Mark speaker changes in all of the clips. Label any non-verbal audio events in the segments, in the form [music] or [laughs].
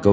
Speaker 1: 各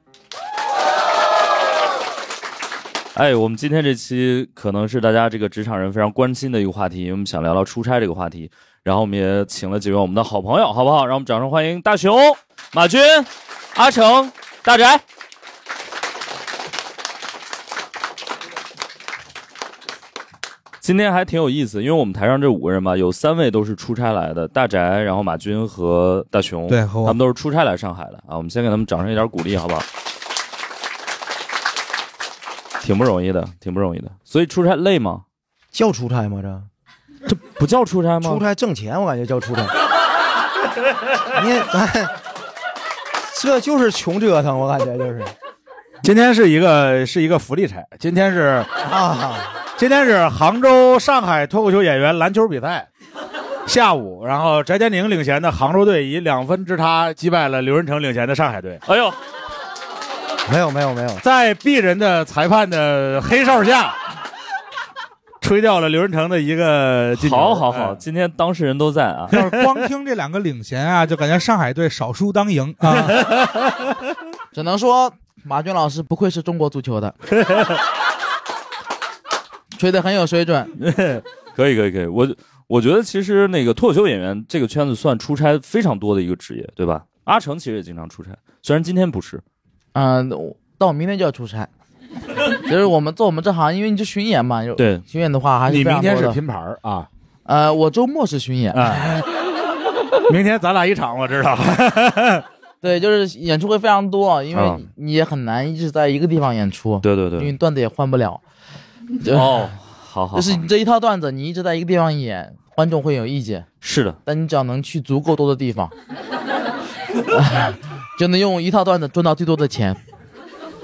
Speaker 1: 哎，我们今天这期可能是大家这个职场人非常关心的一个话题，因为我们想聊聊出差这个话题。然后我们也请了几位我们的好朋友，好不好？让我们掌声欢迎大熊、马军、阿成、大宅。今天还挺有意思，因为我们台上这五个人吧，有三位都是出差来的，大宅，然后马军和大熊，
Speaker 2: 对和我
Speaker 1: 他们都是出差来上海的啊。我们先给他们掌声一点鼓励，好不好？挺不容易的，挺不容易的。所以出差累吗？
Speaker 2: 叫出差吗？这
Speaker 1: 不叫出差吗？
Speaker 2: 出差挣钱，我感觉叫出差。 [laughs] 你咱这就是穷折腾，我感觉就是
Speaker 3: 今天是一个是一个福利差，今天是
Speaker 2: 啊，
Speaker 3: 今天是杭州上海脱口秀演员篮球比赛，下午，然后翟天临领衔的杭州队以两分之差击败了刘仁成领衔的上海队，
Speaker 1: 哎呦，
Speaker 2: 没有没有没有，
Speaker 3: 在鄙人的裁判的黑哨下，吹掉了刘仁成的一个进球。
Speaker 1: 好好好，
Speaker 3: 哎，
Speaker 1: 今天当事人都在啊。
Speaker 4: 要是光听这两个领衔啊，就感觉上海队少输当赢
Speaker 3: [laughs]
Speaker 4: 啊。
Speaker 5: 只能说马军老师不愧是中国足球的， [laughs] 吹得很有水准。
Speaker 1: [laughs] 可以可以可以，我我觉得其实那个脱口秀演员这个圈子算出差非常多的一个职业，对吧？阿成其实也经常出差，虽然今天不是。
Speaker 5: 嗯、我但我明天就要出差。其实我们做我们这行，因为你是巡演嘛，有
Speaker 1: 对，
Speaker 5: 巡演的话还是
Speaker 3: 你
Speaker 5: 非
Speaker 3: 明
Speaker 5: 常
Speaker 3: 天
Speaker 5: 多
Speaker 3: 是
Speaker 5: 的。
Speaker 3: 拼盘儿啊，
Speaker 5: 呃，我周末是巡演，
Speaker 3: 哎，明天咱俩一场，我知道。
Speaker 5: 对，就是演出会非常多，因
Speaker 3: 啊
Speaker 5: 为
Speaker 1: 嗯
Speaker 5: 你也很难一直在一个地方演出，
Speaker 1: 对对
Speaker 5: 因为
Speaker 1: 对。
Speaker 5: 你段子也换不了。就
Speaker 1: 哦，好好好，
Speaker 5: 就是你这一套段子，你一直在一个地方演，观众会有意见，
Speaker 1: 是的，
Speaker 5: 但你只要能去足够多的地方， [laughs] 就能用一套段子赚到最多的钱。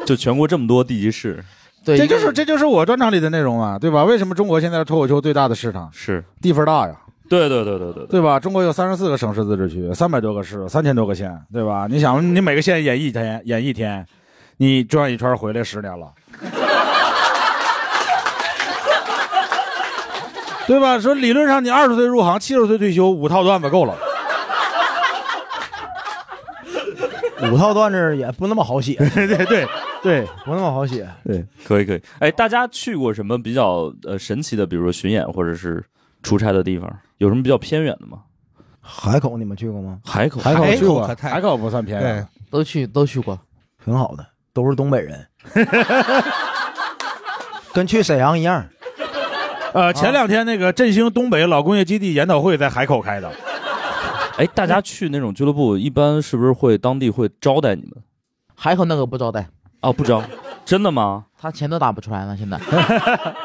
Speaker 1: 就全国这么多地级市，
Speaker 5: [laughs] 对，
Speaker 3: 这
Speaker 5: 一个
Speaker 3: 就是这就是我专场里的内容嘛，对吧？为什么中国现在是脱口秀最大的市场？
Speaker 1: 是
Speaker 3: 地方大呀，
Speaker 1: 对对对对对对，
Speaker 3: 对吧？中国有三十四个省市自治区，三百多个市，三千多个县，对吧？你想，你每个县演一天，演一天，你转一圈回来十
Speaker 4: [laughs]
Speaker 3: 年了，对吧？说理论上你二十岁入行，七十岁退休，五套段子够了。
Speaker 2: 五套段子也不那么好写，
Speaker 3: [laughs] 对对对对，
Speaker 2: 不那么好写。
Speaker 1: 可以可以。哎，大家去过什么比较呃神奇的，比如说巡演或者是出差的地方，有什么比较偏远的吗？
Speaker 2: 海口你们去过吗？
Speaker 1: 海口，
Speaker 3: 海口去过，
Speaker 4: 哎海口可太
Speaker 3: 海口不算偏
Speaker 4: 对
Speaker 3: 远，，
Speaker 5: 都去都去过，
Speaker 2: 挺好的，都是东北
Speaker 3: [laughs]
Speaker 2: 人，跟去沈阳一样。
Speaker 4: 啊
Speaker 3: 呃，前两天那个振兴东北老工业基地研讨会在海口开的，
Speaker 1: 哎，大家去那种俱乐部，一般是不是会当地会招待你们？
Speaker 5: 海口那个不招待，
Speaker 1: 啊，不 [laughs] 招，真的吗？
Speaker 5: 他钱都打不出来了。现在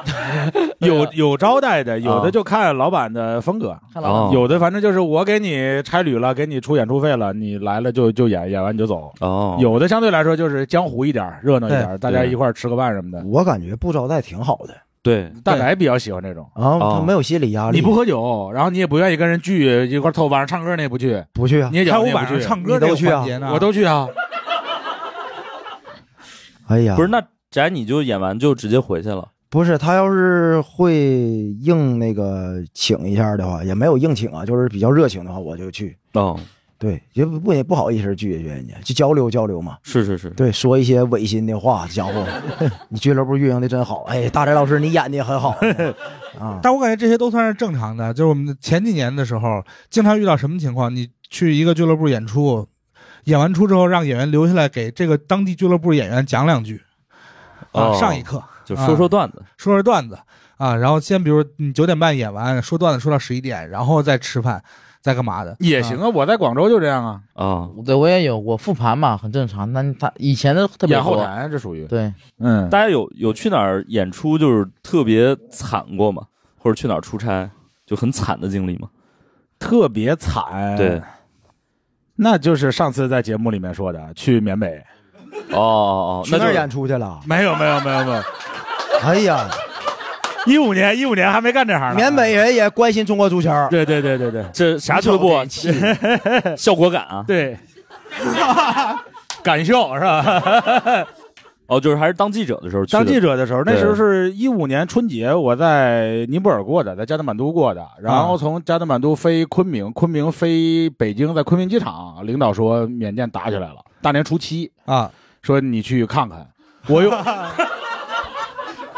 Speaker 4: 哎
Speaker 3: 有有招待
Speaker 4: 啊
Speaker 3: 的，有的就看老板的风格。
Speaker 5: 看老
Speaker 1: 哦
Speaker 3: 有的反正就是我给你差旅了，给你出演出费了，你来了就就演，演完你就走。
Speaker 1: 哦，
Speaker 3: 有的相对来说就是江湖一点儿，热闹一点儿，大家
Speaker 1: 对
Speaker 3: 一块儿吃个饭什么的。
Speaker 2: 我感觉不招待挺好的
Speaker 1: 对，
Speaker 3: 大白比较喜欢这种，
Speaker 2: 啊，
Speaker 1: 哦
Speaker 2: 他没有心理压力。
Speaker 3: 你不喝酒，然后你也不愿意跟人聚一块儿凑班唱歌，你也不去，
Speaker 2: 不去啊？
Speaker 3: 你也
Speaker 4: 开
Speaker 3: 讲
Speaker 4: 舞
Speaker 3: 你也
Speaker 4: 晚
Speaker 3: 不
Speaker 4: 上
Speaker 3: 去，
Speaker 4: 唱歌这个环节呢，
Speaker 3: 我都去啊。
Speaker 2: 哎呀，
Speaker 1: 不是那宅你就演完就直接回去了
Speaker 2: 不是，他要是会硬那个请一下的话，也没有硬请啊，就是比较热情的话，我就去。
Speaker 1: 哦，
Speaker 2: 对，也不不也不好意思拒绝人家，就交流交流嘛。
Speaker 1: 是是是，
Speaker 2: 对，说一些违心的话，讲话。 [laughs] 你俱乐部运营的真好，哎，大宅老师你演的也很 [laughs] 好啊。
Speaker 4: 但我感觉这些都算是正常的。就是我们前几年的时候，经常遇到什么情况？你去一个俱乐部演出，演完出之后让演员留下来给这个当地俱乐部演员讲两句，啊，
Speaker 1: 哦
Speaker 4: 上一课
Speaker 1: 就说说段子，
Speaker 4: 说说段子啊，然后先比如你九点半演完说段子说到十一点，然后再吃饭，再干嘛的
Speaker 3: 也行啊，我在广州就这样啊，
Speaker 1: 啊，
Speaker 5: 对我也有，我复盘嘛，很正常。那他以前的特别
Speaker 3: 演后
Speaker 5: 多，啊
Speaker 3: 台这属于，
Speaker 5: 对，
Speaker 3: 嗯，
Speaker 1: 大家有有去哪儿演出就是特别惨过吗？或者去哪儿出差就很惨的经历吗？
Speaker 3: 特别惨。
Speaker 1: 对，，
Speaker 3: 那就是上次在节目里面说的，去缅北，
Speaker 1: 哦哦哦，
Speaker 2: 去
Speaker 1: 那
Speaker 2: 那
Speaker 1: 就
Speaker 2: 儿
Speaker 1: 是
Speaker 2: 演出去了？
Speaker 3: [laughs]
Speaker 2: [laughs]
Speaker 3: 没有没有没有没有，
Speaker 2: 哎呀，
Speaker 3: 一五年，一五年还没干这行呢。
Speaker 2: 缅北人也关心中国足球，
Speaker 3: 对对对对对 [laughs]
Speaker 1: 这啥俱乐部啊？ [laughs] 效果感啊？
Speaker 3: 对，敢笑是吧？
Speaker 1: 哦，就是还是当记者的时候去的。
Speaker 3: 当记者的时候，
Speaker 1: 对
Speaker 3: 那时候是一五年春节，我在尼泊尔过的，在加德满都过的，然
Speaker 1: 啊
Speaker 3: 后从加德满都飞昆明，昆明飞北京，在昆明机场，领导说缅甸打起来了，大年初七，
Speaker 4: 啊，
Speaker 3: 说你去看看，我又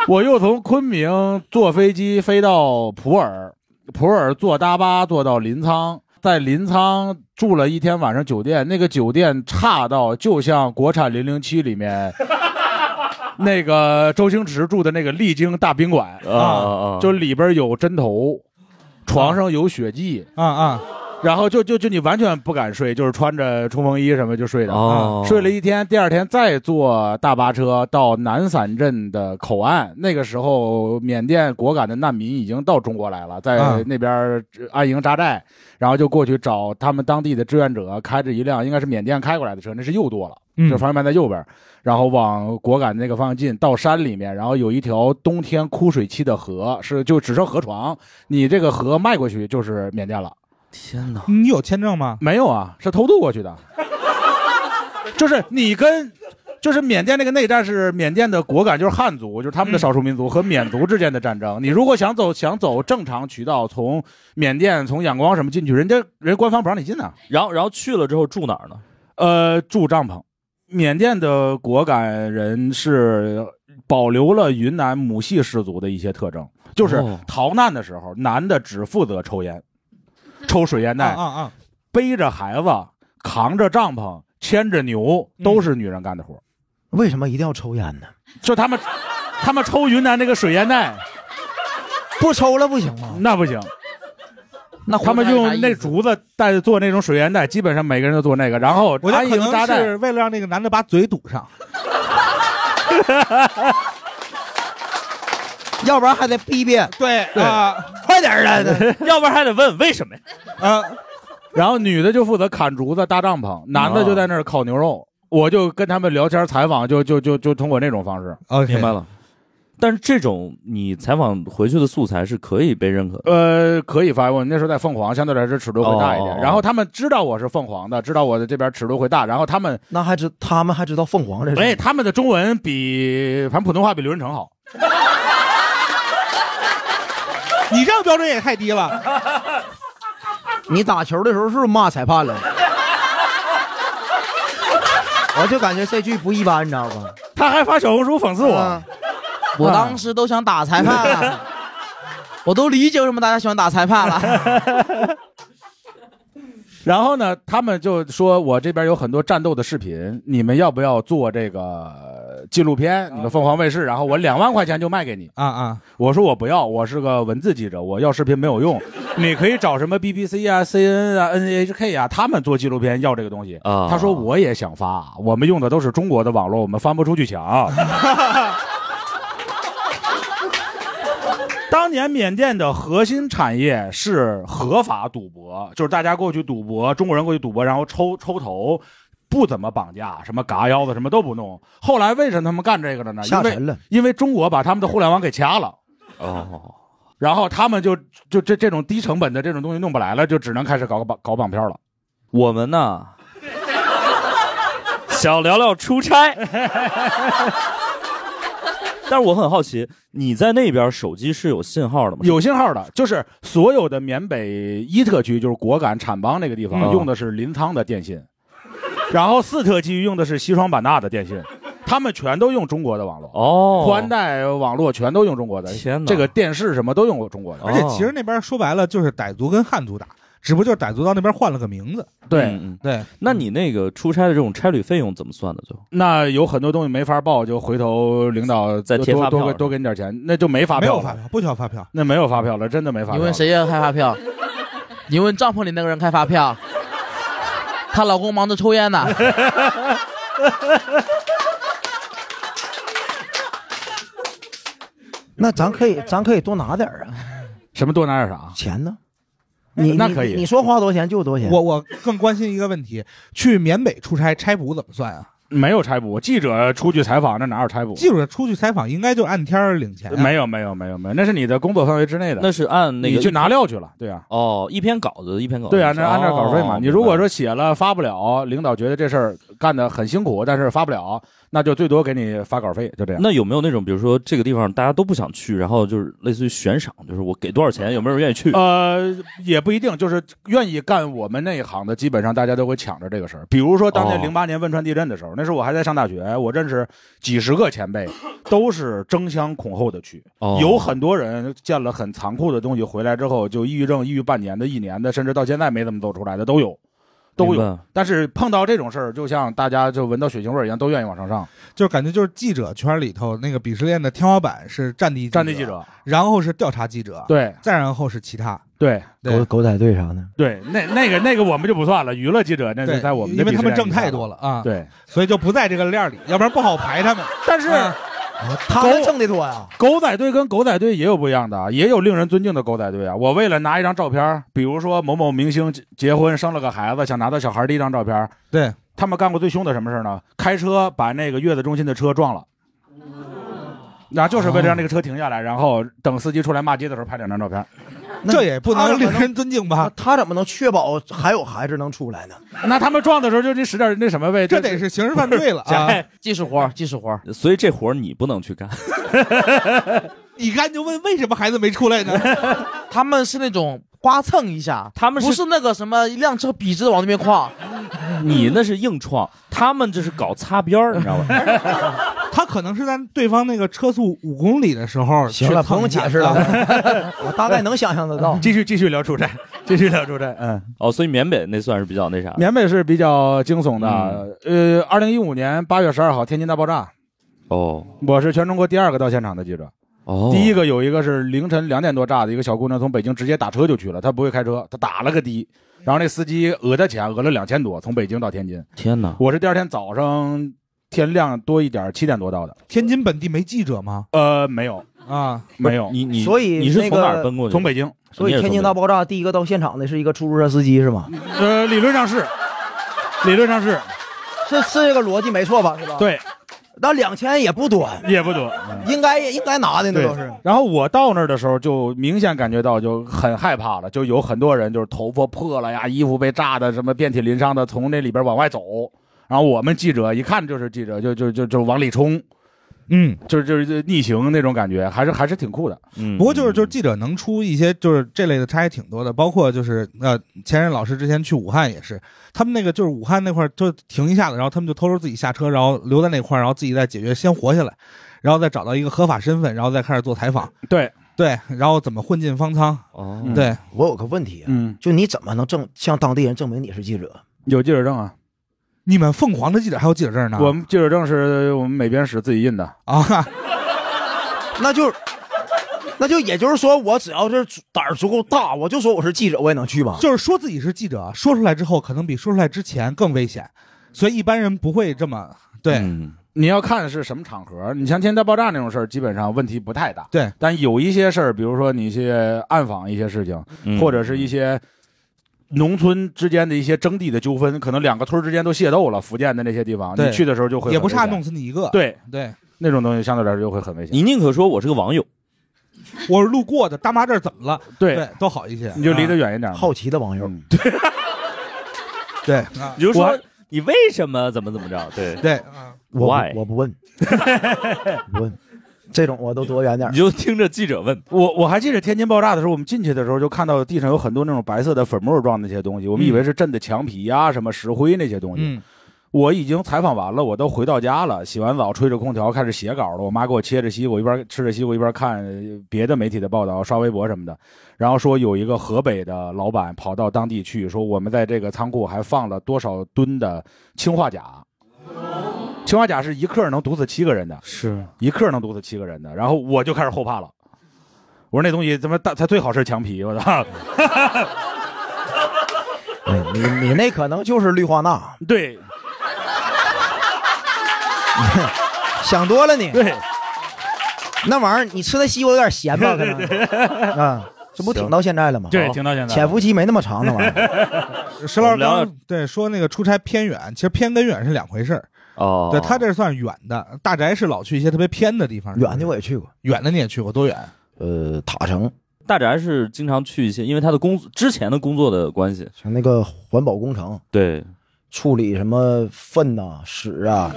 Speaker 3: 我又从昆明坐飞机飞到普洱，普洱坐大巴坐到临沧，在临沧住了一天晚上酒店，那个酒店差到就像国产零零七里面那个周星驰住的那个丽晶大宾馆
Speaker 1: 啊啊啊
Speaker 3: 就里边有针头，床上有血迹，
Speaker 4: 啊啊，
Speaker 3: 然后就就就你完全不敢睡，就是穿着冲锋衣什么就睡着。
Speaker 1: 哦，
Speaker 3: 啊睡了一天，第二天再坐大巴车到南散镇的口岸。那个时候，缅甸果敢的难民已经到中国来了，在
Speaker 4: 啊
Speaker 3: 那边呃安营扎寨，然后就过去找他们当地的志愿者，开着一辆应该是缅甸开过来的车，那是右舵了，
Speaker 4: 嗯
Speaker 3: 就方向盘在右边，然后往果敢那个方向进，到山里面，然后有一条冬天枯水期的河，是就只剩河床，你这个河迈过去就是缅甸了。
Speaker 1: 天哪！
Speaker 4: 你有签证吗？
Speaker 3: 没有啊，是偷渡过去的。就是你跟，就是缅甸那个内战是缅甸的果敢，就是汉族，就是他们的少数民族和缅族之间的战争。你如果想走想走正常渠道，从缅甸从仰光什么进去，人家人官方不让你进呢、
Speaker 1: 然后然后去了之后住哪儿呢？
Speaker 3: 呃，住帐篷。缅甸的果敢人是保留了云南母系氏族的一些特征，就是
Speaker 1: 哦
Speaker 3: 逃难的时候，男的只负责抽烟，抽水烟
Speaker 4: 啊
Speaker 3: 袋，
Speaker 4: 啊啊，
Speaker 3: 背着孩子，扛着帐篷，牵着牛，
Speaker 4: 嗯
Speaker 3: 都是女人干的活。
Speaker 2: 为什么一定要抽烟呢？
Speaker 3: 就他们，他们抽云南那个水烟袋，
Speaker 2: 不抽了不行吗？
Speaker 3: 那不行，
Speaker 5: 那
Speaker 3: 他们
Speaker 5: 回家有啥
Speaker 3: 用那
Speaker 5: 意思
Speaker 3: 竹子带做那种水烟袋，基本上每个人都做那个。然后
Speaker 4: 我觉
Speaker 3: 安
Speaker 4: 得可
Speaker 3: 营扎
Speaker 4: 能
Speaker 3: 寨
Speaker 4: 是为了让那个男的把嘴堵上，
Speaker 2: 要不然还得逼逼，
Speaker 4: 对啊
Speaker 2: 快点儿的。
Speaker 1: 要不然还得问为什么呀？
Speaker 4: 啊，
Speaker 3: 然后女的就负责砍竹子、搭帐篷，男的
Speaker 4: 啊
Speaker 3: 就在那儿烤牛肉。我就跟他们聊天采访，就就就就通过那种方式。
Speaker 4: OK，
Speaker 1: 明白了。但是这种你采访回去的素材是可以被认可的。
Speaker 3: 呃，可以发问。那时候在凤凰，相对来说尺度会大一点。
Speaker 1: 哦
Speaker 3: 然后他们知道我是凤凰的，知道我的这边尺度会大。然后他们，
Speaker 2: 那还知他们还知道凤凰这
Speaker 3: [laughs] 哎，
Speaker 2: 事？
Speaker 3: 他们的中文比反正普通话比刘仁成好。
Speaker 4: 你这样标准也太低了。
Speaker 2: 你打球的时候是不是骂裁
Speaker 5: [laughs]
Speaker 2: 判了？我就感觉这句不一般，你知道吧？
Speaker 3: 他还发小红书讽刺我，
Speaker 2: 啊
Speaker 5: 我当时都想打裁判了， [laughs] 我都理解为什么大家喜 [laughs] 欢打裁判了。
Speaker 3: 然后呢，他们就说我这边有很多战斗的视频，你们要不要做这个呃纪录片？你们凤凰卫视，然后我两万块钱就卖给你。
Speaker 4: 啊啊，
Speaker 3: 我说我不要，我是个文字记者，我要视频没
Speaker 2: [laughs]
Speaker 3: 有用。你可以找什么 BBC 啊、CNN 啊、NHK 啊，他们做纪录片要这个东西。
Speaker 1: 啊
Speaker 3: 他说我也想发，我们用的都是中国的网络，我们翻不出
Speaker 2: [laughs]
Speaker 3: 去墙。当年缅甸的核心产业是合法赌博，就是大家过去赌博，中国人过去赌博，然后抽抽头，不怎么绑架，什么嘎腰子什么都不弄。后来为什么他们干这个了呢？因
Speaker 2: 下
Speaker 3: 为
Speaker 2: 沉了，
Speaker 3: 因为中国把他们的互联网给掐了，
Speaker 1: 哦，
Speaker 3: 然后他们就就这这种低成本的这种东西弄不来了，就只能开始搞个绑搞绑票了。
Speaker 1: 我们 [laughs] 呢，想聊聊出差。但是我很好奇，你在那边手机是有信号的吗？
Speaker 3: 有信号的，就是所有的缅北伊特区，就是果敢产邦那个地方，
Speaker 1: 嗯
Speaker 3: 用的是临沧的电信，然后四特区用的是西双版纳的电信，他们全都用中国的网络，
Speaker 1: 哦，
Speaker 3: 宽带网络全都用中国的，
Speaker 1: 天哪
Speaker 3: 这个电视什么都用中国的，
Speaker 1: 哦
Speaker 4: 而且其实那边说白了就是傣族跟汉族打，只不过就是傣族到那边换了个名字。
Speaker 3: 对。
Speaker 1: 嗯嗯
Speaker 4: 对，
Speaker 1: 那你那个出差的这种差旅费用怎么算的？最后
Speaker 3: 那有很多东西没法报，就回头领导
Speaker 1: 再贴
Speaker 3: 多
Speaker 1: 发票
Speaker 3: 多给多给你点钱，那就没发
Speaker 4: 没
Speaker 3: 票
Speaker 4: 有
Speaker 3: 了，
Speaker 4: 发票，不需要发票。
Speaker 3: 那没有发票了，真的没发票。
Speaker 5: 你问？谁要开发票？你问帐篷里那个人开发票， [laughs] 她老公忙着抽烟呢。 [laughs]
Speaker 2: 那咱可以，咱可以多拿点儿啊，
Speaker 3: 什么多拿点啊啥？
Speaker 2: 钱呢？你
Speaker 3: 那
Speaker 2: 你
Speaker 3: 可以哎
Speaker 2: 你说花多少钱就多少钱。
Speaker 4: 我我更关心一个问题，去缅北出差差补怎么算啊？
Speaker 3: 没有拆补，记者出去采访那哪有拆补？
Speaker 4: 记者出去采访应该就按天儿领钱啊、
Speaker 3: 哦没有没有没有没有，那是你的工作范围之内的，
Speaker 1: 那是按那个
Speaker 3: 你去拿料去了，对啊。
Speaker 1: 哦，一篇稿子一篇稿子。
Speaker 3: 对啊，那按照稿费嘛。
Speaker 1: 哦
Speaker 3: 你如果
Speaker 1: 明白
Speaker 3: 说写了发不了，领导觉得这事儿干得很辛苦，但是发不了，那就最多给你发稿费，就这样。
Speaker 1: 那有没有那种，比如说这个地方大家都不想去，然后就是类似于悬赏，就是我给多少钱，有没有人愿意去？
Speaker 3: 呃，也不一定，就是愿意干我们那一行的，基本上大家都会抢着这个事儿。比如说当年
Speaker 1: 哦
Speaker 3: 零八年汶川地震的时候，那时候我还在上大学，我认识几十个前辈，都是争相恐后的去。
Speaker 1: 哦
Speaker 3: 有很多人见了很残酷的东西回来之后，就抑郁症、抑郁半年的、一年的，甚至到现在没怎么走出来的都有，都
Speaker 1: 明
Speaker 3: 有
Speaker 1: 白。
Speaker 3: 但是碰到这种事儿，就像大家就闻到血腥味儿一样，都愿意往上上。
Speaker 4: 就是感觉就是记者圈里头那个鄙视链的天花板是战
Speaker 1: 啊
Speaker 4: 地
Speaker 3: 战地记，者，
Speaker 4: 然后是调查记者，，
Speaker 3: 对
Speaker 4: 再然后是其他。
Speaker 3: 对
Speaker 4: 对
Speaker 2: 狗狗仔队啥的，
Speaker 3: 对，那那个那个我们就不算了，娱乐记者那
Speaker 4: 对
Speaker 3: 是在我们的
Speaker 4: 因为他们
Speaker 3: 鄙视链
Speaker 4: 挣
Speaker 3: 以
Speaker 4: 太
Speaker 3: 下
Speaker 4: 多
Speaker 3: 了。
Speaker 4: 了啊，，
Speaker 3: 对，
Speaker 4: 所以就不在这个链儿里，要不然不好排他们。
Speaker 3: 但是
Speaker 4: 啊
Speaker 2: 他们挣的多呀。
Speaker 3: 狗仔队跟狗仔队也有不一样的啊，也有令人尊敬的狗仔队啊。我为了拿一张照片儿，比如说某某明星结结婚生了个孩子，想拿到小孩的一张照片儿，
Speaker 4: 对，
Speaker 3: 他们干过最凶的什么事儿呢？开车把那个月子中心的车撞了。那就是为了让这个车停下来，然后等司机出来骂街的时候拍两张照片。
Speaker 2: 那
Speaker 4: 这也不
Speaker 2: 他
Speaker 4: 能
Speaker 2: 怎么
Speaker 4: 令人尊敬
Speaker 2: 那
Speaker 4: 吧？
Speaker 2: 他怎么能确保还有孩子能出来呢？
Speaker 3: 那他们撞的时候就得使点那什么呗，
Speaker 4: 这得是刑事犯罪了啊！
Speaker 2: [laughs]
Speaker 5: 技术活儿，技术活儿。
Speaker 1: 所以这活儿你不能去干。
Speaker 4: 你看，你就问为什么孩子没出来呢？
Speaker 2: [laughs]
Speaker 5: 他们是那种刮蹭一下，
Speaker 1: 他们是
Speaker 5: 不是那个什么一辆车笔直的往那边跨，
Speaker 1: 你那是硬创， [laughs] 他们这是搞擦边儿，你知道 [laughs] 吧？
Speaker 4: 他可能是在对方那个车速五公里的时候去
Speaker 2: 行
Speaker 4: 蹭一下。啊
Speaker 2: 了，不用解释了，我大概能想象得到。
Speaker 3: 继续继续聊
Speaker 4: [laughs]
Speaker 3: 出差，继续聊出差，嗯。
Speaker 1: 哦，所以缅北那算是比较那啥
Speaker 4: 啊
Speaker 1: 的。
Speaker 3: 缅北是比较惊悚的，
Speaker 4: 嗯
Speaker 3: 呃，二零一五年八月十二号天津大爆炸，
Speaker 1: 哦
Speaker 3: 我是全中国第二个到现场的记者。
Speaker 1: 哦，
Speaker 3: 第一
Speaker 1: 个
Speaker 3: 个有一个是凌晨两点多炸的一个小姑娘，从北京直接打车就去了，她不会开车，她打了个的，然后那司机讹她钱，讹了两千多，从北京到天津。
Speaker 1: 天哪！
Speaker 3: 我是第二天早上天亮多一点，七点多到的。
Speaker 4: 天津本地没记
Speaker 2: [laughs]
Speaker 4: 者吗？
Speaker 3: 呃，没有，
Speaker 2: 嗯
Speaker 4: 啊，
Speaker 3: 没有，
Speaker 1: 你你
Speaker 2: 所以
Speaker 1: 你是
Speaker 2: 那
Speaker 1: 从
Speaker 2: 个
Speaker 1: 哪儿奔过去的？
Speaker 3: 从北京。
Speaker 2: 所以天津大爆炸第一个到现场的是一个出租车司机是吗？
Speaker 3: 呃，理论上是，理论上是
Speaker 2: 是是这个逻辑没错吧？是吧？，
Speaker 3: 对，
Speaker 2: 那两千也不多，
Speaker 3: 也不多。
Speaker 2: 应该应该拿的那
Speaker 3: 对
Speaker 2: 都是。
Speaker 3: 然后我到那儿的时候，就明显感觉到就很害怕了，就有很多人就是头发破了呀，衣服被炸的什么遍体鳞伤的，从那里边往外走。然后我们记者一看就是记者，就就就就往里冲，
Speaker 4: 嗯，
Speaker 3: 就是就是就是逆行那种感觉，还是还是挺酷的。
Speaker 1: 嗯，嗯，
Speaker 4: 不过就是就是记者能出一些就是这类的差也挺多的，包括就是呃前任老师之前去武汉也是，他们那个就是武汉那块儿就停一下子，然后他们就偷偷自己下车，然后留在那块儿，然后自己再解决，先活下来，然后再找到一个合法身份，然后再开始做采访。
Speaker 3: 对，
Speaker 4: 对，然后怎么混进方舱？
Speaker 1: 哦，
Speaker 3: 嗯
Speaker 4: 对，
Speaker 2: 我有个问题啊，
Speaker 3: 嗯，
Speaker 2: 就你怎么能证向当地人证明你是记者？
Speaker 3: 有记者证啊，
Speaker 4: 你们凤凰的记者还有记者证呢？
Speaker 3: 我们记者证是我们美编室自己印的。
Speaker 4: 啊， [laughs]
Speaker 2: 那就，那就也就是说，我只要是胆儿足够大，我就说我是记者，我也能去吧？
Speaker 4: 就是说自己是记者，说出来之后可能比说出来之前更危险，所以一般人不会这么对。
Speaker 1: 嗯
Speaker 3: 你要看是什么场合，你像天大爆炸那种事儿，基本上问题不太大。
Speaker 4: 对，
Speaker 3: 但有一些事儿，比如说你去暗访一些事情，
Speaker 1: 嗯
Speaker 3: 或者是一些农村之间的一些争地的纠纷，可能两个村儿之间都械斗了。福建的那些地方，
Speaker 4: 对
Speaker 3: 你去的时候就会
Speaker 4: 也不
Speaker 3: 很
Speaker 4: 差
Speaker 3: 危险
Speaker 4: 弄死你一个。
Speaker 3: 对
Speaker 4: 对，
Speaker 3: 那种东西，相对来说就会很危险。
Speaker 1: 你宁可说我是个网友，
Speaker 4: 我是路过的，大妈这儿怎么了？
Speaker 3: 对，
Speaker 4: 都好一些。
Speaker 3: 你就离得
Speaker 4: 啊
Speaker 3: 远一点嘛。
Speaker 2: 好奇的网友，
Speaker 3: 嗯
Speaker 4: 对啊
Speaker 1: 你就
Speaker 3: 我
Speaker 1: 说
Speaker 3: 还
Speaker 1: 你为什么怎么怎么着？对，
Speaker 4: 对啊
Speaker 2: 我
Speaker 1: Why？
Speaker 2: 不我不
Speaker 3: [laughs]
Speaker 2: 问，不问，这种我都躲远点
Speaker 1: 你。就听着记者问，
Speaker 3: 我我还记得天津爆炸的时候，我们进去的时候就看到地上有很多那种白色的粉末状那些东西，我们以为是震的墙皮呀、什么石灰那些东西。
Speaker 4: 嗯，
Speaker 3: 我已经采访完了，我都回到家了，洗完澡吹着空调开始写稿了。我妈给我切着西瓜，一边吃着西瓜一边看呃别的媒体的报道，刷微博什么的。然后说有一个河北的老板跑到当地去，说我们在这个仓库还放了多少吨的氰化钾。氰化钾是一克能毒死七个人的，
Speaker 1: 是
Speaker 3: 一克能毒死七个人的。然后我就开始后怕了，我说那东西他妈大，它最好是墙皮，我操！
Speaker 2: 哎你你那可能就是氯化钠，
Speaker 3: 对
Speaker 2: 想多了你。
Speaker 3: 对，
Speaker 2: 那玩意儿，你吃那西瓜有点咸吧？可能啊，这不挺到现在了吗？
Speaker 3: 对，
Speaker 1: 哦
Speaker 2: 好
Speaker 3: 听到现在
Speaker 2: 潜伏期没那么
Speaker 3: [laughs]
Speaker 2: 长，那玩意儿。
Speaker 4: 石老
Speaker 1: 我们
Speaker 4: 师
Speaker 1: 聊
Speaker 4: 刚对说那个出差偏远，其实偏跟远是两回事儿。
Speaker 1: 哦，
Speaker 4: 对他这算远的，大宅是老去一些特别偏的地方。
Speaker 2: 远的我也去过，
Speaker 4: 远的你也去过，多远？
Speaker 2: 呃，塔城，
Speaker 1: 大宅是经常去一些，因为他的工之前的工作的关系，
Speaker 2: 像那个环保工程，
Speaker 1: 对，
Speaker 2: 处理什么粪呐、屎啊，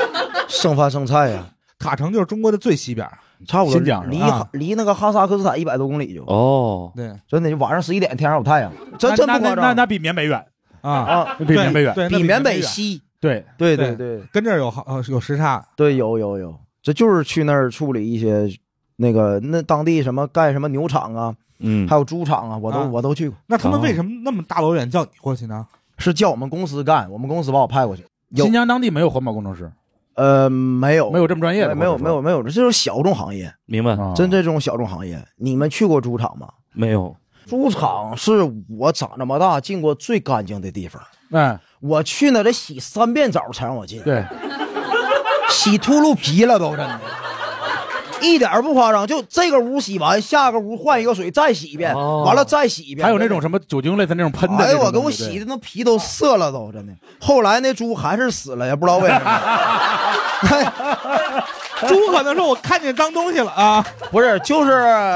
Speaker 3: [laughs]
Speaker 2: 剩饭剩菜啊，
Speaker 4: 塔城就是中国的最西边儿。
Speaker 2: 差不多
Speaker 3: 新疆是吧
Speaker 2: 离
Speaker 4: 啊
Speaker 2: 离那个哈萨克斯坦一百多公里就，
Speaker 1: 哦，
Speaker 4: 对
Speaker 2: 真的就晚上十一点天上有太阳，真真
Speaker 3: 那
Speaker 2: 不夸
Speaker 3: 那那
Speaker 2: 张
Speaker 3: 那比缅北远，
Speaker 4: 啊，
Speaker 2: 啊，
Speaker 3: 那比缅北远。
Speaker 4: 对，那
Speaker 2: 比缅
Speaker 4: 缅
Speaker 2: 北
Speaker 4: 远，
Speaker 2: 西，
Speaker 3: 对，
Speaker 2: 对
Speaker 4: 对
Speaker 2: 对
Speaker 4: 跟这儿有好呃有时差。
Speaker 2: 对，有有有，这就是去那儿处理一些那个那当地什么盖什么牛场啊，
Speaker 1: 嗯
Speaker 2: 还，有猪场啊，我都
Speaker 4: 啊
Speaker 2: 我都去过，
Speaker 4: 那他们
Speaker 1: 哦
Speaker 4: 为什么那么大老远叫你过去呢？
Speaker 2: 是叫我们公司干，我们公司把我派过去，有
Speaker 3: 新疆当地没有环保工程师，
Speaker 2: 呃没有
Speaker 3: 没有这么专业的，
Speaker 2: 没有没有没有，这就是小众行业，
Speaker 1: 明白，
Speaker 3: 有
Speaker 2: 真这种小众行业，你们去过猪场吗？
Speaker 1: 没有，
Speaker 2: 猪场是我长这么大进过最干净的地方，
Speaker 3: 哎，
Speaker 2: 我去那得洗三遍澡才让我进，
Speaker 3: 对，
Speaker 2: 洗秃噜皮了都真的，一点儿不夸张，就这个屋洗完，下个屋换一个水再洗一遍，
Speaker 1: 哦
Speaker 2: 完了再洗一遍，
Speaker 3: 还有那
Speaker 2: 真
Speaker 3: 种
Speaker 2: 的
Speaker 3: 什么酒精类的那种喷的那
Speaker 2: 哎
Speaker 3: 种东西，
Speaker 2: 呦，我给我洗的那皮都涩了都，真的。后来那猪还是死了，也不知道为什么。
Speaker 4: 猪可能说我看见脏东西了啊，
Speaker 2: 不是，就是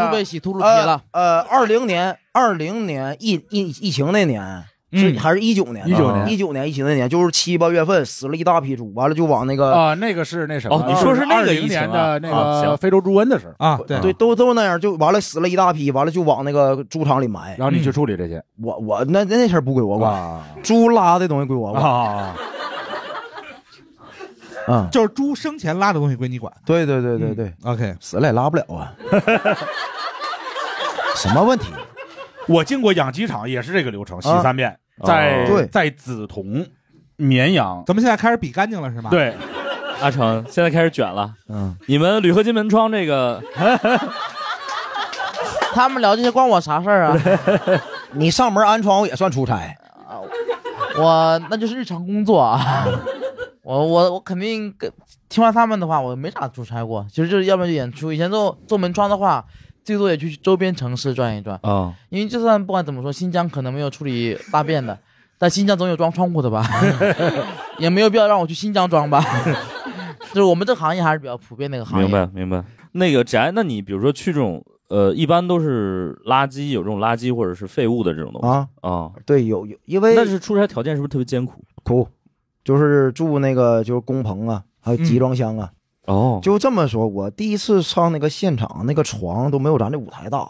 Speaker 5: 猪被洗秃噜皮了。
Speaker 2: 呃，二、零、年，二零年疫疫疫情那年。是
Speaker 4: 嗯
Speaker 2: 还是一九年？啊
Speaker 3: 19
Speaker 1: 年
Speaker 2: 一九年，一九年，就是七八月份死了一大批猪，完了就往那个
Speaker 3: 啊，那个是那什么
Speaker 1: 哦，你说是那个
Speaker 3: 20
Speaker 1: 疫情啊
Speaker 3: 年的那
Speaker 1: 啊
Speaker 3: 个
Speaker 1: 行
Speaker 3: 非洲猪瘟的事儿，
Speaker 4: 啊，对
Speaker 2: 对，都都那样，就完了，死了一大批，完了就往那个猪场里埋。
Speaker 3: 然后你
Speaker 1: 嗯
Speaker 3: 去处理这些
Speaker 2: 我我那那那事儿不归我管，
Speaker 3: 啊
Speaker 2: 猪拉的东西归我管。
Speaker 3: 啊，
Speaker 2: 嗯，
Speaker 4: 就是猪生前拉的东西归你管。
Speaker 2: 对对对对对，
Speaker 4: OK，
Speaker 2: 死了也拉不了啊。什么问题？
Speaker 3: 我进过养鸡场，也是这个流程，洗
Speaker 2: 啊
Speaker 3: 三遍，
Speaker 1: 哦
Speaker 3: 在
Speaker 2: 对
Speaker 3: 在梓潼绵阳，
Speaker 4: 咱们现在开始比干净了是吗？，
Speaker 3: 对，
Speaker 1: 阿成现在开始卷了，
Speaker 2: 嗯，
Speaker 1: 你们铝合金门窗这个，
Speaker 5: 呃他们聊这些关我啥事儿 [laughs] 啊？
Speaker 2: 你上门安窗户也算出差，
Speaker 5: 我那就是日常工作啊。 [laughs] 我我我肯定跟听完他们的话，我没啥出差过，其实就是要不然就演出。以前做做门窗的话，最多也去周边城市转一转，
Speaker 1: 啊，
Speaker 5: 因为就算不管怎么说，新疆可能没有处理大便 [laughs] 的，但新疆总有装窗户的 [laughs] 吧，也没有必要让我去新疆装 [laughs] 吧。就是我们这行业还是比较普遍的一个行业。
Speaker 1: 明白明白。那个翟，那你比如说去这种呃，一般都是垃圾，有这种垃圾或者是废物的这种东西
Speaker 2: 啊，
Speaker 1: 啊。
Speaker 2: 对，有有，因为
Speaker 1: 但是出差条件是不是特别艰苦？
Speaker 2: 苦，就是住那个就是工棚啊，还有集装箱啊。
Speaker 1: 哦
Speaker 2: 就这么说，我第一次上那个现场，那个床都没有咱这舞台大，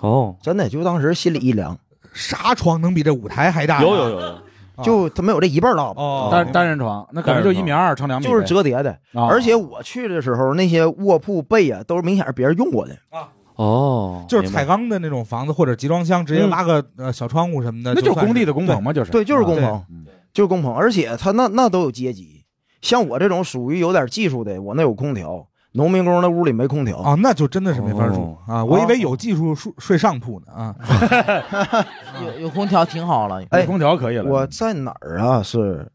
Speaker 1: 哦，
Speaker 2: 真的，就当时心里一凉，
Speaker 4: 纱窗能比这舞台还大？
Speaker 1: 有有有有，
Speaker 4: 啊
Speaker 2: 就它没有这一半大吧，
Speaker 4: 哦，
Speaker 3: 单单人床，那可能就一米二乘两米呗，
Speaker 2: 啊就是折叠的。
Speaker 3: 啊，
Speaker 2: 而且我去的时候，那些卧铺被啊，都是明显是别人用过的。
Speaker 1: 哦，
Speaker 4: 就是彩
Speaker 1: 明白
Speaker 4: 钢的那种房子或者集装箱，直接拉个呃小窗户什么的，
Speaker 3: 啊那就是
Speaker 4: 算
Speaker 3: 工地
Speaker 4: 是
Speaker 3: 的工棚嘛，就是
Speaker 2: 对，就是工
Speaker 3: 啊
Speaker 2: 棚，就是工棚。而且他那那都有阶级，像我这种属于有点技术的，我那有空调。农民工那屋里没空调，
Speaker 4: 啊，那就真的是没法住
Speaker 1: 哦
Speaker 4: 啊！我以为有技术睡睡上铺呢啊，
Speaker 5: 有有空调挺好了。
Speaker 3: 有
Speaker 2: 哎
Speaker 3: 啊空调可以了，
Speaker 2: 我在哪儿啊？是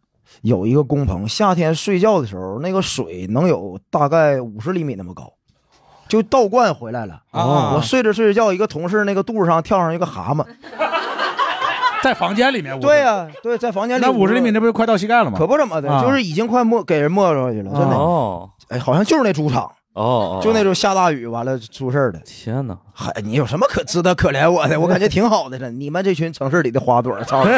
Speaker 2: 有一个工棚，夏天睡觉的时候，那个水能有大概五十厘米那么高，就倒灌回来了。
Speaker 4: 啊
Speaker 2: 我睡着睡着觉，一个同事那个肚子上跳上一个蛤蟆。
Speaker 3: 在房间里面，
Speaker 2: 对呀、对，在房间里
Speaker 3: 那五十厘米，那不就快到膝盖了吗
Speaker 2: 可？不怎么的，
Speaker 3: 啊
Speaker 2: 就是已经快没给人没着去了，真的。
Speaker 1: 哦
Speaker 2: 哎，好像就是那猪场，
Speaker 1: 哦哦，
Speaker 2: 就那
Speaker 1: 种。
Speaker 2: 种下大雨完了出事儿的。
Speaker 1: 天哪，
Speaker 2: 嗨，你有什么可值得可怜我的？我感觉挺好的，真的。你们这群城市里的花朵，操！ [laughs]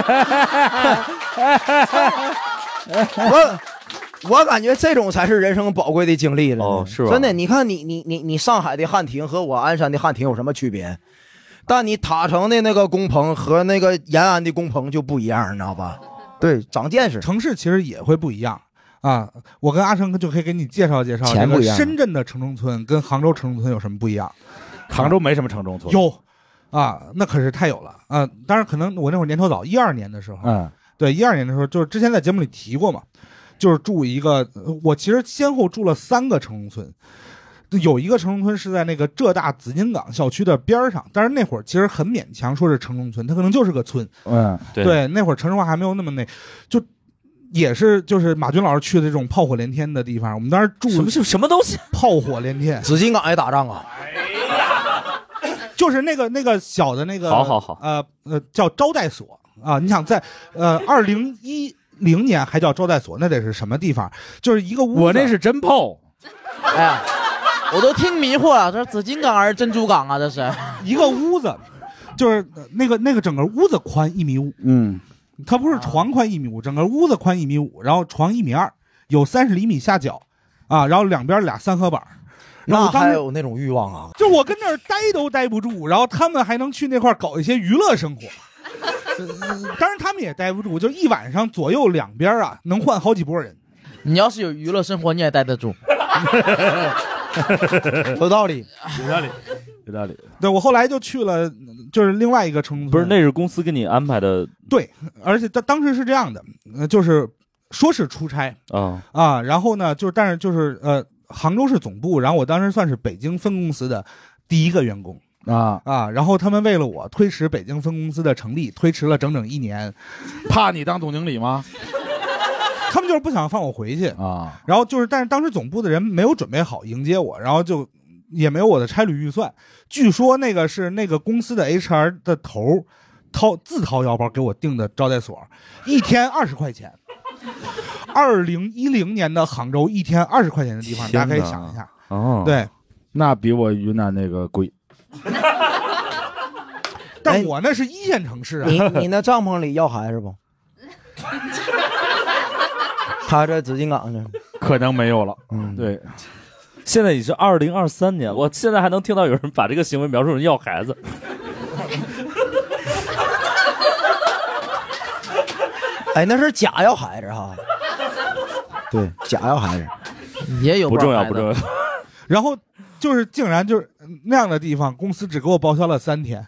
Speaker 2: 我我感觉这种才是人生宝贵的经历了。
Speaker 1: 哦是吧
Speaker 2: 真的，你看你你你你上海的汉庭和我鞍山的汉庭有什么区别？但你塔城的那个工棚和那个延安的工棚就不一样，你知道吧？对，长见识。
Speaker 4: 城市其实也会不一样啊。我跟阿成就可以给你介绍介绍，
Speaker 2: 钱
Speaker 4: 这
Speaker 2: 不
Speaker 4: 个
Speaker 2: 一样
Speaker 4: 深圳的城中村跟杭州城中村有什么不一样？
Speaker 3: 杭州没什么城中村，，
Speaker 4: 有啊，那可是太有了啊！当然，可能我那会儿年头早，一二年的时候，
Speaker 3: 嗯，
Speaker 4: 对，一二年的时候，就是之前在节目里提过嘛，就是住一个，呃我其实先后住了三个城中村，有一个城中村是在那个浙大紫金港校区的边儿上，但是那会儿其实很勉强说是城中村，它可能就是个村，
Speaker 3: 嗯，
Speaker 1: 对
Speaker 4: 那会儿城市化还没有那么那，就也是就是马军老师去的这种炮火连天的地方，我们当时住
Speaker 1: 什么什么东西？
Speaker 4: 炮火连天，
Speaker 2: 紫金港也打仗啊，
Speaker 4: 就是那个那个小的那个，
Speaker 1: 好好好
Speaker 4: 呃呃，叫招待所啊、你想在呃二零一零年还叫招待所，那得是什么地方？就是一个屋子。
Speaker 3: 我那是真泡，
Speaker 5: 哎呀，我都听迷糊了，这是紫金港还是珍珠港啊？这是，
Speaker 4: 一个屋子，就是那个那个整个屋子宽一米五，
Speaker 3: 嗯，
Speaker 4: 它不是床宽一米五，整个屋子宽一米五，然后床一米二，有三十厘米下脚，啊，然后两边俩三合板儿。然后
Speaker 2: 那
Speaker 4: 我当
Speaker 2: 还
Speaker 4: 时
Speaker 2: 有那种欲望啊？
Speaker 4: 就我跟那儿待都待不住，然后他们还能去那块儿搞一些娱乐 [laughs] 生活。当然他们也待不住，就一晚上左右两边啊，能换好几拨人。
Speaker 5: 你要是有娱乐生活，你也待得住。
Speaker 2: 有道理。
Speaker 1: 有道理，有道理。
Speaker 4: 对我后来就去了，嗯就是另外一个城中村
Speaker 1: 不是，那是公司给你安排的
Speaker 4: 对，而且当当时是这样的，呃就是说是出差，
Speaker 1: 啊
Speaker 4: 啊，然后呢，就是但是就是呃，杭州市总部，然后我当时算是北京分公司的第一个员工
Speaker 3: 啊，
Speaker 4: 啊，然后他们为了我推迟北京分公司的成立，推迟了整整一年，
Speaker 3: 怕你当总经理吗？
Speaker 4: 他们就是不想放我回去，
Speaker 3: 啊，
Speaker 4: 然后就是但是当时总部的人没有准备好迎接我，然后就。也没有我的差旅预算，据说那个是那个公司的 HR 的头儿掏自掏腰包给我订的招待所，一天二十块钱。二零一零年的杭州，一天二十块钱的地方，大家可以
Speaker 1: 天哪
Speaker 4: 想一下。
Speaker 1: 哦，
Speaker 4: 对，
Speaker 3: 那比我云南那个贵。
Speaker 1: 哎
Speaker 4: 但我那是一线城市啊，
Speaker 2: 你你那帐篷里要孩子
Speaker 4: [laughs]
Speaker 2: 不？他这紫金港呢？
Speaker 3: 可能没有了。
Speaker 2: 嗯，
Speaker 3: 对，
Speaker 1: 现在已是二零二三年，我现在还能听到有人把这个行为描述成要孩子。
Speaker 2: 哎，那是假要孩子哈。对，假要孩子。
Speaker 5: 也有
Speaker 1: 不重要，
Speaker 5: 玩牌
Speaker 1: 不
Speaker 5: 的
Speaker 1: 重要。
Speaker 4: 然后就是竟然就是那样的地方，公司只给我报销了三天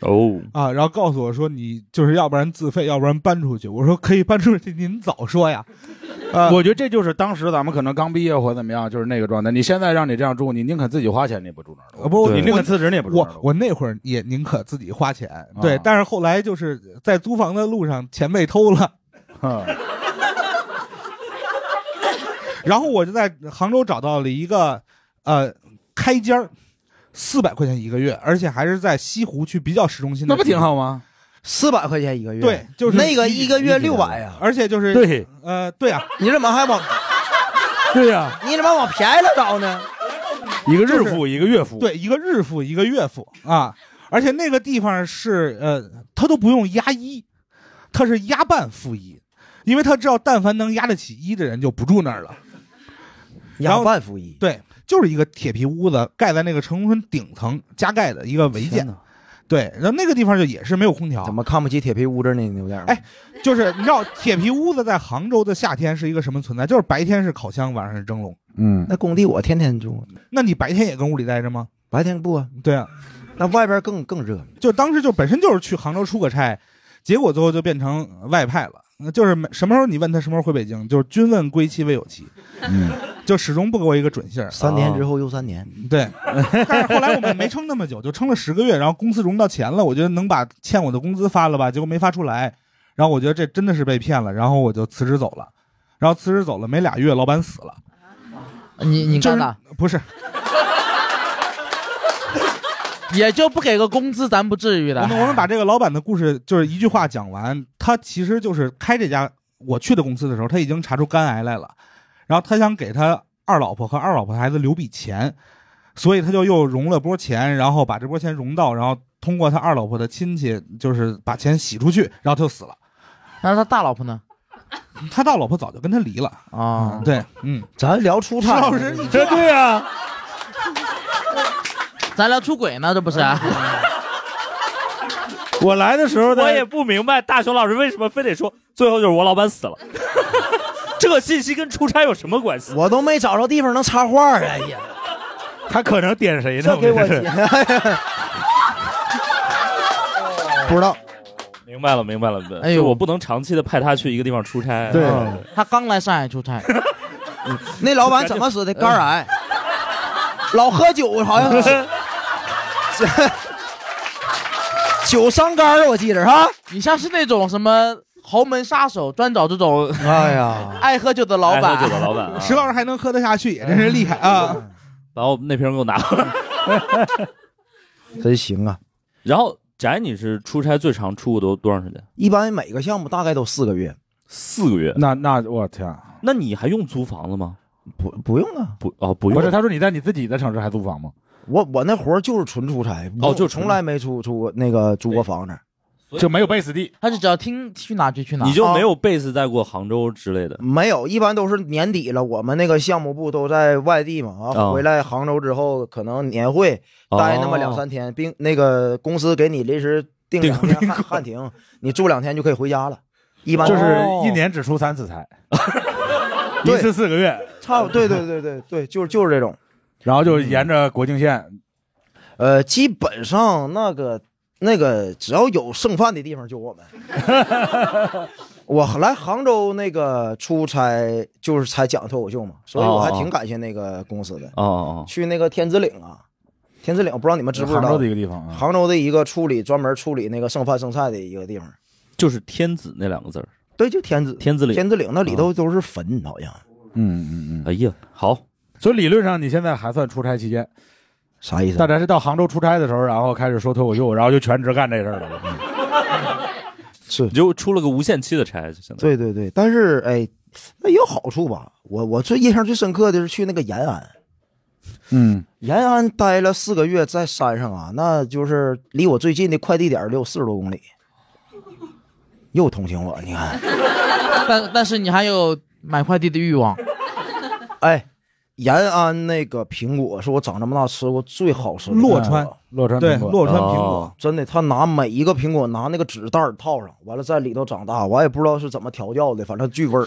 Speaker 1: 哦，
Speaker 4: 啊，然后告诉我说你就是要不然自费，要不然搬出去。我说可以搬出去，您早说呀。啊，
Speaker 3: 我觉得这就是当时咱们可能刚毕业或怎么样，就是那个状态。你现在让你这样住，你宁肯自己花钱，你也呃不住那儿了。
Speaker 4: 啊不，
Speaker 1: 对
Speaker 3: 你宁
Speaker 4: 我
Speaker 3: 肯辞职，你也不住啊那儿
Speaker 4: 我
Speaker 3: 了。
Speaker 4: 我那会儿也宁可自己花钱，对，但是后来就是在租房的路上钱被偷了，
Speaker 3: 哼
Speaker 4: 然后我就在杭州找到了一个呃开间儿。四百块钱一个月，而且还是在西湖区比较市中心的，
Speaker 3: 那不挺？好吗？
Speaker 2: 四百块钱一个月，
Speaker 4: 对就是
Speaker 2: 那个
Speaker 4: 一
Speaker 2: 一个月
Speaker 3: 一个
Speaker 2: 六
Speaker 3: 月
Speaker 2: 百呀，
Speaker 4: 而且就是，
Speaker 3: 对
Speaker 4: 呃，对啊，
Speaker 2: 你怎么还往
Speaker 3: 对呀、
Speaker 2: 你怎么往便宜了找呢？
Speaker 3: 一个日付，一个月付。，
Speaker 4: 对，一个日付，一个月付啊，而且那个地方是呃，他都不用押一，他是押半付一，因为他知道但凡能押得起一的人就不住那儿了。然
Speaker 2: 压
Speaker 4: 后
Speaker 2: 半付一，
Speaker 4: 对，就是一个铁皮屋子，盖在那个城中村顶层加盖的一个违建。对，然后那个地方就也是没有空调
Speaker 2: 怎，么看不起铁皮屋子呢？你有点儿
Speaker 4: 哎就是你知道铁皮屋子在杭州的夏天是一个什么存在？就是白天是烤箱，晚上是蒸笼。
Speaker 3: 嗯，
Speaker 2: 那工地我天天住，
Speaker 4: 那你白天也跟屋里待着吗？
Speaker 2: 白天不啊，
Speaker 4: 对啊，
Speaker 2: 那外边更更热。
Speaker 4: 就当时就本身就是去杭州出个差，结果最后就变成外派了。那就是没什么时候你问他什么时候回北京，就是均问归期未有期，
Speaker 3: 嗯，
Speaker 4: 就始终不给我一个准信儿。
Speaker 2: 三年之后又三年，
Speaker 4: 对， [laughs] 但是后来我们没撑那么久，就撑了十个月，然后公司融到钱了，我觉得能把欠我的工资发了吧，结果没发出来，然后我觉得这真的是被骗了，然后我就辞职走了，然后辞职走了没俩月，老板死了，
Speaker 5: 你你
Speaker 4: 就
Speaker 5: 干
Speaker 4: 是
Speaker 5: 的，
Speaker 4: 不是
Speaker 5: 也就不给个工资，咱不至于
Speaker 4: 我
Speaker 5: 的
Speaker 4: 们。我们把这个老板的故事就是一句话讲完，他其实就是开这家我去的公司的时候，他已经查出肝癌来了，然后他想给他二老婆和二老婆孩子留笔钱，所以他就又融了波钱，然后把这波钱融到，然后通过他二老婆的亲戚，就是把钱洗出去，然后他就死了。
Speaker 5: [laughs] 那他大老婆呢？
Speaker 4: 他大老婆早就跟他离了。
Speaker 5: 啊，
Speaker 4: 对，嗯，
Speaker 2: 咱聊出差。
Speaker 4: 老师，
Speaker 1: 这对啊，
Speaker 5: 咱俩出轨呢，这不是？啊
Speaker 3: 我来的时候
Speaker 1: 我也
Speaker 3: 在，
Speaker 1: 不明白大雄老师为什么非得说最后就是我老板死
Speaker 3: [laughs]
Speaker 1: 了，这个信息跟出差有什么关系？
Speaker 2: 我都没找着地方能插话啊！哎呀，
Speaker 3: 他可能点谁呢？
Speaker 2: 这给我急
Speaker 3: 真是
Speaker 2: [laughs] 不知道，
Speaker 1: 明白了，明白了。
Speaker 5: 哎呦
Speaker 1: 就我不能长期的派他去一个地方出差。
Speaker 2: 对
Speaker 1: 啊
Speaker 5: 他刚来上海出差，
Speaker 2: 那老板怎么死的？肝癌，老喝酒好像是， [laughs] 酒伤肝儿，我记着哈。
Speaker 5: 你像是那种什么豪门杀手，专找这种
Speaker 2: 哎呀，
Speaker 5: 爱喝酒的老
Speaker 1: 爱喝酒的
Speaker 5: 板。
Speaker 1: 老板啊，
Speaker 4: 石老师还能喝得下去，也真是厉害
Speaker 2: 嗯
Speaker 4: 啊！
Speaker 1: 把我那瓶给我拿过来。
Speaker 2: 真行啊！
Speaker 1: 然后翟，你是出差最长出过多多长时间？
Speaker 2: 一般每个项目大概都四个月，
Speaker 1: 四个月。
Speaker 3: 那那我天，啊
Speaker 1: 那你还用租房子吗？
Speaker 2: 不不用啊，
Speaker 1: 不啊不用。
Speaker 3: 不是，他说你在你自己的城市还租房吗？
Speaker 2: 我我那活儿就是纯出差，
Speaker 1: 哦就纯
Speaker 2: 从来没出出过那个租过房子，
Speaker 3: 就没有 base 地，
Speaker 5: 他是只要听去哪就去哪。
Speaker 1: 你就没有 base 在过杭州之类的。
Speaker 2: 没有，一般都是年底了，我们那个项目部都在外地嘛，
Speaker 1: 啊
Speaker 2: 啊，回来杭州之后，可能年会
Speaker 3: 哦
Speaker 2: 待哦
Speaker 1: 哦
Speaker 2: 那么两三天，并那个公司给你临时定两天汉汉庭，你住两天就可以回家了，一般都
Speaker 3: 就是一年只出三次差，一
Speaker 2: 对
Speaker 3: 次四个月，
Speaker 2: 差不对对对对对，就是就是这种，
Speaker 3: 然后就沿着国境线，
Speaker 2: 呃，基本上那个那个只要有剩饭的地方就我
Speaker 3: [laughs]
Speaker 2: 们。我来杭州那个出差就是才讲脱口秀嘛，所以我还
Speaker 1: 哦哦
Speaker 2: 挺感谢那个公司的。
Speaker 1: 哦哦，哦
Speaker 2: 去那个天子岭啊，天子岭我不知道你们知不知道，
Speaker 3: 杭州的一个地方啊，
Speaker 2: 杭州的一个处理专门处理那个剩饭剩菜的一个地方，
Speaker 1: 就是天子那两个字儿，
Speaker 2: 对，就天子
Speaker 1: 天子岭。
Speaker 2: 天子岭那里啊头都是坟，好像
Speaker 3: 嗯嗯嗯，
Speaker 1: 哎呀，好，
Speaker 3: 所以理论上你现在还算出差期间，
Speaker 2: 啥意思
Speaker 3: 大？家是到杭州出差的时候，然后开始说脱口秀，然后就全职干这事儿了。
Speaker 2: 是
Speaker 1: 你，就出了个无限期的差，就现在。
Speaker 2: 对对对，但是哎，那也有好处吧。我我最印象最深刻的是去那个延安，
Speaker 3: 嗯，
Speaker 2: 延安待了四个月，在山上啊，那就是离我最近的快递点儿离我四十多公里，又同情我，你 [laughs] 看，
Speaker 5: 但但是你还有买快递的欲望，
Speaker 2: 哎，延安那个苹果是我长这么大吃过最好吃的苹果，
Speaker 4: 洛川
Speaker 3: 洛川
Speaker 4: 对
Speaker 3: 苹果
Speaker 4: 洛川苹果
Speaker 1: 哦，
Speaker 2: 真的，他拿每一个苹果拿那个纸袋儿套上，完了在里头长大，我也不知道是怎么调教的，反正巨味儿，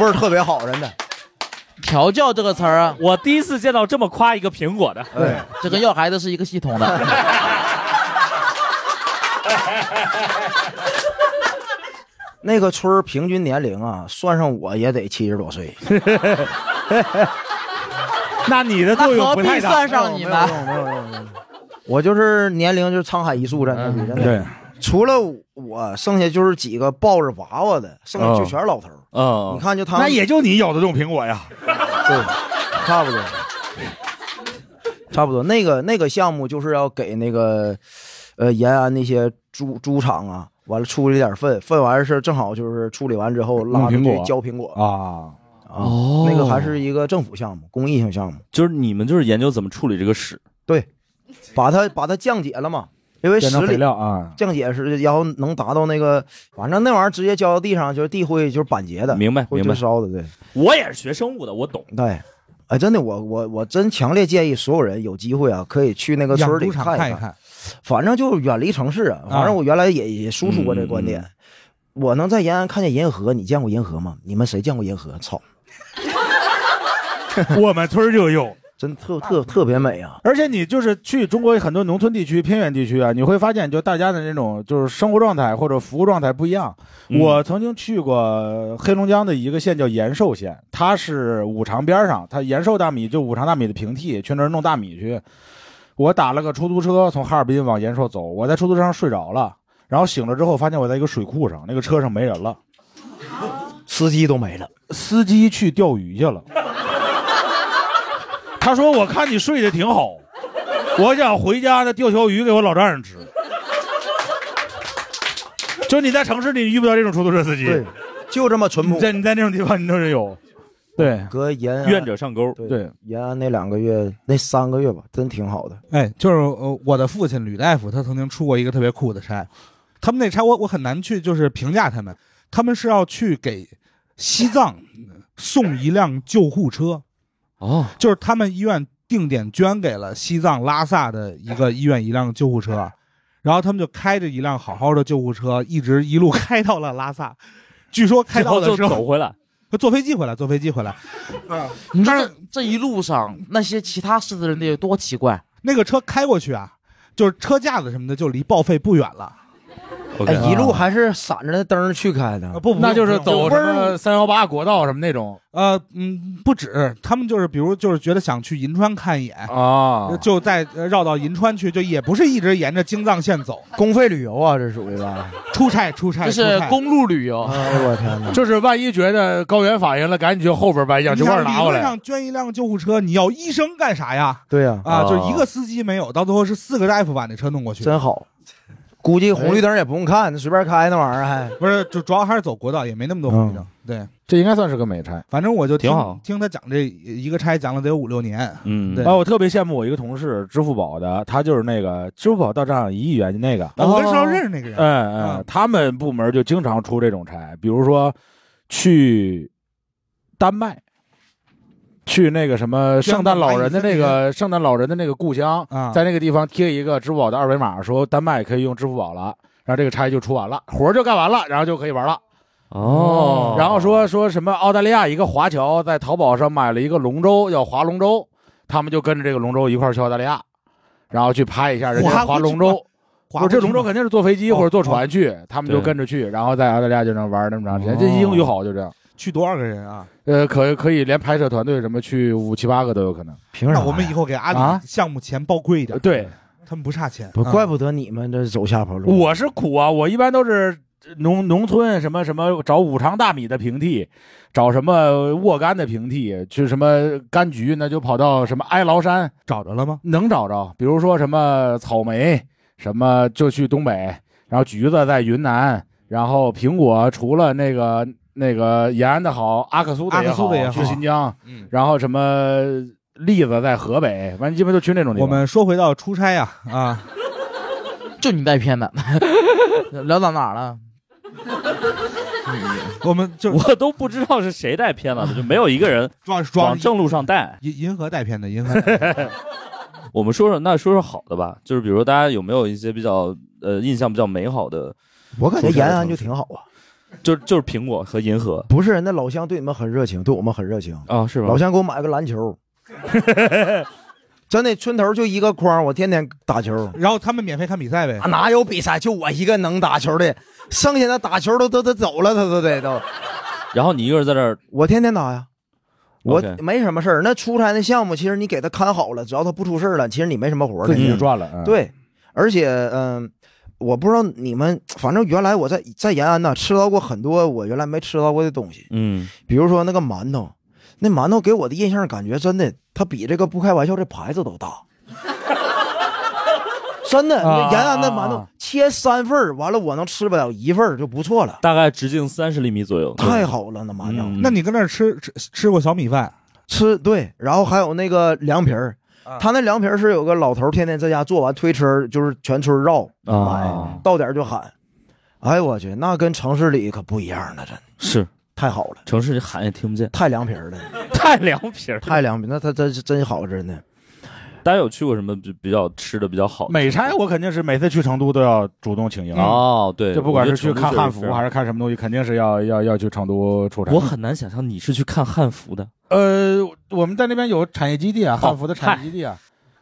Speaker 2: 味儿特别好，真的。
Speaker 5: 调教这个词儿啊，
Speaker 1: 我第一次见到这么夸一个苹果的，
Speaker 2: 对，
Speaker 5: 这跟要孩子是一个系统的。
Speaker 2: 那个村儿平均年龄啊，算上我也得七十多岁。
Speaker 3: 那你的作
Speaker 5: 那
Speaker 3: 用
Speaker 5: 何
Speaker 3: 不
Speaker 5: 必
Speaker 3: 太大。
Speaker 5: 算上你
Speaker 2: 没有没
Speaker 5: 呢？
Speaker 2: 有没有没有没有，我就是年龄就是沧海一粟，真的，真的。
Speaker 3: 嗯对，
Speaker 2: 除了我，剩下就是几个抱着娃娃的，剩下就全是老头儿。
Speaker 1: 嗯
Speaker 2: 呃你，看，就他们
Speaker 3: 哦那也就你咬得动苹果呀。
Speaker 2: 对，差不多，差不多。那个那个项目就是要给那个，呃，延安那些猪猪场啊，完了处理点粪，粪完事儿正好就是处理完之后拉出
Speaker 3: 弄苹
Speaker 2: 去
Speaker 3: 果
Speaker 2: 交苹果
Speaker 3: 啊，
Speaker 2: 啊。
Speaker 1: 哦
Speaker 2: 那个还是一个政府项目，公益性项目，
Speaker 1: 就是你们就是研究怎么处理这个屎，
Speaker 2: 对，把它把它降解了嘛，因为
Speaker 3: 变
Speaker 2: 十
Speaker 3: 成肥
Speaker 2: 里
Speaker 3: 料啊。
Speaker 2: 降解是，然后能达到那个，反正那玩意儿直接浇到地上，就是地会就是板结的，
Speaker 1: 明白
Speaker 2: 会
Speaker 1: 明白
Speaker 2: 堆烧的，对
Speaker 1: 我也是学生物的，我懂。
Speaker 2: 对。哎，真的，我我我真强烈建议所有人有机会啊，可以去那个村
Speaker 4: 养
Speaker 2: 儿里
Speaker 4: 猪场看
Speaker 2: 一
Speaker 4: 一
Speaker 2: 看，
Speaker 4: 看，
Speaker 2: 反正就是远离城市啊。反正我原来也也输出过这个观点。我能在延安看见银河，你见过银河吗？你们谁见过银河？操，
Speaker 3: [laughs] 我们村儿就有。
Speaker 2: 真特特特别美啊！
Speaker 3: 而且你就是去中国很多农村地区、偏远地区啊，你会发现，就大家的那种就是生活状态或者服务状态不一样。
Speaker 1: 嗯
Speaker 3: 我曾经去过黑龙江的一个县叫延寿县，它是五常边上，它延寿大米就五常大米的平替，去那儿弄大米去。我打了个出租车从哈尔滨往延寿走，我在出租车上睡着了，然后醒了之后发现我在一个水库上，那个车上没人了，
Speaker 2: 司机都没了，
Speaker 3: 司机去钓鱼去了。他说：“我看你睡得挺好，我想回家再钓条鱼给我老丈人吃。”就你在城市里遇不到这种出租车司机，
Speaker 2: 对，就这么淳朴
Speaker 3: 你。在你在那种地方你都是有，对
Speaker 2: 搁延安，
Speaker 1: 愿者上钩，
Speaker 2: 对
Speaker 3: 对
Speaker 2: 延安那两个月，那三个月吧，真挺好的。
Speaker 4: 哎，就是呃，我的父亲吕大夫，他曾经出过一个特别酷的差，他们那差我我很难去就是评价他们，他们是要去给西藏送一辆救护车，
Speaker 1: 哦，
Speaker 4: 就是他们医院定点捐给了西藏拉萨的一个医院一辆救护车，然后他们就开着一辆好好的救护车，一直一路开到了拉萨，据说开
Speaker 1: 然
Speaker 4: 到
Speaker 1: 后
Speaker 4: 的
Speaker 1: 就
Speaker 4: 时候
Speaker 1: 走回来，
Speaker 4: 坐飞机回来，坐飞机回来，
Speaker 5: 你说这这一路上那些其他市的人得有多奇怪？
Speaker 4: 那个车开过去啊，就是车架子什么的就离报废不远
Speaker 2: 哎
Speaker 4: 了。
Speaker 1: OK，，
Speaker 2: 一路还是闪着那灯儿去开的
Speaker 4: 啊，不，不
Speaker 3: 那就是
Speaker 4: 不
Speaker 3: 走
Speaker 4: 用不
Speaker 3: 什
Speaker 4: 用
Speaker 3: 么三幺八国道什么那种
Speaker 4: 呃，嗯，不止，他们就是比如就是觉得想去银川看一眼，
Speaker 3: 啊
Speaker 2: 嗯
Speaker 4: 呃就再呃绕到银川去，就也不是一直沿着京藏线走，
Speaker 2: 公费旅游啊，这属于吧？
Speaker 4: 出差出差，
Speaker 5: 这
Speaker 4: 出
Speaker 5: 是
Speaker 4: 差
Speaker 5: 公路旅游
Speaker 2: [laughs] 哎，呦我天哪！
Speaker 3: 就是万一觉得高原反应了，赶紧去后边掰
Speaker 4: 你
Speaker 3: 酱，就
Speaker 4: 想
Speaker 3: 腕拿过
Speaker 4: 理
Speaker 3: 来。
Speaker 4: 论上捐一辆救护车，你要医生干啥呀？
Speaker 2: 对呀，
Speaker 4: 啊，
Speaker 1: 哦
Speaker 4: 就是一个司机没有，到最后是四个大夫把那车弄过去。
Speaker 2: 真好。哎估计红绿灯也不用看，随便开那玩意儿还。
Speaker 4: 不是，主主要还是走国道，也没那么多
Speaker 3: 嗯
Speaker 4: 红绿灯。对，
Speaker 3: 这应该算是个美差。
Speaker 4: 反正我就
Speaker 1: 挺
Speaker 4: 听
Speaker 1: 好
Speaker 4: 听他讲这一个差讲了得有五六年，
Speaker 1: 嗯，
Speaker 4: 对
Speaker 3: 啊，我特别羡慕我一个同事，支付宝的，他就是那个支付宝到账一亿元那个，
Speaker 4: 我跟石头认识那个人，
Speaker 3: 嗯嗯
Speaker 4: 嗯，
Speaker 3: 他们部门就经常出这种差，比如说去丹麦，去那个什么圣诞老人的那
Speaker 4: 捐款
Speaker 3: 个圣诞老人的那个故乡，
Speaker 4: 啊
Speaker 3: 在那个地方贴一个支付宝的二维码，说丹麦可以用支付宝了。然后这个差就出完了，活儿就干完了，然后就可以玩了。
Speaker 1: 哦，
Speaker 3: 然后说说什么澳大利亚一个华侨在淘宝上买了一个龙舟，叫划龙舟，他们就跟着这个龙舟一块儿去澳大利亚，然后去拍一下人家
Speaker 4: 划
Speaker 3: 划龙舟。
Speaker 4: 划
Speaker 3: 我这
Speaker 4: 过去
Speaker 3: 龙舟
Speaker 4: 吗
Speaker 3: 肯定是坐飞机
Speaker 4: 哦
Speaker 3: 或者坐船去，他们就
Speaker 1: 对
Speaker 3: 跟着去，然后在澳大利亚就能玩那么长时间。这
Speaker 1: 哦
Speaker 3: 英语好就这样，
Speaker 4: 去多少个人啊？
Speaker 3: 呃，可可以连拍摄团队什么去五七八个都有可能。
Speaker 2: 凭
Speaker 4: 那我们以后给阿
Speaker 3: 啊
Speaker 4: 里项目钱报贵一点，
Speaker 3: 对，
Speaker 4: 他们不差钱，
Speaker 2: 不
Speaker 4: 啊
Speaker 2: 怪不得你们这走下坡路。
Speaker 3: 我是苦啊，我一般都是农农村什么什么找五常大米的平替，找什么沃柑的平替，去什么柑橘，那就跑到什么哀牢山
Speaker 4: 找着了吗？
Speaker 3: 能找着，比如说什么草莓，什么就去东北，然后橘子在云南，然后苹果除了那个 [laughs] 那个延安的好，阿克苏的也
Speaker 4: 阿克苏
Speaker 3: 好，
Speaker 4: 的也
Speaker 1: 啊
Speaker 4: 好
Speaker 3: 去新疆，
Speaker 4: 嗯
Speaker 3: 然后什么栗子在河北，完基本就去那种地
Speaker 4: 我
Speaker 3: 方。
Speaker 4: 们说回到出差呀啊，
Speaker 5: 就你带偏的， [laughs] 聊到哪儿了？
Speaker 4: 我们就
Speaker 1: 我都不知道是谁带偏了的，就没有一个人
Speaker 4: 装
Speaker 1: 往
Speaker 4: 装
Speaker 1: 正路上带。
Speaker 4: 银银河带偏的银河带偏的，
Speaker 1: 我们说说那说说好的吧，就是比如说大家有没有一些比较呃印象比较美好的，
Speaker 2: 我感觉延安就挺好啊，
Speaker 1: 就就是苹果和银河
Speaker 2: 不是那老乡对你们很热情，对我们很热情。
Speaker 1: 啊，是
Speaker 2: 老
Speaker 1: 吗？
Speaker 2: 乡给我买个篮 [laughs] 球，真的村头就一个筐，我天天打球。
Speaker 4: 然后他们免费看比赛呗
Speaker 2: 啊，。哪有比赛？就我一个能打球的，剩下的打球都都都走了，他都得都。
Speaker 1: 然后你一个人在这儿，
Speaker 2: 我天天打呀，我
Speaker 1: OK
Speaker 2: 没什么事儿。那出差那项目，其实你给他看好了，只要他不出事儿了，其实你没什么活儿。
Speaker 3: 自己
Speaker 2: 那
Speaker 3: 就
Speaker 2: 个
Speaker 3: 赚了，嗯，
Speaker 2: 对，而且嗯、我不知道你们，反正原来我在在延安呢吃到过很多我原来没吃到过的东西，
Speaker 1: 嗯，
Speaker 2: 比如说那个馒头，那馒头给我的印象感觉真的，它比这个不开玩笑这牌子都大。真的，
Speaker 3: 啊
Speaker 2: 延安的
Speaker 3: 啊
Speaker 2: 馒头
Speaker 3: 啊
Speaker 2: 切三份儿完了我能吃不了一份儿就不错了，
Speaker 1: 大概直径三十厘米左右，
Speaker 2: 太好了，那馒头、
Speaker 1: 嗯
Speaker 4: 那你跟那儿吃吃吃过小米饭？
Speaker 2: 吃对，然后还有那个凉皮儿
Speaker 4: 啊，
Speaker 2: 他那凉皮儿是有个老头儿天天在家做完推车儿，就是全村绕，
Speaker 1: 啊
Speaker 2: 哎，到点儿就喊，哎呦我去，那跟城市里可不一样了，真的
Speaker 1: 是
Speaker 2: 太好了，
Speaker 1: 城市里喊也听不见，
Speaker 2: 太凉皮儿了，
Speaker 1: [laughs] 太凉皮儿。
Speaker 2: 太凉皮儿，那他真是真好，真的。
Speaker 1: 大家有去过什么比比较吃的比较好的？
Speaker 3: 美差我肯定是每次去成都都要主动请缨。
Speaker 1: 哦，对，
Speaker 3: 就不管
Speaker 1: 我觉
Speaker 3: 是
Speaker 1: 得
Speaker 3: 去
Speaker 1: 成都
Speaker 3: 看
Speaker 1: 确实
Speaker 3: 汉
Speaker 1: 非
Speaker 3: 服
Speaker 1: 常
Speaker 3: 还是看什么东西，肯定是要要要去成都出差。
Speaker 1: 我很难想象你是去看汉服的，
Speaker 3: 呃，我们在那边有产业基地啊，汉服的产业基地啊，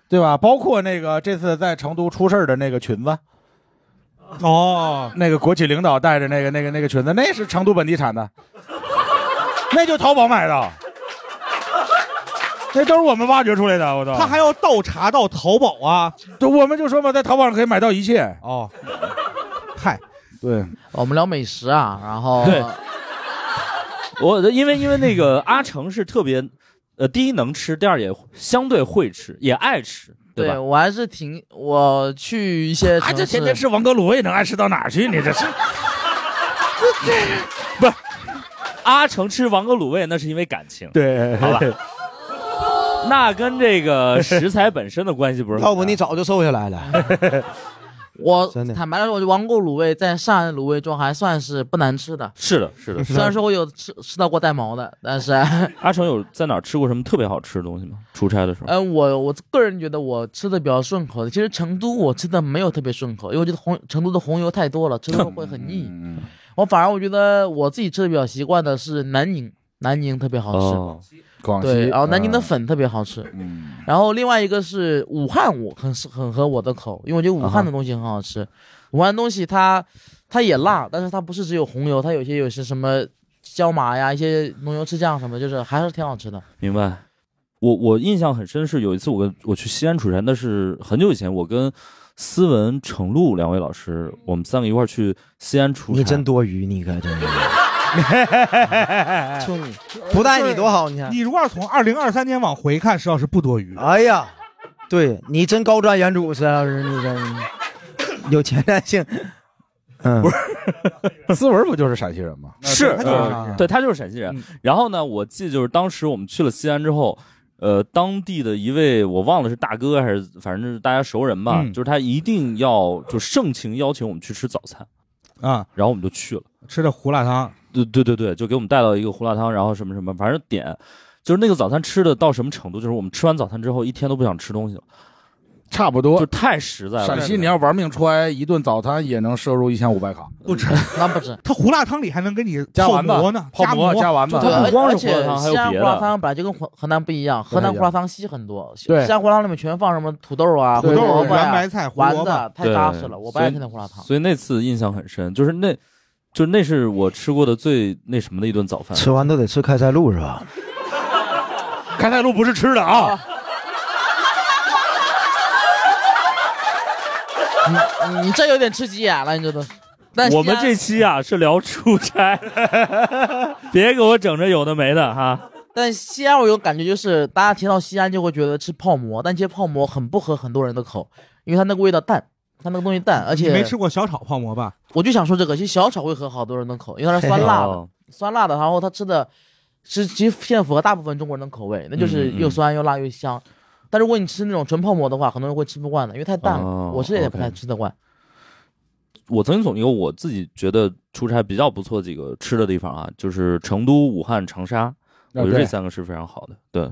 Speaker 3: 对吧？包括那个这次在成都出事儿的那个裙子，
Speaker 4: 哦，
Speaker 3: 那个国企领导带着那个那个那个裙子，那是成都本地产 [laughs] 的，那就淘宝买的，那都是我们挖掘出来的。我操！
Speaker 4: 他还要倒查到淘宝啊？
Speaker 3: 就我们就说嘛，在淘宝上可以买到一切。
Speaker 4: 哦，嗨，
Speaker 3: 对，
Speaker 5: 我们聊美食啊，然后
Speaker 1: 对我因为因为那个阿成是特别，呃，第一能吃，第二也相对会吃，也爱吃，
Speaker 5: 对
Speaker 1: 吧？
Speaker 5: 我还是挺我去一些
Speaker 3: 啊，
Speaker 5: 城
Speaker 3: 这
Speaker 5: 市，
Speaker 3: 天天吃王哥卤味能爱吃到哪儿去？你这是
Speaker 1: 阿成吃王哥卤味那是因为感情，
Speaker 3: 对，
Speaker 1: 好吧？那跟这个食材本身的关系不是很大？
Speaker 2: 要不你早就瘦下来了，
Speaker 5: 我
Speaker 2: 真的
Speaker 5: 坦白来说，我觉得王沟卤味在上海卤味中还算是不难吃的。
Speaker 1: 是的，是的。
Speaker 5: 虽然说我有吃吃到过带毛的，但是，
Speaker 1: 阿成有在哪儿吃过什么特别好吃的东西吗？出差的时候，
Speaker 5: 嗯，我我个人觉得我吃的比较顺口的。其实成都我吃的没有特别顺口，因为我觉得红成都的红油太多了，吃多了会很腻。
Speaker 3: 嗯，
Speaker 5: 我反而我觉得我自己吃的比较习惯的是南宁，南宁特别好吃，
Speaker 1: 哦，
Speaker 3: 广西，
Speaker 5: 对，然后南宁的
Speaker 3: 嗯
Speaker 5: 粉特别好吃。
Speaker 3: 嗯
Speaker 5: 然后另外一个是武汉，我很适很合我的口，因为我觉得武
Speaker 3: 啊
Speaker 5: 汉的东西很好吃。武汉的东西它它也辣，但是它不是只有红油，它有些有些什么椒麻呀，一些浓油赤酱什么，就是还是挺好吃的。
Speaker 1: 明白。我我印象很深是有一次我跟我去西安出差，那是很久以前，我跟思文、程璐两位老师，我们三个一块儿去西安出差。
Speaker 2: 你真多余，你可真是。就你 [laughs] 不带你多好，你看。
Speaker 4: 你如果要从二零二三年往回看，
Speaker 2: 啊
Speaker 4: 石老师不多余。
Speaker 2: 哎呀，对你真高瞻远瞩，石老师，你真有前瞻性。嗯，不是，
Speaker 3: 思文不就是陕西人吗？
Speaker 1: 是，
Speaker 4: 他就是
Speaker 1: 呃
Speaker 4: 陕西人
Speaker 1: 对他就是陕西人。
Speaker 3: 嗯
Speaker 1: 然后呢，我记得就是当时我们去了西安之后，呃，当地的一位我忘了是大哥还是反正就是大家熟人吧，
Speaker 4: 嗯
Speaker 1: 就是他一定要就盛情邀请我们去吃早餐，
Speaker 4: 啊，
Speaker 1: 然后我们就去了。
Speaker 4: 吃的胡辣汤，
Speaker 1: 对对对对，就给我们带到一个胡辣汤，然后什么什么，反正点就是那个早餐吃的到什么程度，就是我们吃完早餐之后一天都不想吃东西了，
Speaker 3: 差不
Speaker 1: 就
Speaker 3: 多。
Speaker 1: 太实在了。
Speaker 3: 陕西你要玩命揣，一顿早餐也能摄入一千五百卡，
Speaker 4: 不吃。
Speaker 3: [laughs]
Speaker 5: 那不止。
Speaker 4: 他胡辣汤里还能给你
Speaker 3: 加
Speaker 4: 泡
Speaker 3: 丸子
Speaker 4: 馍呢，
Speaker 3: 泡馍
Speaker 4: 馍
Speaker 3: 加啊丸子
Speaker 1: 对，
Speaker 5: 而
Speaker 1: 不光是胡
Speaker 5: 而且
Speaker 1: 辣汤还有
Speaker 5: 西安
Speaker 1: 别
Speaker 5: 胡辣
Speaker 1: 的
Speaker 5: 汤本来就跟河河南不一样，河南
Speaker 3: 不太一
Speaker 5: 胡
Speaker 3: 样
Speaker 5: 辣汤稀很多。西
Speaker 3: 对
Speaker 5: 西安胡辣汤里面全放什么土豆啊、
Speaker 3: 对
Speaker 5: 胡
Speaker 4: 土
Speaker 5: 萝
Speaker 4: 豆、
Speaker 5: 卜
Speaker 4: 圆
Speaker 5: 呀、
Speaker 4: 白菜、胡
Speaker 5: 丸
Speaker 4: 萝
Speaker 5: 子
Speaker 4: 卜。
Speaker 5: 啊，太扎实
Speaker 1: 对
Speaker 5: 了，我不爱
Speaker 1: 所
Speaker 5: 吃
Speaker 1: 以
Speaker 5: 那胡辣汤。
Speaker 1: 所以那次印象很深，就是那，就那是我吃过的最那什么的一顿早饭。
Speaker 2: 吃完都得吃开塞露是吧？
Speaker 3: 开塞露不是吃的啊，
Speaker 5: 嗯你你这有点吃急眼了，你这都。但
Speaker 1: [laughs] 我们
Speaker 5: 西安
Speaker 1: 这期啊是聊出 [laughs] 差，别给我整这有的没的哈。
Speaker 5: 但西安我有感觉，就是大家提到西安就会觉得吃泡馍，但其实泡馍很不合很多人的口，因为它那个味道淡，它那个东西淡，而
Speaker 4: 你
Speaker 5: 且
Speaker 4: 没吃过小炒泡馍吧？
Speaker 5: 我就想说这个，其实小炒会合好多人的口，因为它是酸辣的，
Speaker 1: 哦
Speaker 5: 酸辣的，然后它吃的是其实现在符合大部分中国人的口味，那
Speaker 1: 嗯
Speaker 5: 就是又酸又辣又香。但如果你吃那种纯泡馍的话，很多人会吃不惯的，因为太淡了。
Speaker 1: 哦
Speaker 5: 我是也不太
Speaker 1: OK
Speaker 5: 吃得惯。
Speaker 1: 我曾经总结过我自己觉得出差比较不错几个吃的地方啊，就是成都、武汉、长沙，啊我觉得这
Speaker 3: 嗯
Speaker 1: 三个是非常好的。对，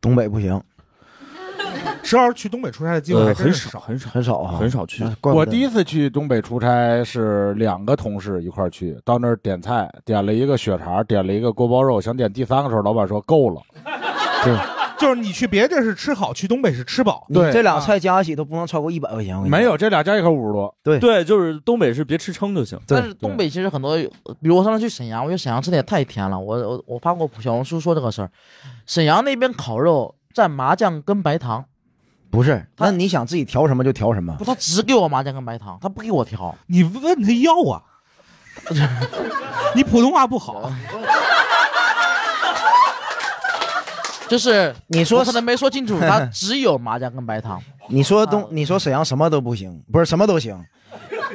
Speaker 2: 东北不行，
Speaker 4: 十二去东北出差的机会还
Speaker 1: 呃，
Speaker 4: 真
Speaker 1: 很
Speaker 4: 是
Speaker 1: 少，。很少，哦
Speaker 2: 很少啊，
Speaker 1: 很少去。
Speaker 2: 啊。怪不
Speaker 3: 我
Speaker 2: 得
Speaker 3: 第一次去东北出差是两个同事一块儿去，到那儿点菜，点了一个血肠，点了一个锅包肉，想点第三个时候，老板说够了。
Speaker 4: 就是你去别地是吃好，去东北是吃饱。
Speaker 2: 你
Speaker 3: 对啊
Speaker 2: 这俩菜加一起都不能超过一百块钱，我跟你
Speaker 3: 没有，这俩加一块五十多，
Speaker 1: 对，就是东北是别吃撑就行。
Speaker 2: 对
Speaker 5: 但是东北其实很多，比如我上次去沈阳，我觉得沈阳吃的也太甜了。我我我发过小红书说这个事儿，沈阳那边烤肉蘸麻酱跟白糖，
Speaker 2: 讲不是，
Speaker 5: 他
Speaker 2: 那你想自己调什么就调什么
Speaker 5: 不，，他只给我麻酱跟白糖，他不给我调。
Speaker 4: 你问他要啊， [laughs] 你普通话不好，
Speaker 3: 哦
Speaker 5: 就是
Speaker 2: 你说
Speaker 5: 我可能没说清楚，
Speaker 2: [laughs]
Speaker 5: 他只有麻酱跟白糖。
Speaker 2: 你
Speaker 3: 啊
Speaker 2: 说东，你说沈阳什么都不行，不是什么都行，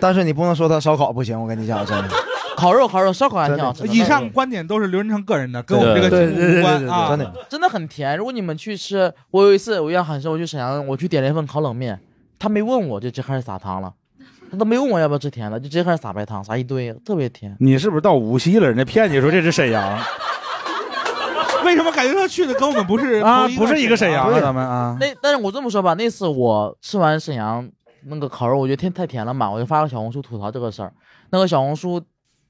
Speaker 2: 但是你不能说他烧烤不行，我跟你讲真的，
Speaker 5: 烤肉烤肉，烧烤还挺好吃的。
Speaker 4: 以上观点都是刘仁成个人的，跟我们这
Speaker 1: 对
Speaker 2: 对
Speaker 4: 个节目无
Speaker 2: 对对
Speaker 4: 关
Speaker 2: 对，
Speaker 4: 啊。
Speaker 2: 真的，
Speaker 5: 真的很甜。如果你们去吃，我有一次我印象很深，我去沈阳，我去点了一份烤冷面，他没问我就直接开始撒糖了，他都没问我要不要吃甜的，就直接开始撒白糖，撒一堆，特别甜。
Speaker 3: 你是不是到无锡了？人家骗你说这是沈阳
Speaker 4: 为什么感觉他去的跟我们不是
Speaker 3: 啊，
Speaker 4: 同
Speaker 3: 不是一个沈阳
Speaker 4: 啊
Speaker 3: 啊，咱们啊。
Speaker 5: 那但是我这么说吧，那次我吃完沈阳那个烤肉，我觉得天太甜了嘛，我就发个小红书吐槽这个事儿，那个小红书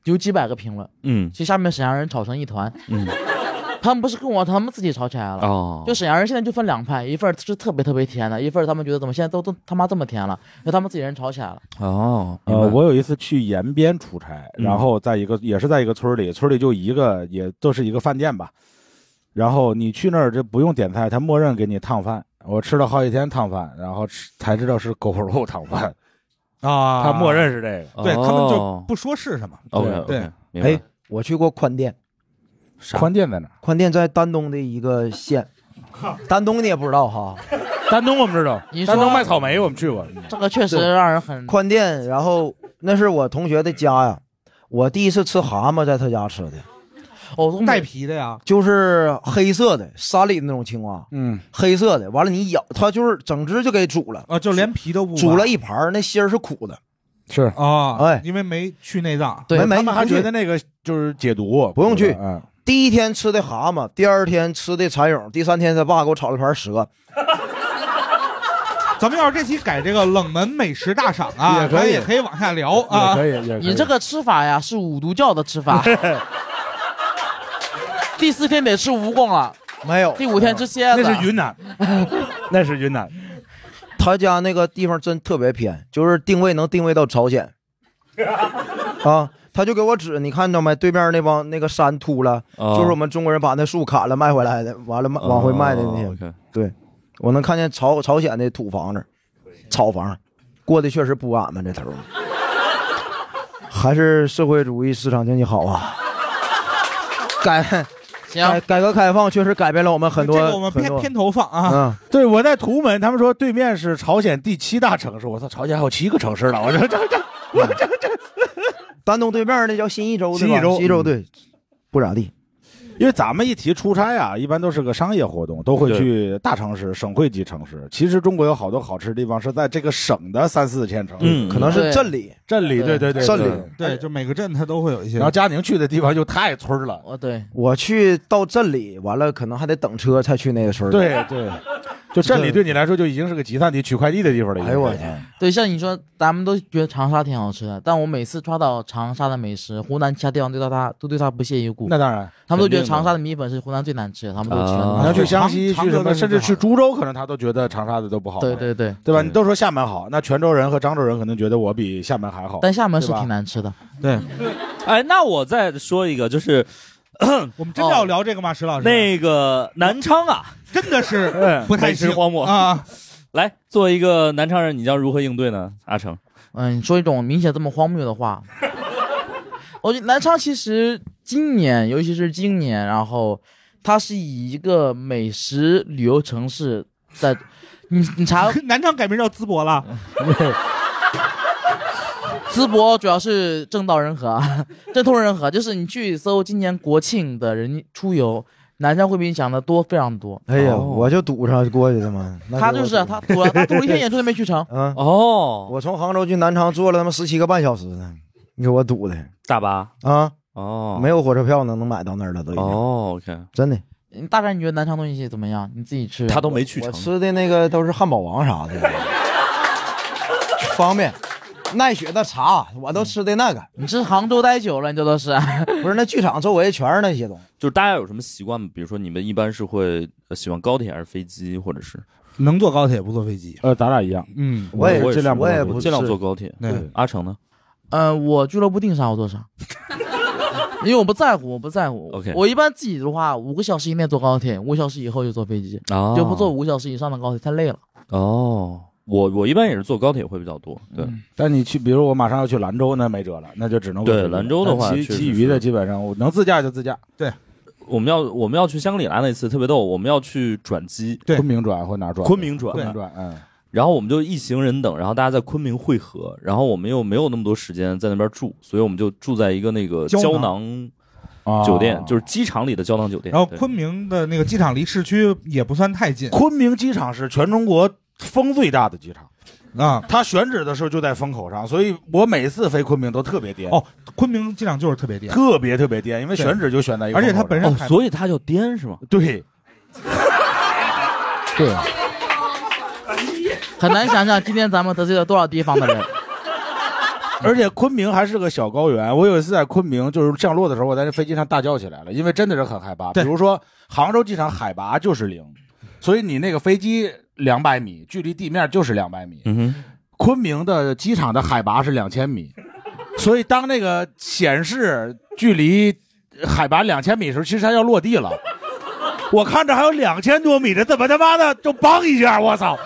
Speaker 5: 有几百个评论，
Speaker 1: 嗯
Speaker 5: 其实下面沈阳人吵成一团，
Speaker 1: 嗯，
Speaker 5: [laughs] 他们不是跟我，他们自己吵起来了。
Speaker 1: 哦，
Speaker 5: 就沈阳人现在就分两派，一份儿是特别特别甜的，一份儿他们觉得怎么现在都都他妈这么甜了，就他们自己人吵起来了。
Speaker 1: 哦，明
Speaker 3: 呃，
Speaker 1: 白
Speaker 3: 我有一次去延边出差，
Speaker 1: 嗯
Speaker 3: 然后在一个也是在一个村儿里，村儿里就一个，也都是一个饭店吧。然后你去那儿这不用点菜，他默认给你烫饭。我吃了好几天烫饭，然后吃才知道是狗肉烫饭，
Speaker 4: 啊，
Speaker 3: 他默认是这个。
Speaker 4: 对他们就
Speaker 1: 哦
Speaker 4: 不说是什么。
Speaker 1: OK，
Speaker 4: 对
Speaker 1: OK，明白
Speaker 2: 哎，我去过宽甸，
Speaker 1: 啥
Speaker 3: 宽店在哪儿？
Speaker 2: 宽甸在丹东的一个
Speaker 3: [laughs]
Speaker 2: 县，丹东你也不知道哈，
Speaker 3: 丹东我们知道
Speaker 5: 你，说
Speaker 3: 丹东卖草莓我们去过。
Speaker 5: 这个确实让人很
Speaker 2: 宽甸，然后那是我同学的家呀，我第一次吃蛤蟆在他家吃的，
Speaker 5: 哦，
Speaker 3: 嗯
Speaker 5: 东
Speaker 4: 带
Speaker 5: 北
Speaker 4: 皮的呀，
Speaker 2: 就是黑色的山里的那种青蛙，
Speaker 3: 嗯，
Speaker 2: 黑色的，完了你咬它就是整只就给煮了，
Speaker 4: 啊，就连皮都不
Speaker 2: 煮
Speaker 4: 挖
Speaker 2: 了一盘儿，那芯儿是苦的，
Speaker 3: 是。
Speaker 4: 啊，
Speaker 2: 哎
Speaker 4: 因为没去内脏，
Speaker 2: 没没
Speaker 3: 他们还
Speaker 2: 不去
Speaker 3: 觉得那个就是解毒，
Speaker 2: 不用去
Speaker 3: 嗯，
Speaker 2: 第一天吃的蛤蟆，第二天吃的蚕蛹，第三天他爸给我炒了盘蛇，
Speaker 4: 咱们要是这期改这个冷门美食大赏啊，
Speaker 3: 也可以
Speaker 4: 咱也可以往下聊
Speaker 3: 嗯也
Speaker 4: 啊。
Speaker 3: 可以，也可以。
Speaker 5: 你这个吃法呀是五毒教的吃法。第四天得吃蜈蚣了，
Speaker 2: 没有
Speaker 5: 第五天吃蝎子。
Speaker 3: 那是云南，那是云南。
Speaker 2: 他家那个地方真特别偏，就是定位能定位到朝
Speaker 3: [laughs]
Speaker 2: 鲜，啊，他就给我指，你看到没？对面那帮那个山秃了，
Speaker 3: 啊
Speaker 1: 哦
Speaker 2: 就是我们中国人把那树砍了卖回来的，完了卖往回卖的那些。
Speaker 1: 哦，OK
Speaker 2: 对，我能看见朝朝鲜的土房子、草房，过得确实不俺们这
Speaker 4: [laughs]
Speaker 2: 头儿，还是社会主义市场经济好啊。改改改革开放确实改变了我们很多，
Speaker 4: 这个我们
Speaker 2: 很
Speaker 4: 偏
Speaker 2: 多
Speaker 4: 偏投放啊。
Speaker 2: 嗯，
Speaker 3: 对，我在图们，他们说对面是朝鲜第七大城市，我操，朝鲜还有七个城市呢，我说这这我这这，
Speaker 2: 丹东对面那叫新一州，对吧
Speaker 3: 新一州
Speaker 2: 新一州对，不咋地。
Speaker 3: 因为咱们一提出差啊，一般都是个商业活动，都会去大城市、省会级城市。其实中国有好多好吃的地方是在这个省的三四线城市，
Speaker 1: 嗯
Speaker 2: 可能是
Speaker 5: 对
Speaker 2: 镇里，
Speaker 3: 镇里，对对对，
Speaker 2: 镇里
Speaker 3: 对
Speaker 4: 对，就每个镇它都会有一些。
Speaker 3: 然后佳宁去的地方就太村了，
Speaker 5: 哦对，
Speaker 2: 我去到镇里，完了可能还得等车才去那个村儿。
Speaker 3: 对对， [laughs] 就镇里对你来说就已经是个集散地、取快递的地方了。
Speaker 2: 哎呦我
Speaker 3: 已经
Speaker 2: 天
Speaker 5: 对，像你说，咱们都觉得长沙挺好吃的，但我每次抓到长沙的美食，湖南其他地方对到它都对它不屑一顾。
Speaker 3: 那当然，
Speaker 5: 他们都觉
Speaker 1: 肯定的
Speaker 5: 得长沙的米粉是湖南最难吃的，他们都觉
Speaker 1: 啊
Speaker 5: 得
Speaker 3: 你要去湘西、
Speaker 4: 常
Speaker 3: 去什么，
Speaker 4: 常州的
Speaker 3: 甚
Speaker 4: 是
Speaker 3: 至去
Speaker 4: 最好的
Speaker 3: 株洲，可能他都觉得长沙的都不好。
Speaker 5: 对对对，
Speaker 3: 对吧？你
Speaker 1: 对
Speaker 3: 都说厦门好，那泉州人和漳州人可能觉得我比厦门还好。
Speaker 5: 但厦门是
Speaker 3: 对吧
Speaker 5: 挺难吃的。
Speaker 4: 对，
Speaker 1: 哎，那我再说一个，就是
Speaker 4: 我们真的要聊这个吗？石老师，
Speaker 1: 那个南昌啊，
Speaker 4: 哦 [laughs] 真的 [laughs] 是
Speaker 1: 嗯
Speaker 4: 不太
Speaker 1: 美食
Speaker 4: 行
Speaker 1: 荒漠。
Speaker 4: 啊，
Speaker 1: 来，作为一个南昌人，你将如何应对呢？阿成，
Speaker 5: 嗯，你说一种明显这么荒谬的
Speaker 1: [laughs]
Speaker 5: 话，我觉得南昌其实今年，尤其是今年，然后它是以一个美食旅游城市在，你你查
Speaker 4: 南昌改名叫淄博了，
Speaker 5: 淄博主要是正道人和，啊 [laughs] 正通人和，就是你去搜今年国庆的人出游，南昌会比你想的多非常多。
Speaker 2: 哎呀，
Speaker 1: 哦
Speaker 2: 我就堵上过去的嘛。那
Speaker 5: 他
Speaker 2: 给
Speaker 5: 就
Speaker 2: 我
Speaker 5: 是啊
Speaker 2: 堵，
Speaker 5: 他赌了，他赌了一天演出都没去成 [laughs]
Speaker 2: 嗯，
Speaker 1: 哦，
Speaker 2: 我从杭州去南昌坐了他妈十七个半小时呢，你给我堵的
Speaker 1: 大巴，
Speaker 2: 啊！
Speaker 1: 哦，
Speaker 2: 没有火车票能能买到那儿了都已经，
Speaker 1: 哦，OK，
Speaker 2: 真的。
Speaker 5: 你大概你觉得南昌东西怎么样？你自己吃，
Speaker 1: 他都没去成
Speaker 2: 我。吃的那个都是汉堡王啥的，方便，奈雪的茶我都吃的那个，
Speaker 5: 你是杭州待久了，你这都是。
Speaker 2: 不是那剧场周围全是那些东西。
Speaker 1: 就是大家有什么习惯吗？比如说你们一般是会呃喜欢高铁还是飞机，或者是
Speaker 4: 能坐高铁不坐飞机。
Speaker 3: 呃，咱俩一样，
Speaker 4: 嗯，
Speaker 2: 我也
Speaker 1: 我
Speaker 2: 尽量
Speaker 1: 是
Speaker 2: 我也
Speaker 1: 我
Speaker 2: 不
Speaker 1: 尽量
Speaker 2: 是
Speaker 1: 坐高铁。
Speaker 4: 对，
Speaker 1: 阿成呢？
Speaker 5: [laughs] 呃，我俱乐部定啥我做啥， [laughs] 因为我不在乎，我不在乎。
Speaker 1: OK
Speaker 5: 我一般自己的话，五个小时以内坐高铁，五个小时以后就坐飞机，
Speaker 1: 啊
Speaker 5: 就不坐五个小时以上的高铁，太累了。
Speaker 1: 哦。我我一般也是坐高铁会比较多，对，
Speaker 3: 但你去，比如我马上要去兰州，那没辙了，那就只能
Speaker 1: 对
Speaker 3: 坐飞机
Speaker 1: 兰州的话
Speaker 3: 但
Speaker 1: 确
Speaker 3: 其
Speaker 1: 实
Speaker 3: 其余
Speaker 1: 是
Speaker 3: 的基本上我能自驾就自驾，
Speaker 1: 我们要我们要去香格里拉那次特别逗，我们要去转机，
Speaker 4: 对
Speaker 3: 昆明转或哪转？
Speaker 1: 昆明转
Speaker 3: 昆明转，嗯，
Speaker 1: 然后我们就一行人等，然后大家在昆明汇合，然后我们又没有那么多时间在那边住，所以我们就住在一个那个
Speaker 4: 胶
Speaker 1: 胶
Speaker 4: 囊
Speaker 1: 囊
Speaker 3: 啊
Speaker 1: 酒店，就是机场里的胶囊酒店。
Speaker 4: 然后
Speaker 1: 对
Speaker 4: 昆明的那个机场离市区也不算太近
Speaker 3: 昆明机场是全中国风最大的机场，
Speaker 4: 啊。
Speaker 3: 它选址的时候就在风口上，所以我每次飞昆明都特别颠，
Speaker 4: 哦，昆明机场就是特别颠，
Speaker 3: 特别特别颠，因为
Speaker 4: 对
Speaker 3: 选址就选在一个
Speaker 4: 而
Speaker 3: 风口
Speaker 4: 且
Speaker 3: 上，
Speaker 4: 它本身
Speaker 1: 哦，所以它叫颠是吗？
Speaker 3: 对
Speaker 5: 对，很难想象今天咱们得罪了多少地方的人。
Speaker 3: [laughs] 而且昆明还是个小高原。我有一次在昆明，就是降落的时候，我在这飞机上大叫起来了，因为真的是很害怕。比
Speaker 4: 对
Speaker 3: 如说杭州机场海拔就是零，所以你那个飞机两百米，距离地面就是两百米。
Speaker 1: 嗯
Speaker 3: 昆明的机场的海拔是两千米，所以当那个显示距离海拔两千米的时候，其实它要落地了。我看着还有两千多米的，怎么他妈的就梆一下，我操！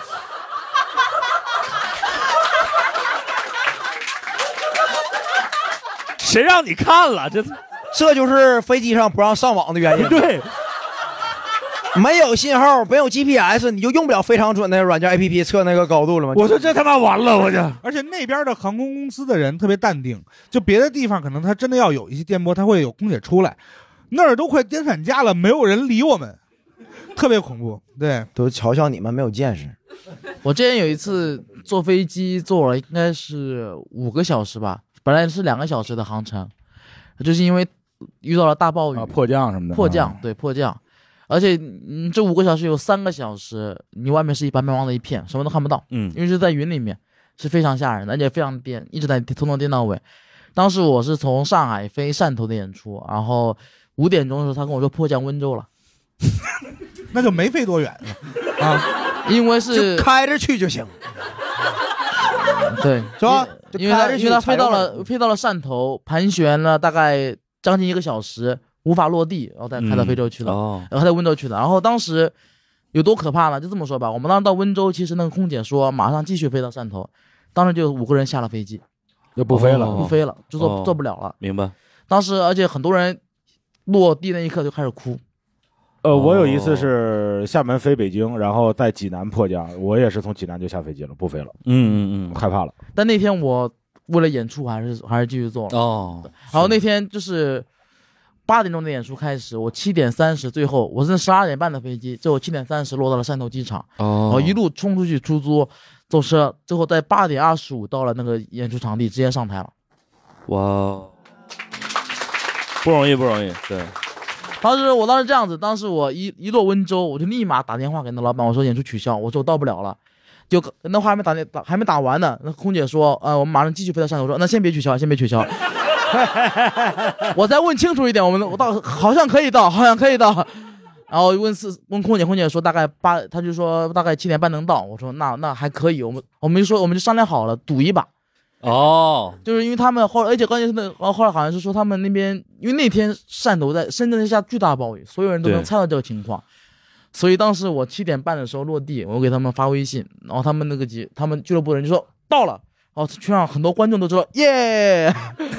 Speaker 1: 哼，谁让你看了？这
Speaker 2: 这就是飞机上不让上网的原
Speaker 5: [laughs]
Speaker 2: 因。
Speaker 1: 对，
Speaker 2: 没有信号，没有 GPS，你就用不了非常准的软件 APP 测那个高度了吗？
Speaker 3: 我说这他妈完了，我就。
Speaker 4: 而且那边的航空公司的人特别淡定，就别的地方可能他真的要有一些颠簸，他会有空姐出来，那儿都快颠散架了，没有人理我们，特别恐怖。对，
Speaker 2: 都嘲笑你们没有见识。
Speaker 5: 我之前有一次坐飞机坐了应该是五个小时吧，本来是两个小时的航程，就是因为遇到了大暴雨，嗯
Speaker 3: 啊，迫降什么的，
Speaker 5: 迫降，对迫降，而且嗯，这五个小时有三个小时，你外面是一白茫茫的一片，什么都看不到，
Speaker 1: 嗯
Speaker 5: 因为是在云里面，是非常吓人的，而且非常颠，一直在从头颠到尾。当时我是从上海飞汕头的演出，然后五点钟的时候，他跟我说迫降温州了，
Speaker 4: 那就没飞多远啊，
Speaker 5: 因为
Speaker 2: 就是开着去就行，
Speaker 5: 对，
Speaker 2: 是吧？就
Speaker 5: 因为他
Speaker 2: 开着
Speaker 5: 因
Speaker 2: 去，
Speaker 5: 为他飞到
Speaker 2: 踩着
Speaker 5: 了
Speaker 2: 玩
Speaker 5: 飞到了汕头，盘旋了大概将近一个小时，无法落地，然后再开到非洲去了。
Speaker 1: 哦，
Speaker 5: 然后在温州去的。然后当时有多可怕呢？就这么说吧，我们当时到温州，其实那个空姐说马上继续飞到汕头，当时就有五个人下了飞机，
Speaker 3: 就不飞了。
Speaker 1: 哦
Speaker 5: 不飞了，就坐、
Speaker 1: 哦
Speaker 5: 坐不了了。
Speaker 1: 明白。
Speaker 5: 当时而且很多人落地那一刻就开始哭，
Speaker 6: 呃，我有一
Speaker 3: 哦
Speaker 6: 次是厦门飞北京，然后在济南破降，我也是从济南就下飞机了，不飞了，
Speaker 1: 嗯嗯
Speaker 6: 害怕了。
Speaker 5: 但那天我为了演出，我还是还是继续做了。
Speaker 1: 哦，
Speaker 5: 然后那天就是八点钟的演出开始，我七点三十最后我是十二点半的飞机，最后七点三十落到了汕头机场，
Speaker 1: 哦
Speaker 5: 我一路冲出去出租，坐车，最后在八点二十五到了那个演出场地，直接上台了。
Speaker 1: 哇哦，不容易不容易，对，
Speaker 5: 当时我当时这样子，当时我一一落温州，我就立马打电话给那老板，我说演出取消，我说我到不了了。就那话还没打电打还没打完呢，那空姐说，呃，我们马上继续飞到汕头，我说那先别取消，先别取消。 [laughs] 我再问清楚一点，我们我到好像可以到，好像可以到。然后问四问空姐，空姐说大概八，她就说大概七点半能到。我说那那还可以，我们我们就说我们就商量好了，赌一把。
Speaker 1: 哦，
Speaker 5: 就是因为他们后来，而且关键是那后后来好像是说他们那边，因为那天汕头在深圳下巨大暴雨，所有人都能
Speaker 1: 对
Speaker 5: 猜到这个情况，所以当时我七点半的时候落地，我给他们发微信，然后他们那个几他们俱乐部的人就说到了，然后全场很多观众都知道耶，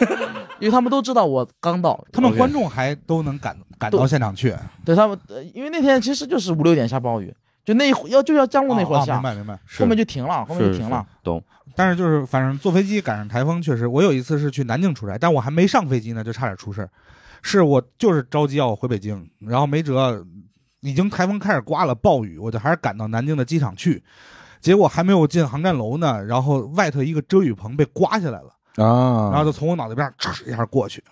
Speaker 5: [laughs] 因为他们都知道我刚到，
Speaker 4: 他们观众还都能赶赶到现场去，
Speaker 5: 对他们，呃因为那天其实就是五六点下暴雨，就那一会要就要江路那会
Speaker 4: 哦
Speaker 5: 儿
Speaker 4: 哦
Speaker 5: 下，
Speaker 4: 明白明白。
Speaker 1: 是
Speaker 5: 后面就停了，后面
Speaker 1: 是
Speaker 5: 就停了，，
Speaker 1: 是懂，
Speaker 4: 但是就是反正坐飞机赶上台风，确实，我有一次是去南京出差，但我还没上飞机呢，就差点出事儿。是我就是着急要回北京，然后没辙，已经台风开始刮了，暴雨，我就还是赶到南京的机场去。结果还没有进航站楼呢，然后外头一个遮雨棚被刮下来了，
Speaker 3: 啊，
Speaker 4: 然后就从我脑袋边儿唰一下过去。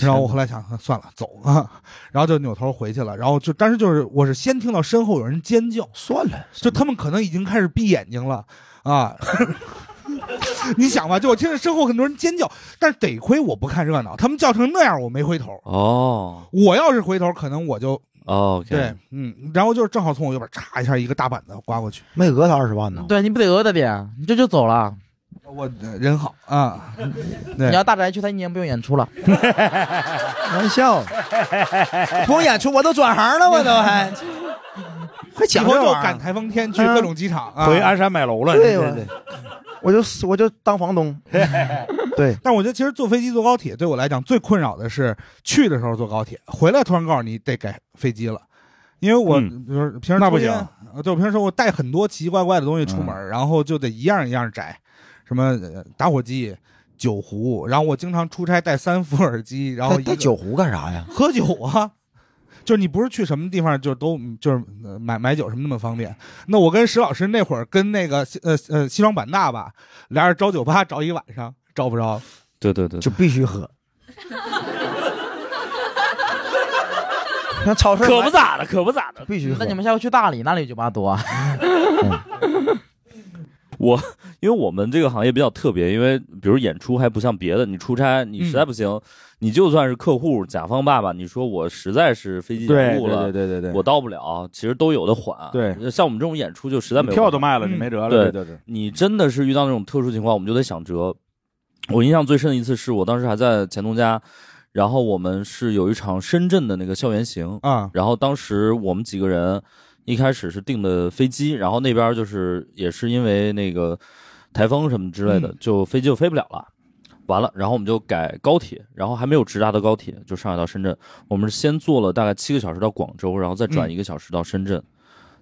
Speaker 4: 然后我后来想，算了，走啊，然后就扭头回去了。然后就，但是就是我是先听到身后有人尖叫，
Speaker 2: 算了，
Speaker 4: 就他们可能已经开始闭眼睛了啊。 [laughs] 你想吧，就我听着身后很多人尖叫，但是得亏我不看热闹，他们叫成那样，我没回头。
Speaker 1: 哦
Speaker 4: 我要是回头，可能我就
Speaker 1: ，OK，
Speaker 4: 对，嗯，然后就是正好从我右边嚓一下一个大板子刮过去，
Speaker 2: 没讹他二十万呢。
Speaker 5: 对你不得讹他点，啊你这就走了，
Speaker 4: 我呃人好啊， [laughs] 对
Speaker 5: 你要大宅去，他一年不用演出了。
Speaker 2: 玩笑，不用演出我都转行了，我都还，还
Speaker 4: 以
Speaker 2: 讲
Speaker 4: 后
Speaker 2: 这
Speaker 4: 就
Speaker 2: 玩意
Speaker 4: 赶
Speaker 2: 儿。啊
Speaker 4: 台风天去各种机场啊。
Speaker 6: 回鞍山买楼了，
Speaker 2: 对，
Speaker 6: 这
Speaker 2: 我
Speaker 6: 是
Speaker 2: 我就我就当房东。对，
Speaker 4: 但我觉得其实坐飞机、坐高铁对我来讲最困扰的是去的时候坐高铁，回来突然告诉你得改飞机了，因为我、
Speaker 1: 嗯
Speaker 4: 比如说平时
Speaker 6: 那不
Speaker 4: 抽烟
Speaker 6: 行嗯
Speaker 4: 呃对，我平时我带很多奇奇怪怪的东西出门，然后就得一样一样摘，什么呃打火机、酒壶，然后我经常出差带三副耳机，然后
Speaker 2: 带
Speaker 4: 一个
Speaker 2: 带酒壶干啥呀？
Speaker 4: 喝酒啊。就是你不是去什么地方就都就是呃买买酒什么那么方便？那我跟石老师那会儿跟那个西呃呃西双版纳吧，俩人找酒吧 [laughs] 找一晚上找不着，
Speaker 1: 对对对，
Speaker 2: 就必须喝。那超市
Speaker 1: 可
Speaker 2: 买
Speaker 1: 不咋的，可不咋的。
Speaker 2: 必须喝
Speaker 5: 那你。们下回去大理，那里酒吧多啊？
Speaker 1: 我因为我们这个行业比较特别，因为比如演出还不像别的，你出差你实在不行，
Speaker 6: 嗯
Speaker 1: 你就算是客户甲方爸爸，你说我实在是飞机延
Speaker 6: 对
Speaker 1: 误
Speaker 6: 对
Speaker 1: 了
Speaker 6: 对，对对对，
Speaker 1: 我到不了，其实都有的缓。
Speaker 6: 对，
Speaker 1: 像我们这种演出就实在没有
Speaker 6: 票
Speaker 1: 办法
Speaker 6: 都卖了，
Speaker 4: 嗯
Speaker 6: 你没辙了，
Speaker 1: 对
Speaker 6: 这就是
Speaker 1: 你真的是遇到那种特殊情况，我们就得想辙。我印象最深的一次是我当时还在钱东家，然后我们是有一场深圳的那个校园行，
Speaker 4: 啊，
Speaker 1: 然后当时我们几个人一开始是订的飞机，然后那边就是也是因为那个台风什么之类的，
Speaker 4: 嗯
Speaker 1: 就飞机就飞不了了。完了，然后我们就改高铁，然后还没有直达的高铁，就上海到深圳。我们是先坐了大概七个小时到广州，然后再转
Speaker 4: 嗯
Speaker 1: 一个小时到深圳，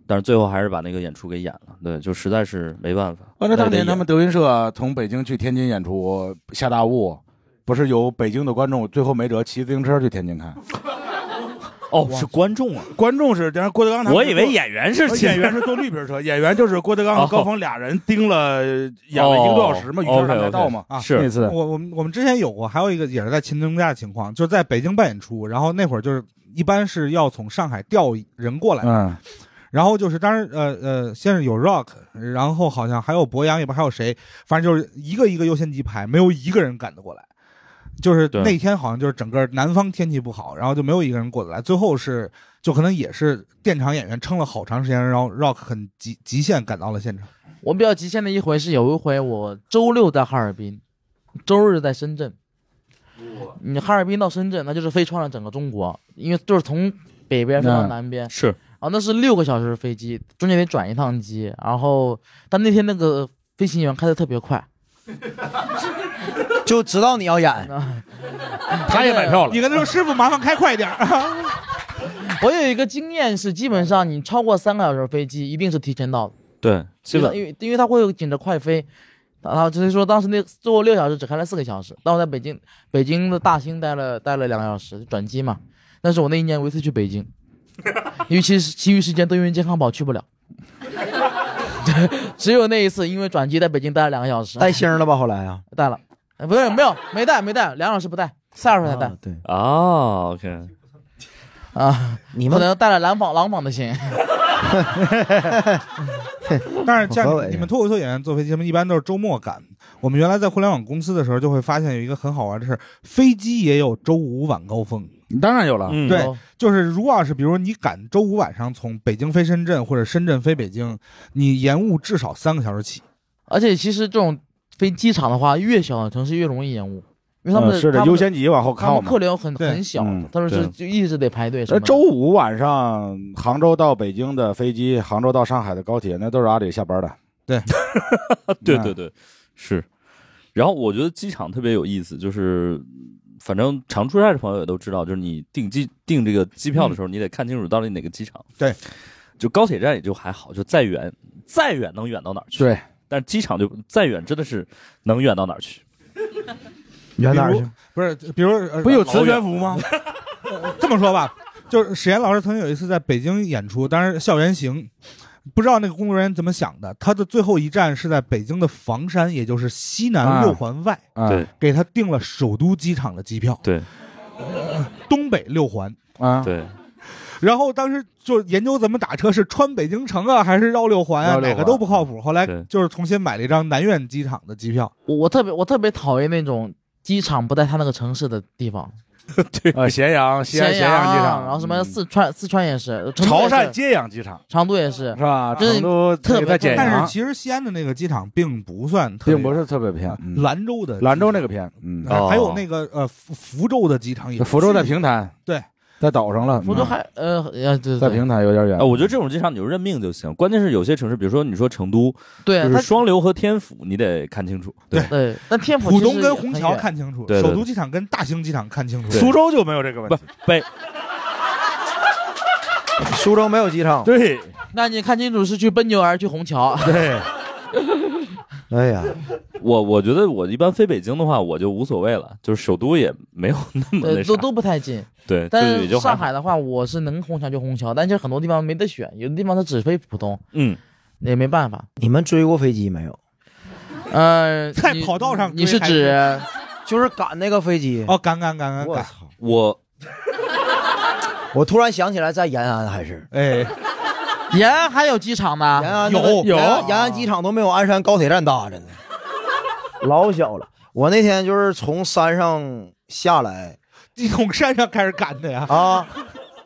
Speaker 1: 但是最后还是把那个演出给演了。对，就实在是没办法。
Speaker 3: 按照哦当年
Speaker 1: 那得
Speaker 3: 他
Speaker 1: 演
Speaker 3: 们德云社从北京去天津演出下大雾，不是有北京的观众最后没辙骑自行车去天津看，
Speaker 1: 哦，是观众啊，
Speaker 3: 观众是当然郭德纲他们
Speaker 1: 我以为演员
Speaker 6: 呃
Speaker 1: 是
Speaker 3: 坐
Speaker 1: 其
Speaker 3: 演
Speaker 1: [laughs]
Speaker 3: 员是坐绿皮车，演员就是郭德纲和高峰俩人盯了演了一个多小时嘛，
Speaker 1: 哦
Speaker 3: 雨天上才到嘛。
Speaker 4: 啊
Speaker 6: 那
Speaker 1: 是
Speaker 6: 次
Speaker 4: 我我们我们之前有过，还有一个也是在秦东家的情况，就是在北京办演出，然后那会儿就是一般是要从上海调人过来，
Speaker 3: 嗯，
Speaker 4: 然后就是当然呃呃，先是有 Rock，然后好像还有博洋，也不知道还有谁，反正就是一个一个优先级排，没有一个人赶得过来。就是
Speaker 1: 对
Speaker 4: 那天好像就是整个南方天气不好，然后就没有一个人过得来。最后是就可能也是电厂演员撑了好长时间，然后 Rock 很极极限赶到了现场。
Speaker 5: 我比较极限的一回是有一回我周六在哈尔滨，周日在深圳。你哈尔滨到深圳，那就是飞穿了整个中国，因为就是从北边飞到
Speaker 3: 嗯
Speaker 5: 南边，
Speaker 1: 是，
Speaker 5: 然后那是六个小时的飞机，中间得转一趟机。然后但那天那个飞行员开的特别快，
Speaker 2: 就知道你
Speaker 5: 嗯
Speaker 2: 要演，
Speaker 6: 他也买票了
Speaker 4: [laughs] 你，跟他说：“师傅，麻烦开快点儿。”
Speaker 5: 我有一个经验是，基本上你超过三个小时飞机，一定是提前到的。
Speaker 1: 对，基
Speaker 5: 因为
Speaker 1: 本
Speaker 5: 它因为因为它会紧着快飞，然后就是说当时那最后六小时只开了四个小时，但我在北京北京的大兴待了待了两个小时转机嘛，但是我那一年唯一一次去北京，因为其实其余时间都因为健康宝去不了。 [laughs] 只有那一次，因为转机在北京待了两个小时，
Speaker 2: 带星儿了吧？后来啊，
Speaker 5: 带了，哎不是没有没带没带，两小时不带，三小时才带
Speaker 2: 啊对，
Speaker 1: 哦，OK，
Speaker 5: 啊，
Speaker 2: 你
Speaker 5: 可
Speaker 2: 们
Speaker 5: 能带了廊坊廊坊的心。
Speaker 4: 但是
Speaker 2: 我何为
Speaker 4: 像
Speaker 2: 呀
Speaker 4: 你们脱口秀演员坐飞机，他们一般都是周末赶。我们原来在互联网公司的时候，就会发现有一个很好玩的事儿：飞机也有周五晚高峰。
Speaker 3: 当然有了，
Speaker 1: 嗯
Speaker 4: 对
Speaker 5: 哦，
Speaker 4: 就是如果要是比如你赶周五晚上从北京飞深圳或者深圳飞北京，你延误至少三个小时起。
Speaker 5: 而且其实这种飞机场的话，越小的城市越容易延误，因为他
Speaker 6: 嗯
Speaker 5: 们
Speaker 3: 呃
Speaker 6: 是的，
Speaker 5: 他们
Speaker 6: 优先级往后
Speaker 5: 他
Speaker 6: 靠
Speaker 5: 们
Speaker 6: 嘛
Speaker 5: 客。流很
Speaker 4: 对
Speaker 5: 很小
Speaker 6: 嗯，
Speaker 5: 他们是
Speaker 1: 对
Speaker 5: 就一直得排队什
Speaker 6: 呃，
Speaker 5: 么的。
Speaker 6: 周五晚上杭州到北京的飞机，杭州到上海的高铁，那都是阿里下班的。
Speaker 1: 啊对
Speaker 4: 嗯
Speaker 1: 对对，是。然后我觉得机场特别有意思，就是反正常出差的朋友也都知道，就是你订机订这个机
Speaker 3: 嗯
Speaker 1: 票的时候，你得看清楚到底哪个机场。
Speaker 4: 对，
Speaker 1: 就高铁站也就还好，就再远再远能远到哪儿去？
Speaker 3: 对，
Speaker 1: 但机场就再远真的是能远到哪儿去？
Speaker 2: 远哪儿
Speaker 4: 比
Speaker 2: 去
Speaker 4: 如？不是，比如、呃、
Speaker 3: 不有
Speaker 4: 老
Speaker 3: 磁悬浮吗？
Speaker 4: 呃这么说吧，就是史岩老师曾经有一次在北京演出，当然是校园行，不知道那个工作人员怎么想的，他的最后一站是在北京的房山，也就是西南
Speaker 3: 啊
Speaker 4: 六环外，
Speaker 3: 啊
Speaker 1: 对
Speaker 4: 给他订了首都机场的机票，
Speaker 1: 对
Speaker 4: 东北六环。
Speaker 3: 啊，
Speaker 1: 对，
Speaker 4: 然后当时就研究怎么打车，是穿北京城啊，还是绕六环啊，
Speaker 3: 绕六环
Speaker 4: 哪个都不靠谱。后来
Speaker 1: 对
Speaker 4: 就是重新买了一张南苑机场的机票，
Speaker 5: 我我特别我特别讨厌那种机场不在他那个城市的地方，
Speaker 6: [laughs]
Speaker 3: 呃，咸阳、西安、咸
Speaker 5: 阳啊
Speaker 3: 机场，嗯
Speaker 5: 然后什么四川四川也是，成
Speaker 6: 潮
Speaker 5: 都也是
Speaker 6: 汕揭阳机场
Speaker 5: 成都也是
Speaker 3: 嗯
Speaker 6: 是，吧？
Speaker 5: 就
Speaker 6: 成
Speaker 5: 是
Speaker 6: 嗯都
Speaker 5: 特
Speaker 6: 那个在
Speaker 5: 别
Speaker 3: 哎
Speaker 6: 简
Speaker 5: 对啊
Speaker 4: 但
Speaker 6: 阳
Speaker 4: 是，其实西安的那个机场并不算特别，
Speaker 6: 并不是特别偏。嗯
Speaker 4: 兰州的机场
Speaker 6: 兰州那个偏，嗯，
Speaker 1: 哦
Speaker 4: 还有那个呃福福州的机场也
Speaker 6: 福州在平潭，
Speaker 4: 嗯对，
Speaker 6: 在岛上了。
Speaker 5: 福州
Speaker 6: 嗯
Speaker 5: 还呃呃对
Speaker 6: 在
Speaker 5: 对对
Speaker 6: 平潭有点远
Speaker 1: 啊，。我觉得这种机场你就认命就行。关键是有些城市，比如说你说成都，就
Speaker 5: 对，
Speaker 1: 是
Speaker 5: 他
Speaker 1: 双流和天府，你得看清楚。对
Speaker 5: 对，但天府
Speaker 4: 浦
Speaker 5: 其实
Speaker 4: 东跟
Speaker 5: 也
Speaker 4: 虹
Speaker 5: 很
Speaker 4: 桥
Speaker 5: 远
Speaker 4: 看清楚，
Speaker 1: 对对对
Speaker 4: 首都机场跟大兴机场看清楚，
Speaker 1: 对
Speaker 6: 苏州就没有这个问题。
Speaker 1: 北
Speaker 2: 苏州没有机场。
Speaker 6: 对
Speaker 5: 那你看清楚是去奔牛还是去虹桥？
Speaker 6: 对，
Speaker 2: 哎呀，
Speaker 1: 我我觉得我一般飞北京的话，我就无所谓了，就是首都也没有那么那
Speaker 5: 对，
Speaker 1: 啥
Speaker 5: 呃都。都不太近。
Speaker 1: 对，就
Speaker 5: [laughs] 但
Speaker 1: 也就是还
Speaker 5: 上
Speaker 1: 好。
Speaker 5: 海的话，我是能虹桥就虹桥，但是很多地方没得选，有的地方它只飞浦东，
Speaker 1: 嗯，
Speaker 5: 也没办法。
Speaker 2: 你们追过飞机没有？
Speaker 5: 呃，
Speaker 4: 在
Speaker 5: 你
Speaker 4: 跑道上
Speaker 5: 你是
Speaker 4: 追还是
Speaker 5: 指 [laughs]
Speaker 2: 就是赶那个飞机。
Speaker 4: 哦，赶赶赶赶
Speaker 2: 我
Speaker 4: 赶，
Speaker 2: 操！
Speaker 1: 我
Speaker 2: 我突然想起来，在延安还是
Speaker 4: 哎，
Speaker 5: 延安还有机场呢？
Speaker 2: 延安
Speaker 4: 有
Speaker 2: 那个
Speaker 4: 啊有
Speaker 2: 延安延安机场都没有鞍山高铁站大着呢， [laughs] 老小了。我那天就是从山上下来
Speaker 4: 你从山上开始赶的呀
Speaker 2: 啊，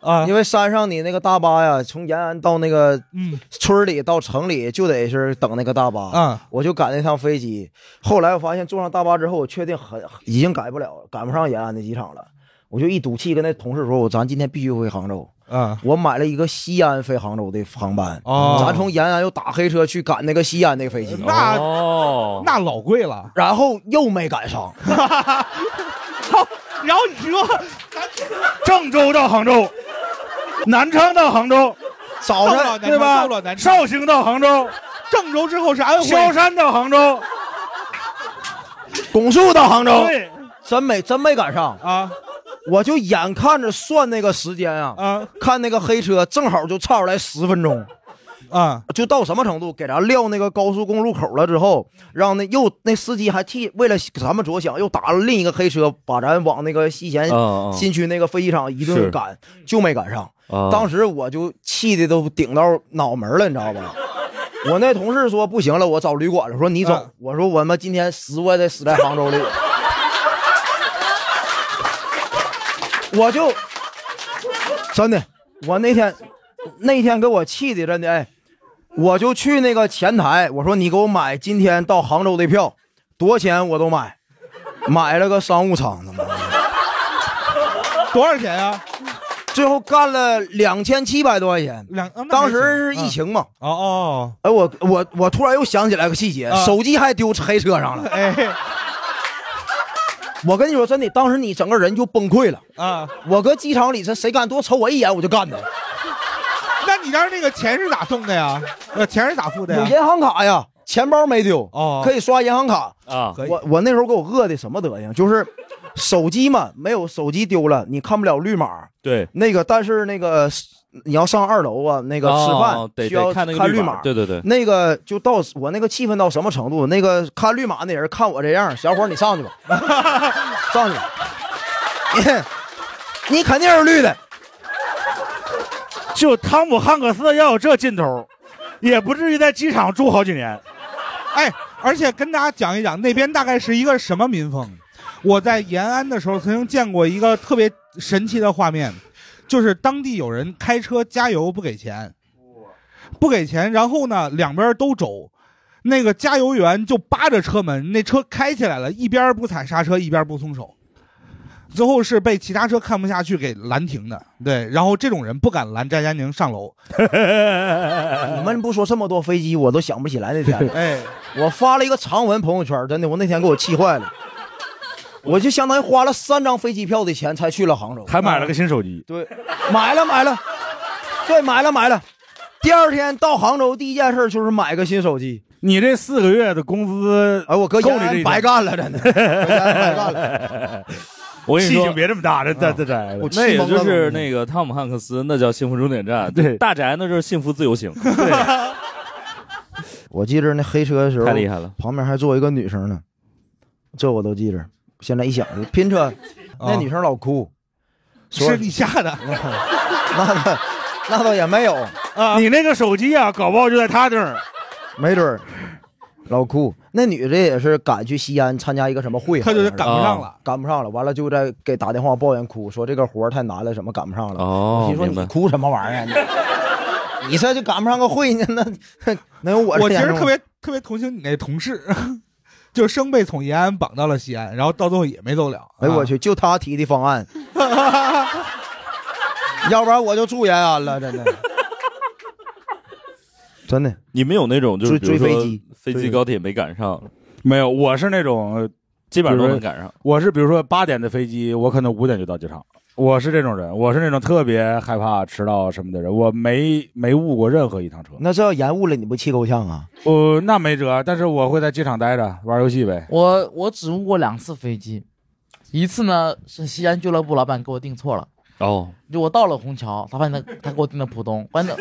Speaker 4: 啊
Speaker 2: 因，为山上你那个大巴呀，从延安到那个
Speaker 4: 嗯
Speaker 2: 村里到城里就得是等那个大巴。
Speaker 4: 啊，
Speaker 2: 我就赶那趟飞机，后来我发现坐上大巴之后，我确定很已经赶不了，赶不上延安的机场了。我就一赌气跟那同事说，我咱今天必须回杭州。
Speaker 4: 啊，
Speaker 2: 我买了一个西安飞杭州的航班，
Speaker 4: 哦
Speaker 2: 咱从延安又打黑车去赶那个西安那个飞机，
Speaker 4: 那
Speaker 1: 哦，
Speaker 4: 那老贵了。
Speaker 2: 然后又没赶上。 [laughs]
Speaker 4: 然后你说
Speaker 6: 郑州到杭州，南昌到杭州，
Speaker 2: 早
Speaker 4: 到
Speaker 2: 上
Speaker 4: 了南
Speaker 6: 对
Speaker 4: 昌，
Speaker 6: 吧
Speaker 4: 到了？南昌，
Speaker 6: 绍兴到杭州，
Speaker 4: 郑州之后是安徽，
Speaker 6: 萧山到杭州，
Speaker 2: 拱墅到杭州，
Speaker 6: 对，
Speaker 2: 真没真没赶上。
Speaker 7: 哦
Speaker 4: 啊
Speaker 2: 我就眼看着算那个时间啊，
Speaker 4: 啊
Speaker 2: 看那个黑车正好就差出来十分钟。
Speaker 4: 啊！
Speaker 2: 就到什么程度，给咱撂那个高速公路口了之后，让那又那司机还替为了咱们着想，又打了另一个黑车，把咱往那个西咸
Speaker 1: 嗯嗯
Speaker 2: 新区那个飞机场一
Speaker 1: 是
Speaker 2: 顿赶，就没赶上。
Speaker 1: 啊
Speaker 2: 当时我就气的都顶到脑门了，你知道
Speaker 4: [laughs]
Speaker 2: 吧？我那同事说不行了，我找旅馆了，说你走
Speaker 4: 嗯，
Speaker 2: 我说我们今天死我也得死在杭
Speaker 4: [laughs]
Speaker 2: 州里，我就真的，我那天那天给我气的真的，哎，我就去那个前台，我说你给我买今天到杭州的票，多少钱我都买，买了个商务舱，他妈的
Speaker 4: 多少钱啊呀？
Speaker 2: 最后干了两千七百多块钱。
Speaker 4: 两啊那
Speaker 2: 当时
Speaker 4: 还行
Speaker 2: 是疫情嘛，
Speaker 4: 啊哦
Speaker 2: 哎，我我我突然又想起来个细节，
Speaker 4: 啊
Speaker 7: 哎
Speaker 4: [laughs]
Speaker 2: 手机还丢黑车上
Speaker 4: 哦，
Speaker 2: 了，
Speaker 4: 哎，
Speaker 2: 我跟你说，真的，当时你整个人就崩溃了啊！我搁机场里，这谁敢多瞅我一眼，我就干他。
Speaker 4: 那你当时那个钱是咋送的呀？呃，钱是咋付的
Speaker 2: 有
Speaker 4: 呀？
Speaker 2: 银行卡呀，钱包没丢，
Speaker 4: 哦
Speaker 2: 可以刷银行卡
Speaker 1: 啊
Speaker 4: 可以
Speaker 2: 我我那时候给我饿的什么德行，就是手机嘛，没有手机丢了，你看不了绿码。
Speaker 1: 对，
Speaker 2: 那个，但是那个你要上二楼啊，那个吃饭、
Speaker 1: 哦得
Speaker 2: 需要
Speaker 1: 得看那个
Speaker 2: 绿
Speaker 1: 绿
Speaker 2: 码。
Speaker 1: 对对对
Speaker 7: [laughs]
Speaker 2: 那个就到我那个气愤到什么程度？那个看绿码那人看我这样，小伙儿你上去
Speaker 7: [laughs]
Speaker 2: 吧，上去吧，你肯定是绿的。
Speaker 7: 就汤姆汉克斯要有这劲头，也不至于在机场住好几年。
Speaker 4: 哎，而且跟大家讲一讲，那边大概是一个什么民风。我在延安的时候，曾经见过一个特别神奇的画面，就是当地有人开车加油不给钱，不给钱，然后呢，两边都走，那个加油员就扒着车门，那车开起来了，一边不踩刹车，一边不松手，最后是被其他车看不下去给拦停的。对，然后这种人不敢拦翟佳宁上楼。
Speaker 2: 你们不说这么多飞机，我都想不起来那天了。
Speaker 7: [laughs]
Speaker 4: 哎，
Speaker 2: 我发了一个长文朋友圈，真的，我那天给我气坏了。我就相当于花了三张飞机票的钱才去了杭州，
Speaker 7: 还买了个新手机，
Speaker 2: 对，买了买了，对，买了买了。第二天到杭州，第一件事就是买个新手机。
Speaker 7: 你这四个月的工资，
Speaker 3: 啊
Speaker 2: 哎，我搁
Speaker 7: 够
Speaker 2: 延
Speaker 7: 你这
Speaker 2: 安
Speaker 7: 一
Speaker 2: 白
Speaker 7: 天
Speaker 2: 干了，真的，搁延安白干了。
Speaker 1: 我跟你
Speaker 7: 气
Speaker 1: 说
Speaker 7: 性，别这么
Speaker 3: 啊
Speaker 7: 大，这这这这，
Speaker 2: 我气
Speaker 1: 那也
Speaker 2: 懵了
Speaker 1: 就
Speaker 2: 都
Speaker 1: 是那个汤姆汉克斯，那叫幸福终点
Speaker 2: [laughs]
Speaker 1: 站。
Speaker 7: 对
Speaker 1: 大宅那就是幸福自由行，
Speaker 2: 我记着那黑车的时候，
Speaker 1: 太厉
Speaker 2: [laughs]
Speaker 1: 害了。
Speaker 2: 旁边还坐一个女生呢，这我都记着。现在一想，拼
Speaker 4: [laughs]
Speaker 2: 车
Speaker 4: 啊
Speaker 2: 那女生老哭，说
Speaker 4: 是你吓的。
Speaker 2: 那倒那倒也没有，
Speaker 7: 你那个手机啊，搞不好就在他这儿。
Speaker 2: 没准儿老哭。那女的也是赶去西安参加一个什么会，
Speaker 4: 他就赶不上了。
Speaker 2: 赶不上了，完了就在给打电话抱怨哭，说这个活儿太难了，什么赶不上了。
Speaker 1: 哦
Speaker 2: 我心说
Speaker 1: 明白
Speaker 2: 你哭什么玩意儿啊？你 [laughs] 你这就赶不上个会呢？那 [laughs] 能有我
Speaker 4: [laughs]
Speaker 2: 这
Speaker 4: 我其
Speaker 2: 严
Speaker 4: 实
Speaker 2: 重吗
Speaker 4: 特别特别同情你那同事， [laughs] 就生被从延安绑到了西安，然后到最后也没走了。啊
Speaker 2: 哎呦我去，就他提的方案， [laughs] 要不然我就住延安了，真的，真的。
Speaker 1: 你们有那种就是
Speaker 2: 追
Speaker 1: 比如说
Speaker 2: 追飞机
Speaker 1: 飞机
Speaker 2: 对
Speaker 1: 高铁没赶上，
Speaker 3: 没有，我是那种呃
Speaker 1: 基本上都
Speaker 3: 比如
Speaker 1: 能
Speaker 3: 说
Speaker 1: 赶上。
Speaker 3: 我是比如说八点的飞机，我可能五点就到机场。我是这种人，我是那种特别害怕迟到什么的人，我没没误过任何一趟车。
Speaker 2: 那这要延误了，你不气够呛啊？
Speaker 3: 呃，那没辙，但是我会在机场待着玩游戏呗。
Speaker 5: 我我只误过两次飞机，一次呢是西安俱乐部老板给我订错了，
Speaker 1: 哦，
Speaker 5: 就我到了虹桥，他发现他他给我订的浦东，关键，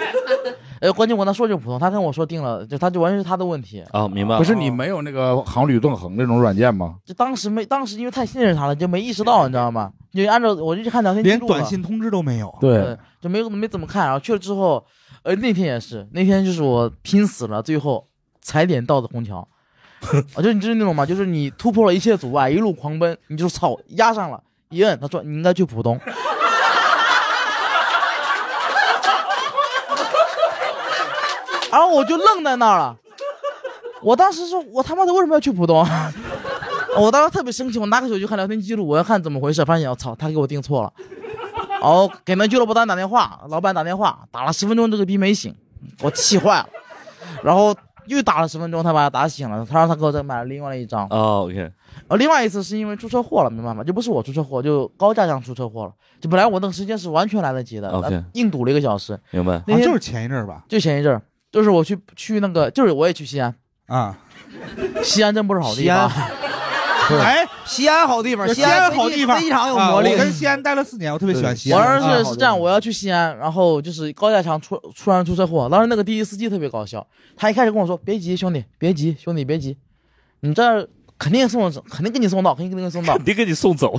Speaker 5: 呃，关键我跟他说这浦东，他跟我说订了，就他就完全是他的问题。
Speaker 1: 哦，明
Speaker 7: 啊
Speaker 1: 白了。
Speaker 3: 不是你没有那个航旅纵横这种软件吗？
Speaker 5: 就当时没，当时因为太信任他了，就没意识到，你知道吗？就按照我就去看聊天记
Speaker 4: 连
Speaker 5: 录了
Speaker 4: 短信通知都没有。
Speaker 5: 对，，就没有没怎么看。然后去了之后，呃，那天也是，那天就是我拼死了，最后踩点到的虹桥。啊，就是你就是那种嘛，就是你突破了一切阻碍，一路狂奔，你就草压上了，一摁，他说你应该去浦东。 [laughs] 然后我就愣在那儿了，我当时说，我他妈的为什么要去浦东？啊 [laughs] 我当时特别生气，我拿个手机看聊天记录，我要看怎么回事，发现我操，他给我定错了。然后给那俱乐部老板打电话，老板打电话打了十分钟，这个逼没醒，我气坏了。然后又打了十分钟，他把他打醒了，他让他给我再买了另外一张。
Speaker 1: 哦，OK，
Speaker 5: 呃，另外一次是因为出车祸了，没办法，就不是我出车祸，就高架上出车祸了。就本来我那个时间是完全来得及的
Speaker 1: OK
Speaker 5: 呃硬堵了一个小时。
Speaker 1: 明
Speaker 2: [laughs]
Speaker 1: 白。
Speaker 5: 那
Speaker 4: 啊，
Speaker 5: 天、
Speaker 4: 就是前一阵儿吧，
Speaker 5: 就前一阵儿，就是我去去那个，就是我也去西安，
Speaker 4: 啊，
Speaker 5: 西安真不是好地
Speaker 2: 西安
Speaker 5: 方。
Speaker 4: 哎，
Speaker 2: 西安好地方，
Speaker 4: 西安好地方，
Speaker 2: 非常有
Speaker 4: 啊
Speaker 2: 魔力
Speaker 4: 我。跟西安待了四年，我特别喜欢西
Speaker 5: 我
Speaker 4: 安。
Speaker 5: 当
Speaker 4: 啊
Speaker 5: 时是是这样，我要去西安，然后就是高架上出突然出车祸，当时那个滴滴司机特别搞笑，他一开始跟我说别急兄弟，别急兄弟别急，你这儿肯定送肯定给你送到，肯定给你
Speaker 1: [laughs]
Speaker 5: 送到
Speaker 1: 肯。定给你送走，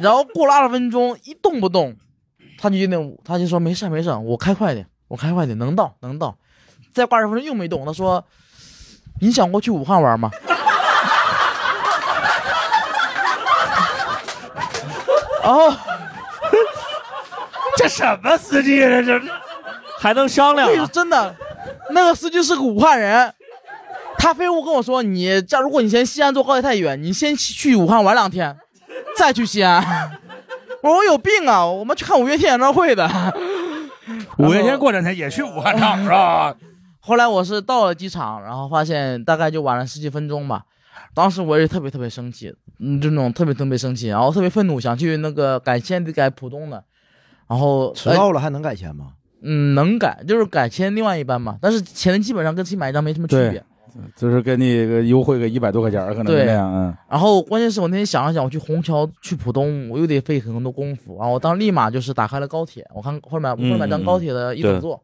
Speaker 5: 然后过了二十分钟一动不动，他就有点他就说没事儿没事儿，我开快点，我开快点能到能到。再过二十分钟又没动，他说你想过去武汉玩吗？然后。
Speaker 7: [laughs] 这什么司机啊？这这
Speaker 1: 还能商量啊
Speaker 7: [laughs]
Speaker 5: 对，是真的，那个司机是个武汉人，他非我跟我说，你这样如果你嫌西安坐高铁太远，你先去去武汉玩两天，再去西安。我说我有病啊，我们去看五月天演唱会的。
Speaker 7: 五月天过两天也去武汉唱是吧？
Speaker 5: 后来我是到了机场，然后发现大概就晚了十几分钟吧，当时我也是特别特别生气，嗯，就那种特别特别生气，然后特别愤怒，想去那个改签得改浦东的，然后呃
Speaker 2: 迟到了还能改签吗？
Speaker 5: 嗯，能改，就是改签另外一班嘛，但是钱基本上跟新买一张没什么区别
Speaker 7: 对。就是给你个优惠个一百多块钱儿，可能是
Speaker 5: 对
Speaker 7: 那样，嗯，
Speaker 5: 然后关键是我那天想了想，我去虹桥去浦东，我又得费很多功夫，啊然后我当时立马就是打开了高铁，我看后面我后买张高铁的一等座，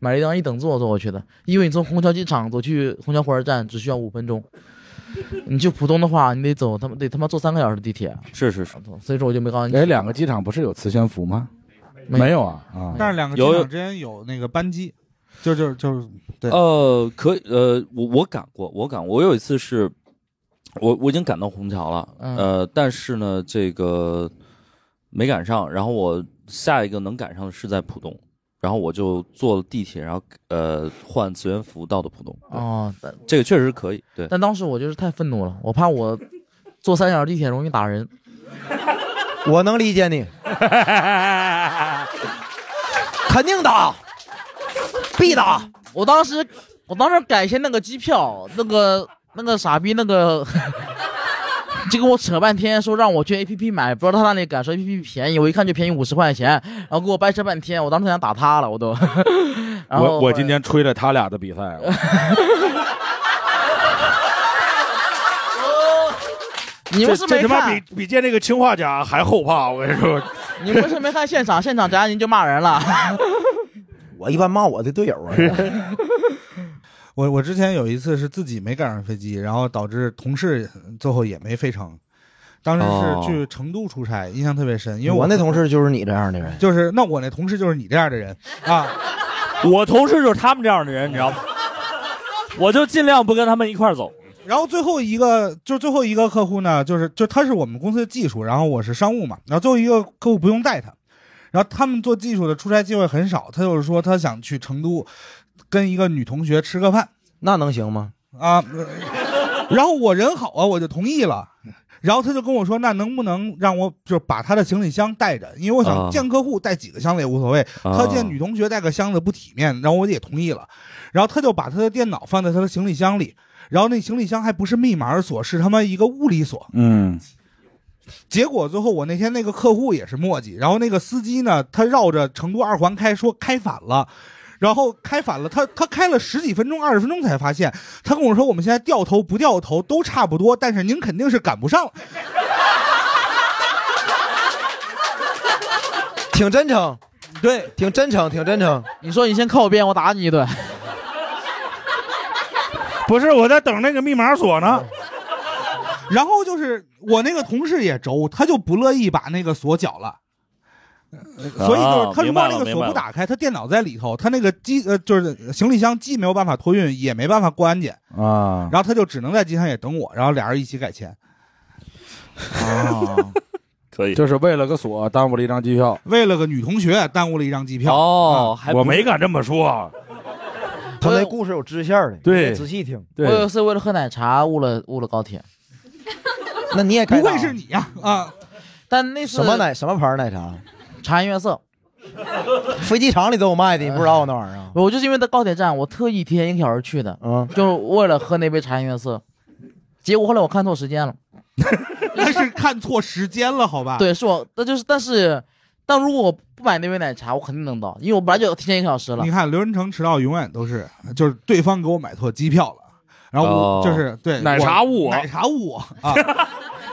Speaker 5: 买了一张一等座坐过去的，因为你从虹桥机场走去虹桥火车站只需要五分钟，你去浦东的话，你得走他妈得他妈坐三个小时地铁，啊
Speaker 1: 是是是，
Speaker 5: 所以说我就没告诉你。
Speaker 7: 哎，两个机场不是有磁悬浮吗？
Speaker 5: 没
Speaker 7: 没有啊啊！ [laughs]
Speaker 4: 但是两个机
Speaker 1: 有
Speaker 4: 场之间有那个班机，就就就是对
Speaker 1: 呃，可以，呃，我我赶过，我赶，我有一次是，我我已经赶到虹桥了，
Speaker 5: 嗯
Speaker 1: 呃，但是呢，这个没赶上，然后我下一个能赶上的是在浦东，然后我就坐了地铁，然后呃换磁悬浮到的浦东，
Speaker 5: 哦，但
Speaker 1: 这个确实可以，对，
Speaker 5: 但当时我就是太愤怒了，我怕我坐三小时地铁容易打人，
Speaker 2: 我能理解你，肯定打，必打。
Speaker 5: 我当时，我当时改签那个机票，那个那个傻逼那个， [laughs] 就跟我扯半天，说让我去 A P P 买，不知道他那里改，说 A P P 便宜，我一看就便宜五十块钱，然后给我掰扯半天，我当时想打他了，我都。 [laughs] 然后
Speaker 7: 我我今天吹了他俩的比赛，啊
Speaker 5: 你们是没
Speaker 7: 这他妈
Speaker 5: 看
Speaker 7: 比，比见那个氰化钾还后怕，我跟你说，
Speaker 5: 你们是没看现场，现场翟佳宁就骂人了。 [laughs]
Speaker 2: 我一般骂我的队友啊，
Speaker 4: 我我之前有一次是自己没赶上飞机，然后导致同事最后也没飞成。当时是去成都出差，印象特别深，因为
Speaker 2: 哦我那同事就是你这样的人。
Speaker 4: 就是那我那同事就是你这样的人啊，
Speaker 1: 我同事就是他们这样的人，你知道吗？ [laughs] 我就尽量不跟他们一块儿走，
Speaker 4: 然后最后一个就最后一个客户呢，就是就他是我们公司的技术，然后我是商务嘛，然后最后一个客户不用带他，然后他们做技术的出差机会很少，他就是说他想去成都跟一个女同学吃个饭
Speaker 2: 那能行吗？
Speaker 4: 啊， [laughs] 然后我人好啊，我就同意了。然后他就跟我说，那能不能让我就是把他的行李箱带着？因为我
Speaker 1: 啊
Speaker 4: 想见客户带几个箱子也无所谓，他见女同学带个箱子不体面，然后我也同意了，然后他就把他的电脑放在他的行李箱里，然后那行李箱还不是密码锁，是他妈一个物理锁。
Speaker 7: [laughs] 嗯，
Speaker 4: 结果最后我那天那个客户也是墨迹，然后那个司机呢，他绕着成都二环开，说开反了。然后开反了，他他开了十几分钟、二十分钟才发现，他跟我说我们现在掉头不掉头都差不多，但是您肯定是赶不上了。
Speaker 2: 挺真诚，
Speaker 4: 对，
Speaker 2: 挺真诚，挺真诚。
Speaker 5: 你说你先靠边，我打你一顿。
Speaker 7: 不是我在等那个密码锁呢，
Speaker 4: 然后就是我那个同事也轴，他就不乐意把那个锁缴了。
Speaker 5: 啊
Speaker 4: 所以就是他如果那个锁不打开，他电脑在里头，他那个机呃就是行李箱既没有办法托运，也没办法过安检，
Speaker 7: 啊，
Speaker 4: 然后他就只能在机场也等我，然后俩人一起改签，
Speaker 5: 哦
Speaker 1: 可以
Speaker 7: 就是为了个锁耽误了一张机票，
Speaker 4: 为了个女同学耽误了一张机票。
Speaker 1: 哦，还
Speaker 7: 嗯我没敢这么说，啊
Speaker 2: 他那故事有支线的，
Speaker 7: 对
Speaker 2: 你得仔细听。
Speaker 5: 我
Speaker 7: 对，
Speaker 5: 有一次为了喝奶茶误了误了高铁，
Speaker 2: 那你也
Speaker 4: [laughs] 不
Speaker 2: 该打
Speaker 4: 会是你呀啊！
Speaker 5: 但那次
Speaker 2: 什么奶什么牌奶茶？
Speaker 5: 茶颜悦色，
Speaker 2: 飞机场里都有卖的，你不知道那玩意儿啊？
Speaker 5: 我就是因为在高铁站，我特意提前一个小时去
Speaker 2: [laughs]
Speaker 5: 的。
Speaker 2: 嗯，
Speaker 5: 就是为了喝那杯茶颜悦色。结果后来我看错时间了，
Speaker 4: 那是看错时间了，好吧？，
Speaker 5: 对，是我，那就是，但是，但如果我不买那杯奶茶，我肯定能到，因为我本来就提前一个小时了
Speaker 4: 你。看刘仁成迟到永远都是，就是对方给我买错机票了，然后
Speaker 1: 哦
Speaker 4: 我就是对
Speaker 7: 奶茶误我
Speaker 4: 奶茶误我啊，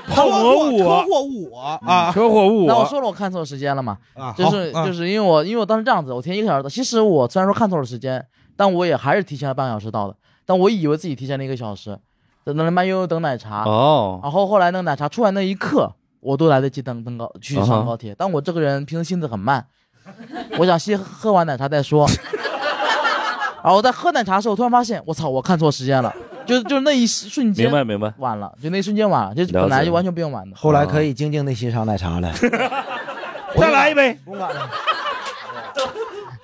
Speaker 7: 泡馍误
Speaker 4: 车
Speaker 7: 我
Speaker 4: 祸车祸误我啊
Speaker 7: 车祸误
Speaker 5: 那我说了，我看错时间了嘛，
Speaker 4: 啊！
Speaker 5: 就是
Speaker 4: 好啊
Speaker 5: 就是因为我因为我当时这样子，我提前一个小时到。其实我虽然说看错了时间，但我也还是提前了半个小时到的。但我以为自己提前了一个小时，等等慢悠悠等奶茶，
Speaker 1: 哦，
Speaker 5: 然后后来那个奶茶出来那一刻，我都来得及登登高去
Speaker 1: 啊哈
Speaker 5: 上高铁。但我这个人平时性子很慢，我想先喝完奶茶
Speaker 1: [laughs]
Speaker 5: 再说。然后我在喝奶茶的时候，突然发现，我操，我看错时间了，就就那一瞬间
Speaker 1: 明白明白，
Speaker 5: 晚了，就那一瞬间晚了，就
Speaker 1: 了
Speaker 5: 本来
Speaker 1: 解
Speaker 5: 就完全不用晚的。
Speaker 2: 后来可以静静的欣赏奶茶 [laughs] 了。
Speaker 7: 再来一杯，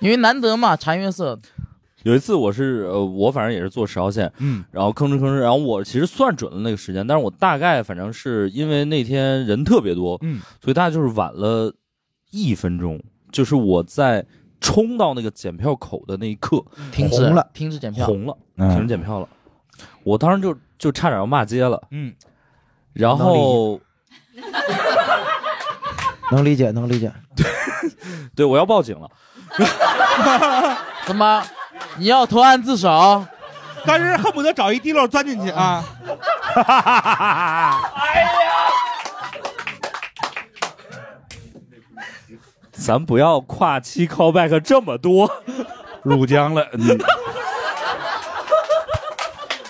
Speaker 5: 因为难得嘛，茶颜悦色，
Speaker 1: 有一次我是呃，我反正也是坐十号线，
Speaker 4: 嗯，
Speaker 1: 然后吭哧吭哧，然后我其实算准了那个时间，但是我大概反正是因为那天人特别多，
Speaker 4: 嗯，
Speaker 1: 所以大概就是晚了一分钟，就是我在冲到那个检票口的那一刻
Speaker 5: 停止
Speaker 2: 红了
Speaker 5: 停止检票，
Speaker 7: 嗯
Speaker 1: 红了，停止检票了，我当时就就差点要骂街了。
Speaker 4: 嗯，
Speaker 1: 然后
Speaker 2: 能理解，能理解。
Speaker 1: 对我要报警了。
Speaker 5: 怎么？你要投案自首？
Speaker 4: 当时恨不得找一地漏钻进去啊！
Speaker 1: 咱不要跨期 callback 这么多，
Speaker 8: 入江了，嗯，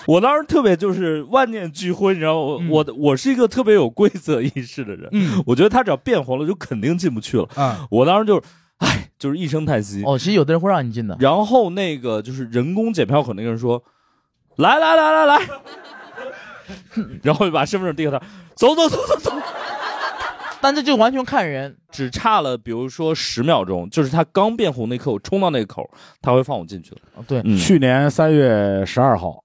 Speaker 1: 我当时特别就是万念俱灰，你知道吗我、我我是一个特别有规则意识的人，
Speaker 4: 嗯
Speaker 1: 我觉得他只要变红了就肯定进不去了。
Speaker 7: 嗯
Speaker 4: 啊，
Speaker 1: 我当时就是，唉，就是一声叹息。
Speaker 5: 哦，其实有的人会让你进的。
Speaker 1: 然后那个就是人工检票口那个人说：“来来来来来。” [laughs] 然后就把身份证递给他，走走走走走，
Speaker 5: 但这就完全看人。
Speaker 1: 只差了比如说十秒钟，就是他刚变红那刻，我冲到那个口，他会放我进去的。
Speaker 5: 哦对，
Speaker 1: 嗯，
Speaker 3: 去年三月十二号，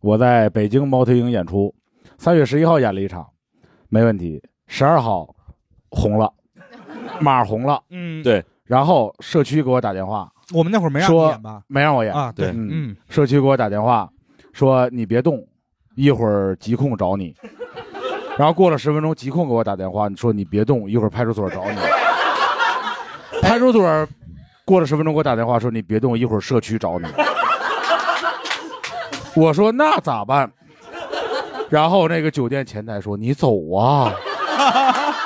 Speaker 3: 我在北京猫头鹰演出，三月十一号演了一场，没问题。十二号红了， [laughs] 码红了，
Speaker 4: 嗯，
Speaker 1: 对
Speaker 3: 然后社区给我打电话，
Speaker 4: 我们那会儿没让你
Speaker 3: 说
Speaker 4: 演吧？
Speaker 3: 没让我演，
Speaker 4: 啊，对，
Speaker 1: 对
Speaker 3: 嗯
Speaker 4: 嗯，
Speaker 3: 社区给我打电话说你别动，一会儿疾控找你。 [laughs] 然后过了十分钟，疾控给我打电话说你别动，一会儿派出所找你。 [laughs] 派出所过了十分钟给我打电话说你别动，一会儿社区找你。 [laughs] 我说那咋办？然后那个酒店前台说你走啊。 [laughs]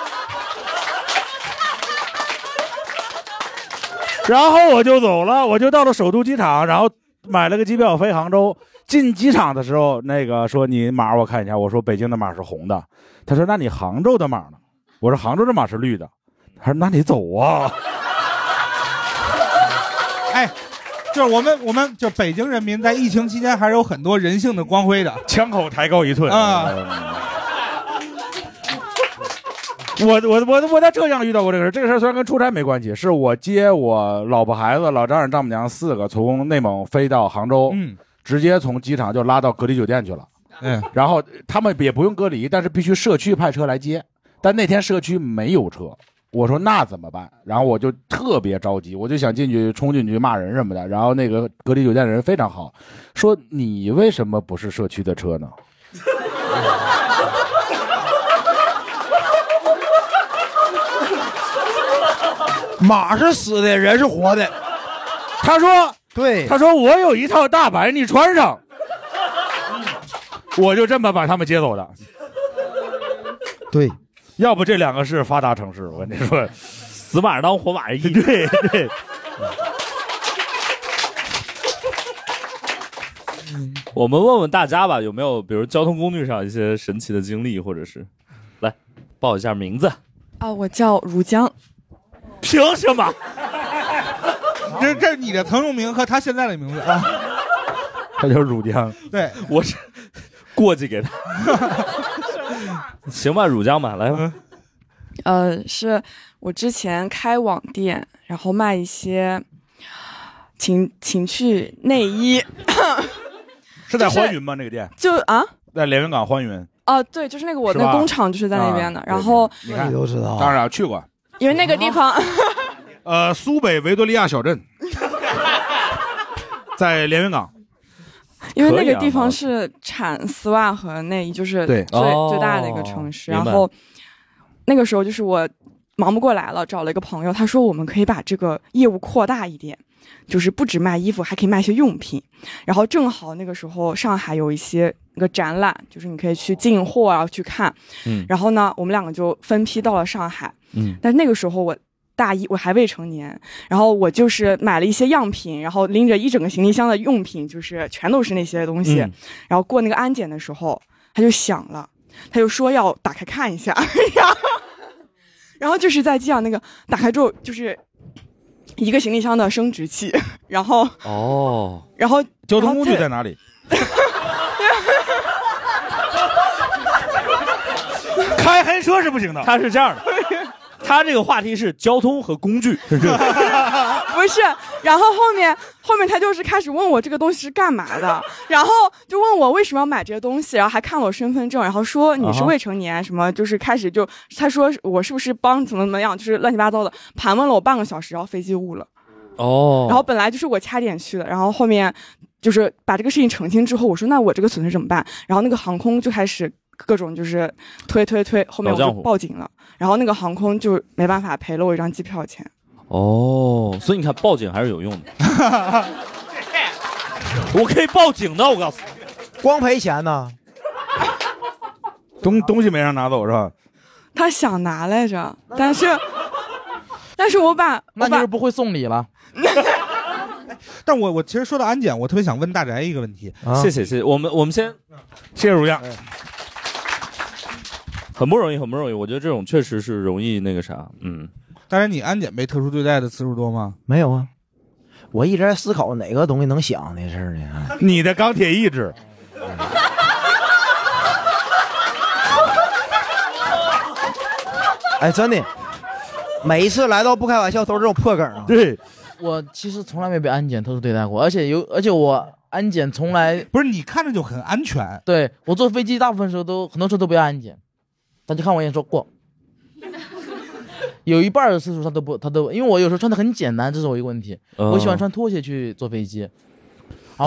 Speaker 8: 然后我就走了，我就到了首都机场，然后买了个机票飞杭州。进机场的时候，那个说你码我看一下，我说北京的码是红的，他说那你杭州的码呢？我说杭州的码是绿的，他说那你走啊。
Speaker 4: 哎，就是我们我们就北京人民在疫情期间还是有很多人性的光辉的
Speaker 8: 枪口抬高一寸
Speaker 4: 啊！
Speaker 3: 我我我我在浙江遇到过这个事儿，这个事儿虽然跟出差没关系，是我接我老婆孩子、老丈人、丈母娘四个从内蒙飞到杭
Speaker 7: 哦
Speaker 3: 州，
Speaker 4: 嗯
Speaker 3: 直接从机场就拉到隔离酒店去了。
Speaker 4: 嗯，
Speaker 3: 然后他们也不用隔离，但是必须社区派车来接。但那天社区没有车，我说那怎么办？然后我就特别着急，我就想进去冲进去骂人什么的。然后那个隔离酒店的人非常好，说你为什么不是社区的车呢？ [laughs]
Speaker 2: 马是死的，人是活的。
Speaker 8: 他说
Speaker 2: 对，
Speaker 8: 他说我有一套大白，你穿上。
Speaker 3: [laughs]
Speaker 8: 我就这么把他们接走的，
Speaker 2: 对，
Speaker 8: 要不这两个是发达城市，我跟你说，
Speaker 1: 死马当活马医。
Speaker 8: [laughs] 对对，
Speaker 1: 我们问问大家吧，有没有比如交通工具上一些神奇的经历，或者是来报一下名字？
Speaker 9: 啊，我叫如江，
Speaker 1: 凭什么？
Speaker 4: 这这是你的曾用名和他现在的名字啊，
Speaker 3: [laughs] 他就是汝江。
Speaker 4: 对，
Speaker 1: 我是过去给他。行吧，乳酱吧，来吧。
Speaker 9: 呃，是我之前开网店，然后卖一些情情趣内衣，
Speaker 8: 是在欢云吗？那个店
Speaker 9: 就啊
Speaker 8: 在连云港欢云，
Speaker 9: 啊，对，就是那个我
Speaker 8: 是吧
Speaker 9: 那工厂就是在那边的，
Speaker 8: 啊
Speaker 9: 然后
Speaker 3: 你看
Speaker 2: 你，都知道。
Speaker 3: 当
Speaker 5: 啊
Speaker 3: 然去过，
Speaker 9: 因为那个地方，
Speaker 8: 呃，苏北维多利亚小
Speaker 5: [laughs]
Speaker 8: 镇，在连云港，
Speaker 9: 因为
Speaker 1: 可
Speaker 9: 那
Speaker 1: 以
Speaker 9: 个
Speaker 1: 啊
Speaker 9: 地
Speaker 1: 毛
Speaker 9: 方
Speaker 1: 子
Speaker 9: 是产丝袜和内衣，就是
Speaker 3: 对
Speaker 9: 最最大的一
Speaker 1: 哦
Speaker 9: 个城市。
Speaker 1: 明
Speaker 9: 然
Speaker 1: 白
Speaker 9: 后那个时候就是我忙不过来了，找了一个朋友，他说我们可以把这个业务扩大一点，就是不止卖衣服，还可以卖一些用品。然后正好那个时候上海有一些那个展览，就是你可以去进货，然后去看。
Speaker 1: 嗯
Speaker 9: 然后呢，我们两个就分批到了上海。
Speaker 1: 嗯，
Speaker 9: 但那个时候我大一，我还未成年，然后我就是买了一些样品，然后拎着一整个行李箱的用品，就是全都是那些东西。
Speaker 1: 嗯
Speaker 9: 然后过那个安检的时候，他就响了，他就说要打开看一下， [laughs] 然后然后就是在机场那个打开之后，就是一个行李箱的生殖器，然后
Speaker 1: 哦，
Speaker 9: 然后
Speaker 8: 交通工具在哪里？开黑车是不行的，
Speaker 1: 他是这样的，他这个话题是交通和工具。
Speaker 9: [laughs] 不是，然后后面后面他就是开始问我这个东西是干嘛的，然后就问我为什么要买这些东西，然后还看了我身份证，然后说你是未成年，什么就是开始就他说我是不是帮怎么怎么样，就是乱七八糟的盘问了我半个小时，然后飞机误了。
Speaker 1: 哦
Speaker 9: 然后本来就是我掐点去的，然后后面就是把这个事情澄清之后，我说那我这个损失怎么办？然后那个航空就开始各种就是推推推，后面我
Speaker 1: 老
Speaker 9: 就
Speaker 1: 江湖
Speaker 9: 报警了，然后那个航空就没办法赔了我一张机票钱。
Speaker 1: 哦，所以你看，报警还是有用的。 [laughs] 我可以报警的，我告诉你。
Speaker 2: 光赔钱呢？
Speaker 7: 东东西没让拿走是吧？
Speaker 9: 他想拿
Speaker 5: [laughs]
Speaker 9: 来着，但是， [laughs] 但是我把
Speaker 5: 那就是不会送礼了。
Speaker 4: 但我我其实说到安检，我特别想问大宅一个问题，
Speaker 1: 谢谢谢谢，我们我们先谢谢如酱，很不容易，很不容易。我觉得这种确实是容易那个啥，嗯，
Speaker 4: 大宅你安检被特殊对待的次数多吗？
Speaker 2: 没有啊，我一直在思考哪个东西能想这事儿呢？
Speaker 7: 你的钢铁意志，
Speaker 2: [laughs] 哎，真的，每一次来到不开玩笑都是这种破梗啊。
Speaker 7: 对，
Speaker 5: 我其实从来没被安检特殊对待过，而且有，而且我安检从来
Speaker 4: 不是，你看着就很安全，
Speaker 5: 对我坐飞机大部分时候都很多时候都不要安检，他就看我一眼
Speaker 7: [laughs]
Speaker 5: 说过。有一半儿的次数他都不，他都因为我有时候穿的很简单，这是我一个问题。
Speaker 1: 哦
Speaker 5: 我喜欢穿拖鞋去坐飞机，然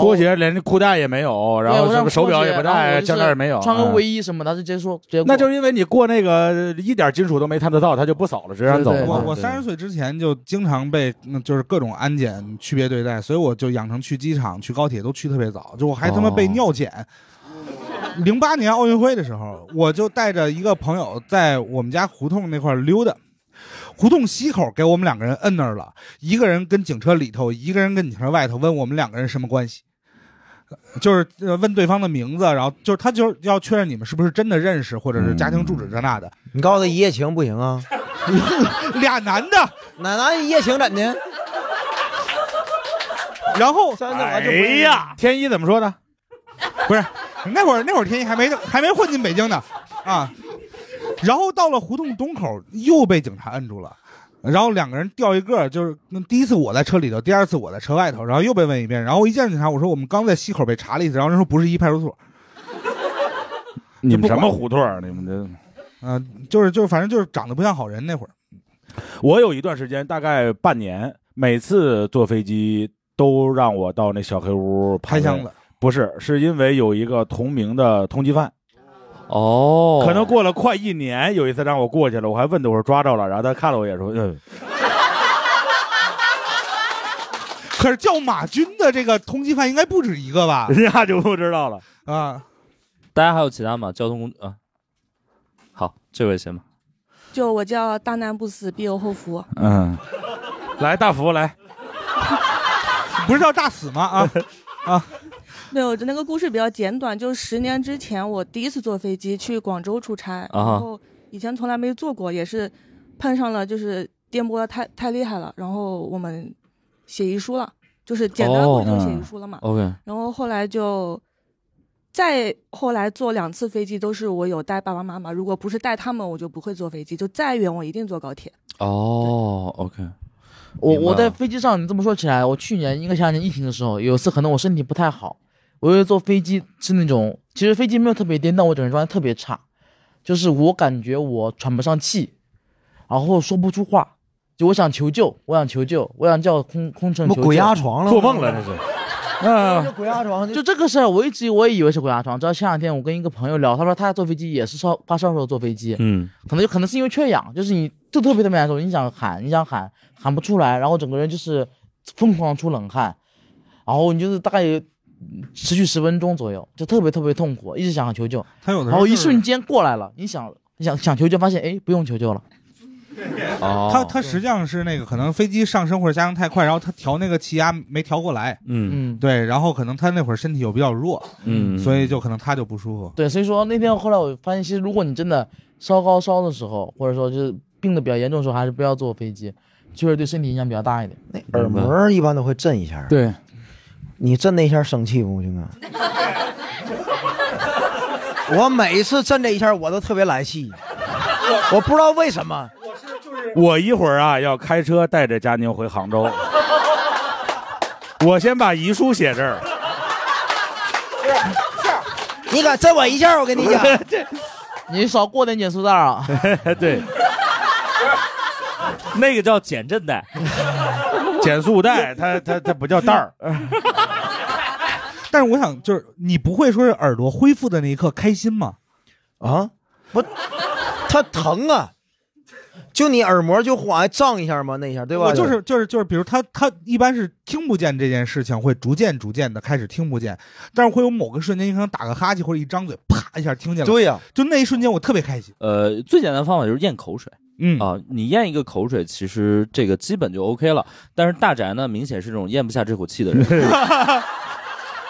Speaker 7: 嗯
Speaker 5: 后
Speaker 7: 拖鞋连裤带也没有，然
Speaker 5: 对
Speaker 7: 后
Speaker 5: 我
Speaker 7: 什
Speaker 5: 让
Speaker 7: 么手表也不
Speaker 5: 然后我
Speaker 7: 戴，
Speaker 5: 就是
Speaker 7: 项链也没有，
Speaker 5: 穿个
Speaker 7: 嗯
Speaker 5: 卫衣什么的，他就直接说直接过。
Speaker 7: 那就是因为你过那个一点金属都没探测到，他就不扫了，直接让走
Speaker 5: 对
Speaker 7: 了。
Speaker 4: 我
Speaker 5: 对
Speaker 4: 我三十岁之前就经常被嗯就是各种安检区别对待，所以我就养成去机场、去高铁都去特别早，就我还他妈被
Speaker 1: 哦
Speaker 4: 尿检。
Speaker 5: 哦
Speaker 4: 零八年奥运会的时候，我就带着一个朋友在我们家胡同那块儿溜达，胡同西口给我们两个人摁那儿了，一个人跟警车里头，一个人跟警车外头，问我们两个人什么关系。就是呃问对方的名字，然后就是他就是要确认你们是不是真的认识，或者是家庭住址这那的。
Speaker 2: 你告诉他一夜情不行啊？
Speaker 4: [laughs] 俩男的，
Speaker 2: 哪拿一夜情怎的？
Speaker 4: 然后
Speaker 2: 真的我就不
Speaker 7: 哎呀，天一怎么说的？
Speaker 4: 不是，那会儿那会儿天一还没还没混进北京呢，啊，然后到了胡同东口又被警察摁住了，然后两个人掉一个，就是那第一次我在车里头，第二次我在车外头，然后又被问一遍，然后我一见警察，我说我们刚在西口被查了一次，然后人说不是一派出所，
Speaker 7: 你
Speaker 4: 不
Speaker 7: 们
Speaker 4: 管
Speaker 7: 什么胡同儿？啊你们这。
Speaker 4: 嗯、就是就是反正就是长得不像好人那会儿，
Speaker 7: 我有一段时间，大概半年，每次坐飞机都让我到那小黑屋
Speaker 4: 开
Speaker 7: 排
Speaker 4: 箱
Speaker 7: 位
Speaker 4: 子。
Speaker 7: 不是，是因为有一个同名的通缉犯，
Speaker 1: 哦，
Speaker 7: 可能过了快一年，有一次让我过去了，我还问他我说抓着了，然后他看了我一眼说，嗯，
Speaker 4: 可是叫马军的这个通缉犯应该不止一个吧？
Speaker 7: 人家就不知道了。
Speaker 4: 啊，
Speaker 1: 大家还有其他吗？交通工具啊，好，这位先吧。
Speaker 10: 就我叫大难不死，必有后福。
Speaker 7: 嗯，来大福啊来，
Speaker 4: 不是叫大死吗？ [laughs] 啊，
Speaker 10: 对，我的那个故事比较简短，就十年之前我第一次坐飞机去广州出差，
Speaker 1: 啊哈
Speaker 10: 然后以前从来没坐过，也是碰上了就是颠簸的太太厉害了，然后我们写遗书了，就是简单
Speaker 1: 哦
Speaker 10: 过程写
Speaker 7: 嗯
Speaker 10: 遗书了嘛。
Speaker 1: OK，
Speaker 10: 然后后来就再后来坐两次飞机，都是我有带爸爸妈妈，如果不是带他们，我就不会坐飞机，就再远我一定坐高铁。
Speaker 1: 哦，OK，
Speaker 5: 我
Speaker 1: 明白
Speaker 5: 我在
Speaker 1: 了
Speaker 5: 飞机上，你这么说起来，我去年应该前两年疫情的时候，有一次可能我身体不太好，我又坐飞机是那种，其实飞机没有特别颠，但我整个人状态特别差，就是我感觉我喘不上气，然后说不出话，就我想求救，我想求救，我想叫空空乘
Speaker 2: 么
Speaker 5: 求救
Speaker 2: 鬼。压床了？
Speaker 7: 做梦了这
Speaker 2: [laughs]
Speaker 7: 是。嗯，
Speaker 2: 这鬼压床就
Speaker 5: 就这个事儿，我一直我也以为是鬼压床，直到前两天我跟一个朋友聊，他说他坐飞机也是烧发烧的时候坐飞机，
Speaker 1: 嗯，
Speaker 5: 可能就可能是因为缺氧，就是你就特别特别难受，你想喊，你想喊，喊不出来，然后整个人就是疯狂出冷汗，然后你就是大概有嗯持续十分钟左右，就特别特别痛苦，一直想求救，
Speaker 4: 他有的时
Speaker 5: 然
Speaker 4: 候
Speaker 5: 后
Speaker 4: 就
Speaker 5: 哦一
Speaker 4: 是
Speaker 5: 瞬间过来了，你想想想求救，发现哎不用求救了，
Speaker 1: 哦，
Speaker 4: 他他实际上是那个可能飞机上升或者下降太快，然后他调那个气压没调过来，
Speaker 1: 嗯
Speaker 5: 嗯，
Speaker 4: 对，然后可能他那会儿身体又比较弱，
Speaker 1: 嗯，
Speaker 4: 所以就可能他就不舒服。
Speaker 5: 对，所以说那天后来我发现，其实如果你真的烧高烧的时候，或者说就是病的比较严重的时候，还是不要坐飞机，确实对身体影响比较大一点。
Speaker 2: 那耳膜一般都会震一下，啊
Speaker 7: 对，
Speaker 2: 你震那一下生气不
Speaker 5: [laughs]
Speaker 2: 行啊？我每一次震这一下，我都特别来气，我不知道为什么。
Speaker 7: 我一会儿啊要开车带着佳宁回杭州，我先把遗书写这儿。
Speaker 2: 你敢震我一下，我跟你讲，
Speaker 5: [laughs] 你少过点减速带儿啊！
Speaker 7: 对，
Speaker 1: 那个叫减震带，
Speaker 7: 减速带，它它它不叫带儿，
Speaker 4: 但是我想，就是你不会说是耳朵恢复的那一刻开心吗？
Speaker 2: 啊，不，它疼啊，就你耳膜就晃胀一下嘛，那一下对吧？
Speaker 4: 我就是就是就是，比如他他一般是听不见这件事情，会逐渐逐渐的开始听不见，但是会有某个瞬间，你可能打个哈欠或者一张嘴，啪一下听见了。
Speaker 2: 对呀
Speaker 4: 就那一瞬间我特别开心。
Speaker 1: 呃，最简单的方法就是咽口水。
Speaker 4: 嗯
Speaker 1: 啊，你咽一个口水，其实这个基本就 OK 了。但是大宅呢，明显是这种咽不下这口气的
Speaker 4: [laughs]
Speaker 1: 人，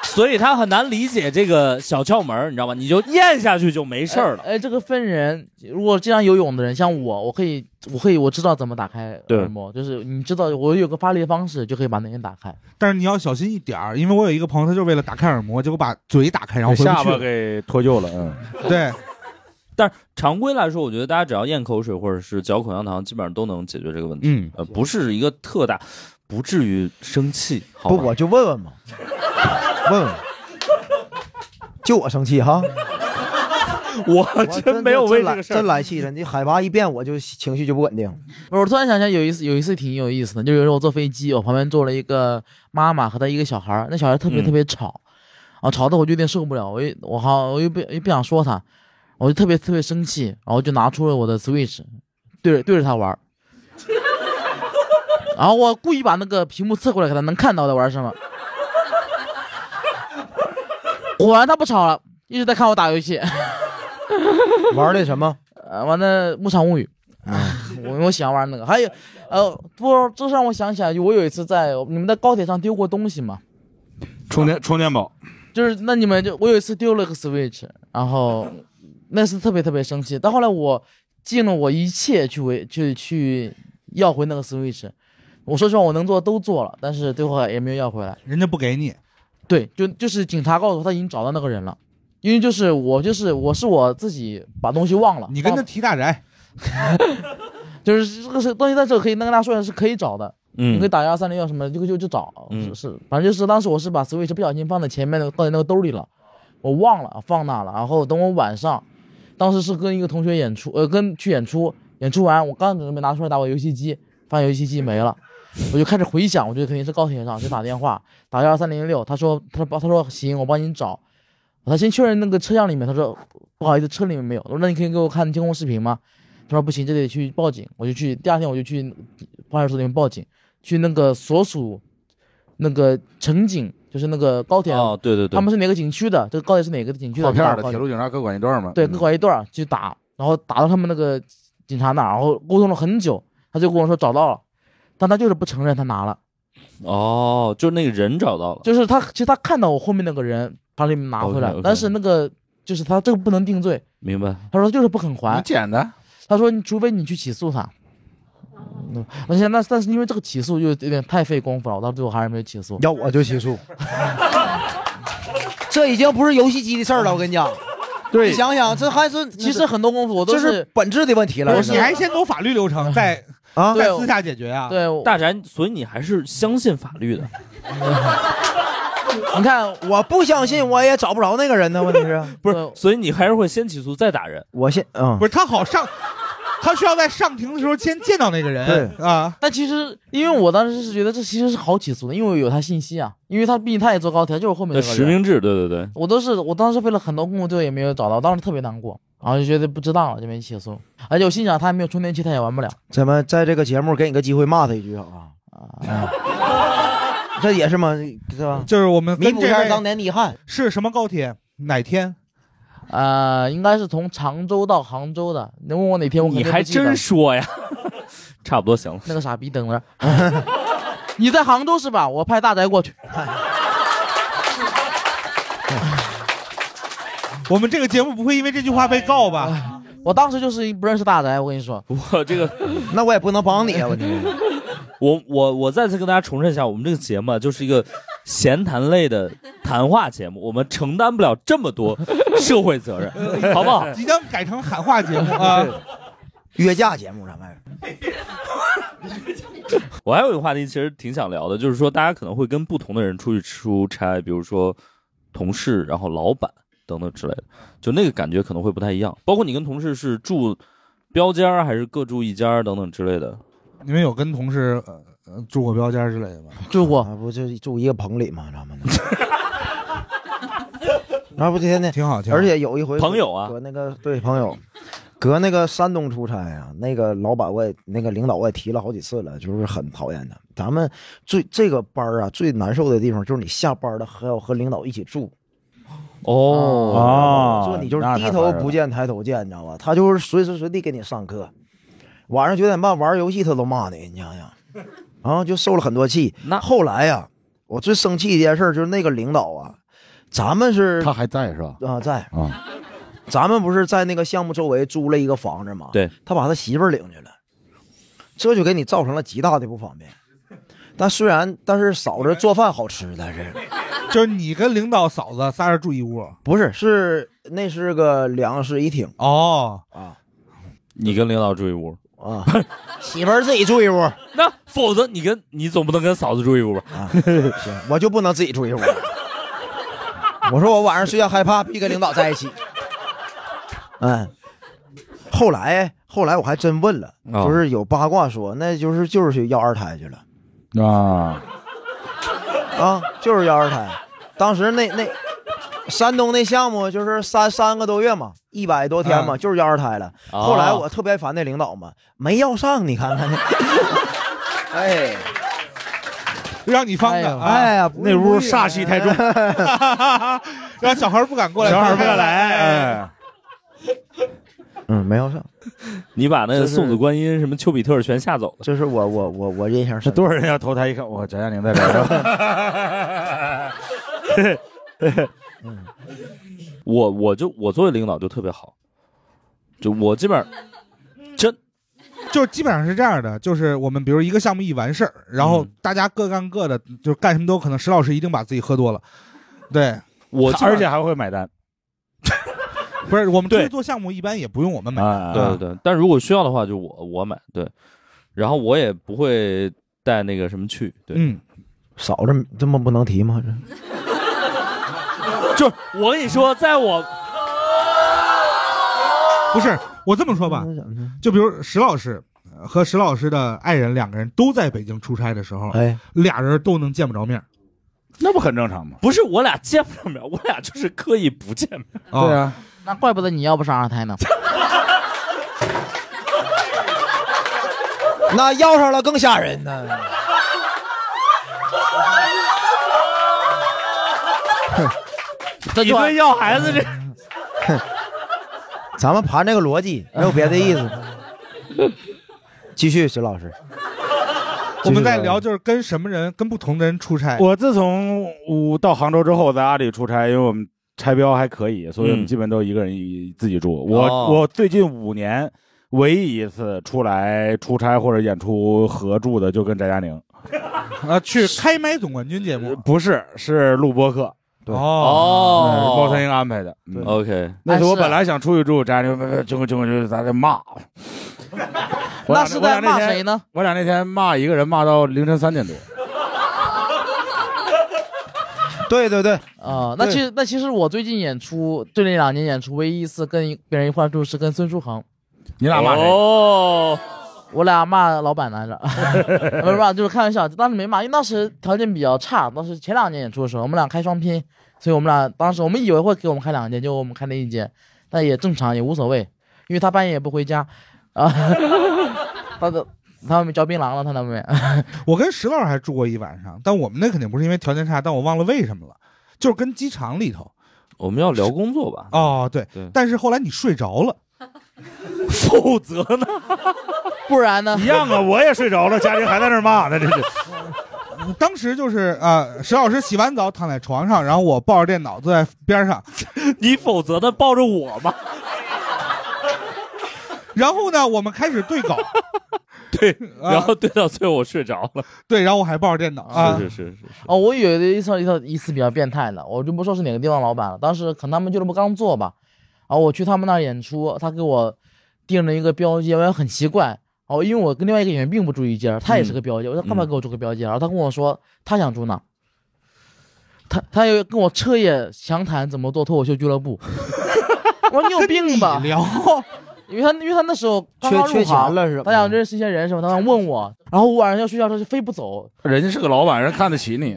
Speaker 1: 所以他很难理解这个小窍门儿，你知道吗？你就咽下去就没事儿了。
Speaker 5: 哎，这个分人，如果经常游泳的人，像我，我可以，我可以，我知道怎么打开
Speaker 4: 对
Speaker 5: 耳膜，就是你知道我有个发力方式，就可以把那些打开。
Speaker 4: 但是你要小心一点儿，因为我有一个朋友，他就是为了打开耳膜，结果把嘴打开，然后回不
Speaker 1: 下
Speaker 4: 去
Speaker 1: 巴
Speaker 4: 了。
Speaker 1: 给脱臼了，嗯，
Speaker 4: 对。
Speaker 1: 但是常规来说，我觉得大家只要咽口水或者是嚼口香糖，基本上都能解决这个问题。
Speaker 4: 嗯，
Speaker 1: 呃，不是一个特大，不至于生气。好
Speaker 2: 不，
Speaker 1: 吗
Speaker 2: 我就问问嘛，问问，就我生气
Speaker 5: [laughs]
Speaker 2: 哈。
Speaker 1: 我
Speaker 2: 真
Speaker 5: 没有为这
Speaker 2: 来
Speaker 5: 个事儿
Speaker 2: 真来气了。你海拔一变，我就情绪就不稳定。
Speaker 5: 不是我突然想起来，有一次有一次挺有意思的，就有时候我坐飞机，我旁边坐了一个妈妈和她一个小孩儿，那小孩儿特别
Speaker 2: 嗯
Speaker 5: 特别吵，啊，吵得我就有点受不了，我又我好我又不又不想说他，我就特别特别生气，然后就拿出了我的 Switch，对着对着他玩儿，然后我故意把那个屏幕侧过来给他，能看到我在玩什么。果然他不吵了，一直在看我打游戏。
Speaker 2: 玩的什么？
Speaker 5: 呃，玩的《牧场物语》啊我我喜欢玩那个。还有，呃，不过这让我想起来，我有一次在你们在高铁上丢过东西嘛，
Speaker 6: 充电充电宝，
Speaker 5: 就是那你们就我有一次丢了个 Switch，然后那次特别特别生气，但后来我尽了我一切去维去去要回那个 Switch，我说实话我能做的都做了，但是最后也没有要回来，
Speaker 4: 人家不给你。
Speaker 5: 对，就就是警察告诉我他已经找到那个人了，因为就是我就是我是我自己把东西忘了，你跟他
Speaker 4: 提大宅。
Speaker 5: 就是这个是东西在这可以，那跟他说的是可以找的，
Speaker 1: 嗯
Speaker 5: 你可以打幺三零幺什么，就就就找，
Speaker 1: 嗯
Speaker 5: 是反正就是当时我是把 Switch 不小心放在前面那个放在那个兜里了，我忘了啊放那了。然后等我晚上，当时是跟一个同学演出，呃，跟去演出，演出完我刚准备拿出来打我游戏机，发现游戏机没了， [laughs] 我就开始回想，我觉得肯定是高铁上，就打电话打幺二三零六，他说他说他说行，我帮你找。他先确认那个车厢里面，他说不好意思，车里面没有。我说那你可以给我看监控视频吗？他说不行，这得去报警。我就去，第二天我就去派出所里面报警，去那个所属那个城警，就是那个高铁啊
Speaker 1: 哦对对对
Speaker 5: 他们是哪个景区的？这个高铁是哪个景区的？
Speaker 6: 靠片儿的
Speaker 5: 高铁
Speaker 6: 铁路警察各管一段嘛。嗯
Speaker 5: 对，各管一段儿去打，然后打到他们那个警察那儿，然后沟通了很久，他就跟我说找到了，但他就是不承认他拿了，
Speaker 1: 哦，就那个人找到了，
Speaker 5: 就是他其实他看到我后面那个人把里面拿回来
Speaker 1: OK，OK
Speaker 5: 但是那个就是他这个不能定罪，
Speaker 1: 明白？
Speaker 5: 他说就是不肯还，
Speaker 2: 啊
Speaker 1: 你
Speaker 4: 嗯
Speaker 1: 捡
Speaker 5: 的，他说你除非你去起诉他。嗯而且那但是因为这个起诉就有点太费功夫了，我到最后还是没有起诉。
Speaker 2: 要我就起诉， [laughs] 这已经不是游戏机的事儿了，我跟你讲。
Speaker 5: 对
Speaker 2: 你想想，这还是
Speaker 5: 其实很多功夫我都
Speaker 2: 这
Speaker 5: 是
Speaker 2: 是本质的问题了。
Speaker 4: 不是你还先走法律流程，再
Speaker 2: 啊
Speaker 4: 再私下解决啊？
Speaker 5: 对，
Speaker 1: 大宅，所以你还是相信法律的。
Speaker 5: 你看，
Speaker 2: 我不相信，我也找不着那个人呢。问题是，
Speaker 1: 不是，所以你还是会先起诉再打人。
Speaker 2: [laughs] 我先嗯
Speaker 4: 不，是他好上，他需要在上庭的时候先见到那个人。啊。
Speaker 5: 但其实，因为我当时是觉得这其实是好起诉的，因为我有他信息啊，因为他毕竟他也坐高铁，他就是后面
Speaker 1: 呃
Speaker 5: 那个
Speaker 1: 实
Speaker 5: 人。
Speaker 1: 名制，对对对。
Speaker 5: 我都是，我当时费了很多功夫，最后也没有找到，当时特别难过，然后就觉得不值当了，就没起诉。而且我心想，他还没有充电器，他也玩不了。
Speaker 2: 咱们在这个节目给你个机会骂他一句好吧？ [laughs] 这也是吗？是吧？
Speaker 4: 就是我们
Speaker 2: 弥补一下当年的遗憾。
Speaker 4: 是什么高铁？哪天？
Speaker 5: 呃，应该是从常州到杭州的。你问我哪天，我肯
Speaker 1: 你
Speaker 5: 定
Speaker 1: 还
Speaker 5: 不记得
Speaker 1: 真说呀，差不多行了。
Speaker 5: 那个傻逼等着。 [laughs] 你在杭州是吧？我派大宅过去。
Speaker 4: 我们这个节目不会因为这句话被告
Speaker 2: 啊
Speaker 4: 吧？
Speaker 5: 我当时就是不认识大宅，我跟你说。
Speaker 1: 我这个，
Speaker 2: 那我也不能帮你啊，问题。 [laughs]
Speaker 1: 我我我再次跟大家重申一下，我们这个节目啊，就是一个闲谈类的谈话节目，我们承担不了这么多社会责任，好不好？
Speaker 4: 即将改成喊话节目啊！
Speaker 2: 约架节目咱们。
Speaker 1: 我还有一个话题，其实挺想聊的，就是说大家可能会跟不同的人出去出差，比如说同事，然后老板等等之类的，就那个感觉可能会不太一样。包括你跟同事是住标间儿还是各住一间儿等等之类的，
Speaker 4: 你们有跟同事呃
Speaker 2: 啊
Speaker 4: 呃住过标间之类的吗？
Speaker 5: 住过，
Speaker 2: [laughs] 不就住一个棚里吗？咱们然后不天天
Speaker 4: 挺好，挺好
Speaker 2: 而且有一回
Speaker 1: 朋友啊
Speaker 2: 搁那个对朋友，搁那个山东出差啊，那个老板我也那个领导我也提了好几次了，就是很讨厌他。咱们最这个班儿啊，最难受的地方就是你下班了还要和领导一起住，
Speaker 1: 哦
Speaker 2: 说你就是低头不见抬头见，你知道吧？他就是随时随地给你上课，晚上九点半玩游戏他都骂你，你想想，然后就受了很多气。
Speaker 1: 那
Speaker 2: 后来呀、我最生气一件事儿就是那个领导啊，咱们是
Speaker 6: 他还在是吧？
Speaker 2: 啊在
Speaker 6: 啊，
Speaker 2: 咱们不是在那个项目周围租了一个房子吗？
Speaker 1: 对，
Speaker 2: 他把他媳妇儿领去了，这就给你造成了极大的不方便。但虽然，但是嫂子做饭好吃，但是
Speaker 4: 就是你跟领导嫂子仨人住一屋
Speaker 2: 不是是那是个两室一厅
Speaker 4: 哦，
Speaker 2: 啊
Speaker 1: 你跟领导住一屋， [laughs]
Speaker 2: 啊，媳妇儿自己住一屋，
Speaker 1: 那否则你跟你总不能跟嫂子住一屋吧？
Speaker 2: 行，我就不能自己住一屋。我说我晚上睡觉害怕，必须跟领导在一起。嗯，后来后来我还真问了，
Speaker 1: 啊
Speaker 2: 就是有八卦说，那就是就是去要二胎去了
Speaker 6: 啊，
Speaker 2: 啊，就是要二胎。当时那那山东那项目就是三三个多月嘛，一百多天嘛，就是要二胎了。
Speaker 1: 哦
Speaker 2: 后来我特别烦那领导嘛，没要上，你看看。哎
Speaker 4: 让你放的，
Speaker 2: 哎
Speaker 4: 啊，
Speaker 2: 呀，
Speaker 7: 那屋煞气太重，
Speaker 4: 让小孩不敢过来，
Speaker 7: 小孩不敢来。哎，
Speaker 2: 嗯，没要上，
Speaker 1: 你把那
Speaker 2: 就
Speaker 1: 个
Speaker 2: 是
Speaker 1: 送子观音、什么丘比特全吓走了。
Speaker 2: 这是我我我我印象
Speaker 7: 这
Speaker 2: 深刻。
Speaker 7: 多少人要投胎一看，我翟佳宁在这儿，
Speaker 1: 我我就我作为领导就特别好，就我基本上真
Speaker 4: 就是基本上是这样的，就是我们比如一个项目一完事儿，然后
Speaker 1: 嗯
Speaker 4: 大家各干各的，就是干什么都可能石老师一定把自己喝多了，对，
Speaker 1: 我基
Speaker 7: 而
Speaker 1: 本
Speaker 7: 且
Speaker 1: 上
Speaker 7: 还会买单。
Speaker 4: 不是我们
Speaker 1: 对
Speaker 4: 出去做项目一般也不用我们买，
Speaker 7: 啊，
Speaker 1: 对对对，但如果需要的话就我我买对，然后我也不会带那个什么去对，
Speaker 4: 嗯，
Speaker 2: 嫂子这么不能提吗？这
Speaker 1: 就是我跟你说，在我
Speaker 4: 不是我这么说吧，
Speaker 2: 嗯
Speaker 4: 就比如石老师呃和石老师的爱人两个人都在北京出差的时候，
Speaker 2: 哎，
Speaker 4: 俩人都能见不着面儿，
Speaker 7: 那不很正常吗？
Speaker 1: 不是我俩见不了面，我俩就是刻意不见面。
Speaker 4: 啊
Speaker 6: 对，啊，
Speaker 5: 那怪不得你要不上二胎呢。
Speaker 2: 那要上了更吓人呢。
Speaker 5: 这
Speaker 1: 你
Speaker 5: 就
Speaker 1: 对要孩子这
Speaker 2: 咱们盘这个逻辑，没有别的意思。继续，石老师，
Speaker 4: 啊我们在聊就是跟什么人跟不同的人出差，
Speaker 7: 我自从我到杭州之后，在阿里出差，因为我们拆标还可以，所以我们
Speaker 1: 嗯
Speaker 7: 基本都一个人一自己住。我、
Speaker 1: 哦
Speaker 7: 我最近五年唯一一次出来出差或者演出合住的，就跟翟佳宁，
Speaker 4: 啊去开麦总冠军节目，
Speaker 7: 不是是录播课，
Speaker 2: 对
Speaker 4: 哦，
Speaker 7: 是猫头
Speaker 1: 哦
Speaker 7: 鹰安排的。嗯
Speaker 1: ，OK，
Speaker 7: 那是
Speaker 5: 哎
Speaker 7: 我
Speaker 5: 是
Speaker 7: 本来想出去住，翟佳宁别别，就跟就跟就咱在骂。 [laughs] 我俩
Speaker 5: 那是
Speaker 7: 我俩
Speaker 5: 在
Speaker 7: 那
Speaker 5: 骂
Speaker 7: 天
Speaker 5: 谁呢？
Speaker 7: 我俩那天骂一个人，骂到凌晨三点多。
Speaker 2: 对对对，
Speaker 5: 啊、那其实那其实我最近演出，最近两年演出唯一一次跟一别人一块儿住是跟孙书恒，
Speaker 7: 你俩骂谁？
Speaker 1: 哦，
Speaker 5: 我俩骂老板来着，不是骂就是开玩笑，当时没骂，因为当时条件比较差，当时前两年演出的时候，我们俩开双拼，所以我们俩当时我们以为会给我们开两间，结果我们开了一间，但也正常也无所谓，因为他半夜也不回家，啊， [laughs] 他的他外面 [laughs] 嚼槟榔了，他那边，
Speaker 4: 我跟石老师还住过一晚上，但我们那肯定不是因为条件差，但我忘了为什么了，就是跟机场里头。
Speaker 1: 我们要聊工作
Speaker 4: [laughs]
Speaker 1: 吧？
Speaker 4: 哦，对，
Speaker 1: 对
Speaker 4: 但是后来你睡着了，
Speaker 1: 否则呢？
Speaker 5: 不然呢
Speaker 7: 一？样啊，我也睡着了，家里还在那儿骂呢，这是。
Speaker 4: [laughs] 当时就是呃，石老师洗完澡躺在床上，然后我抱着电脑坐在边上，
Speaker 1: 你否则呢？抱着我吗？
Speaker 4: 然后呢，我们开始对稿，
Speaker 1: 对，[laughs]
Speaker 4: 啊
Speaker 1: 然后对到最后我睡着了。
Speaker 4: 对，然后我还抱着电脑
Speaker 7: [laughs]
Speaker 4: 啊，
Speaker 1: 是是是是是，
Speaker 5: 哦，我有一次一次一次比较变态的，我就不说是哪个地方老板了，当时可能他们俱乐部刚做吧，然后我去他们那儿演出，他给我定了一个标间，我也很奇怪。哦，因为我跟另外一个演员并不住一间儿，他
Speaker 2: 嗯
Speaker 5: 也是个标间，我说干嘛给我住个标间儿？然后他跟我说他想住哪儿，他他又跟我彻夜详谈怎么做脱口秀俱乐部。我说你有病吧？
Speaker 4: 聊，
Speaker 5: 因为他因为他那时候刚刚
Speaker 2: 缺
Speaker 5: 入
Speaker 2: 缺钱
Speaker 5: 行
Speaker 2: 了是吧
Speaker 5: 他想认识一些人什么，他想问我，然后我晚上要睡觉的时候就非不走，
Speaker 7: 人家是个老板，人看得起你。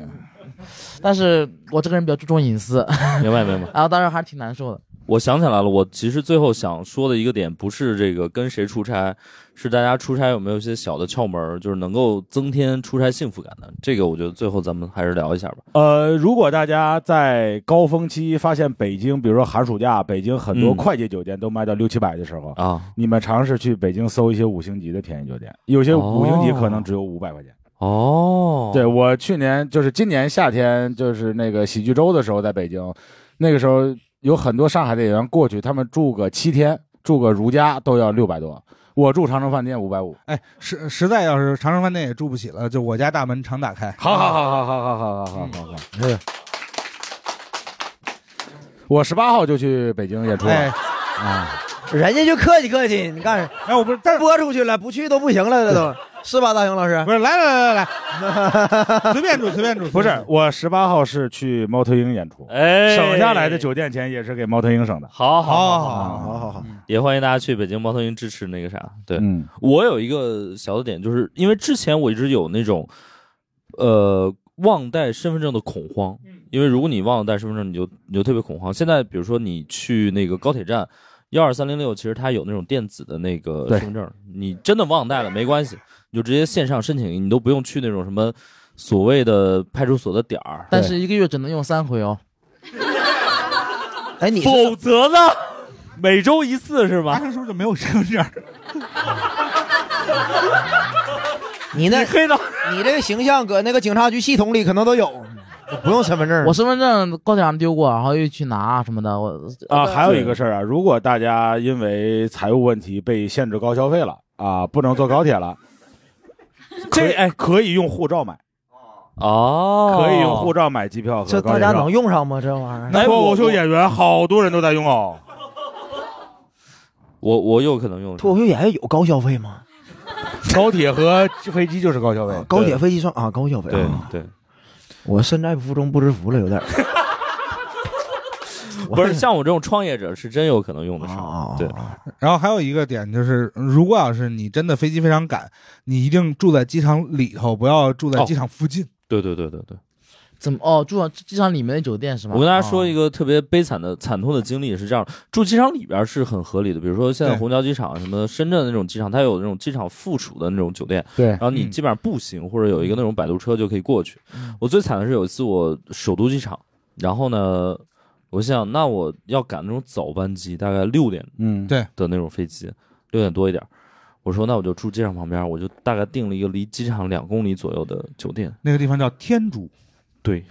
Speaker 5: 但是我这个人比较注重隐私， [laughs]
Speaker 1: 明白明白。
Speaker 5: 然后当时还是挺难受的。
Speaker 1: 我想起来了，我其实最后想说的一个点，不是这个跟谁出差，是大家出差有没有一些小的窍门儿，就是能够增添出差幸福感的。这个我觉得最后咱们还是聊一下吧。
Speaker 3: 呃，如果大家在高峰期发现北京，比如说寒暑假，北京很多
Speaker 1: 嗯
Speaker 3: 快捷酒店都卖到六七百的时候，
Speaker 1: 啊，
Speaker 3: 你们尝试去北京搜一些五星级的便宜酒店，有些五星级
Speaker 1: 哦
Speaker 3: 可能只有五百块钱。
Speaker 1: 哦，
Speaker 3: 对我去年就是今年夏天，就是那个喜剧周的时候，在北京，那个时候有很多上海的演员过去，他们住个七天，住个如家都要六百多，我住长城饭店五百五。
Speaker 4: 哎，实实在要是长城饭店也住不起了，就我家大门常打开。
Speaker 3: 好好好好好好好好好好好，我十八号就去北京演出了。
Speaker 4: 哎，
Speaker 3: 啊，
Speaker 2: 人家就客气客气，你干 [laughs] 啥？
Speaker 4: 哎，我不是，但是
Speaker 2: 播出去了，不去都不行了，这都是吧，大雄老师？
Speaker 4: 不是，来来来来
Speaker 7: [laughs]
Speaker 4: 来，随便住随便住，
Speaker 3: 不
Speaker 4: 随便
Speaker 3: 是，
Speaker 4: 住
Speaker 3: 我十八号是去猫头鹰演出，
Speaker 1: 哎，
Speaker 3: 省下来的酒店钱也是给猫头鹰省的。
Speaker 1: 好，好好好
Speaker 4: 好好好
Speaker 2: 好好好，
Speaker 1: 也欢迎大家去北京猫头鹰支持那个啥。对、
Speaker 3: 嗯，
Speaker 1: 我有一个小的点，就是因为之前我一直有那种，呃，忘带身份证的恐慌。因为如果你忘了带身份证，你就你就特别恐慌。现在比如说你去那个高铁站幺二三零六，其实它有那种电子的那个
Speaker 3: 对
Speaker 1: 身份证，你真的忘带了没关系，你就直接线上申请，你都不用去那种什么所谓的派出所的点儿。
Speaker 5: 但是一个月只能用三回哦。
Speaker 2: 哎，你是
Speaker 1: 否则呢？每周一次是吗？
Speaker 3: [laughs]
Speaker 4: 麻上是不是就没有身份证？
Speaker 2: 你 [laughs] 那
Speaker 1: 黑的。
Speaker 2: 你这个形象搁那个警察局系统里可能都有，不用身份证。
Speaker 5: 我身份证高铁上丢过，然后又去拿什么的，我
Speaker 3: 啊，还有一个事儿啊，如果大家因为财务问题被限制高消费了啊，不能坐高铁了，这哎可以用护照买，
Speaker 1: 哦，
Speaker 3: 可以用护照买机
Speaker 2: [laughs]
Speaker 3: 票
Speaker 2: 这
Speaker 3: 和高
Speaker 2: 大
Speaker 3: 铁
Speaker 2: 家
Speaker 3: 票。
Speaker 2: 能用上吗？这玩意儿？
Speaker 1: 哎
Speaker 3: 脱口
Speaker 1: 我
Speaker 3: 秀演员好多人都在用哦，
Speaker 1: 我我有可能用
Speaker 2: 脱口秀演员有高消费吗？
Speaker 3: 高铁和飞机就是高消费
Speaker 2: 啊。高铁、飞机算啊，高消费。
Speaker 1: 对
Speaker 2: 啊
Speaker 1: 对，
Speaker 2: 我身在福中不知福了，有点儿。
Speaker 1: 不是像我这种创业者是真有可能用得上
Speaker 2: 啊，，
Speaker 1: 对，
Speaker 4: 然后还有一个点就是，如果要是你真的飞机非常赶，你一定住在机场里头，不要住
Speaker 1: 哦
Speaker 4: 在机场附近。
Speaker 1: 对对对对对。
Speaker 5: 怎么哦住机场里面的酒店是吗？
Speaker 1: 我跟大家说一
Speaker 5: 个，
Speaker 1: 个特别悲惨的、惨痛的经历，是这样：住机场里边是很合理的，比如说现在
Speaker 4: 对
Speaker 1: 虹桥机场、什么深圳那种机场，它有那种机场附属的那种酒店，
Speaker 3: 对
Speaker 1: 然后你
Speaker 4: 嗯
Speaker 1: 基本上步行或者有一个那种摆渡车就可以过去。我最惨的是有一次我首都机场，然后呢，我想那我要赶那种早班机，大概六点
Speaker 3: 嗯，
Speaker 1: 的那种飞机，六点多一点儿。我说那我就住机场旁边，我就大概定了一个离机场两公里左右的酒店，
Speaker 4: 那个地方叫天竺，
Speaker 1: 对，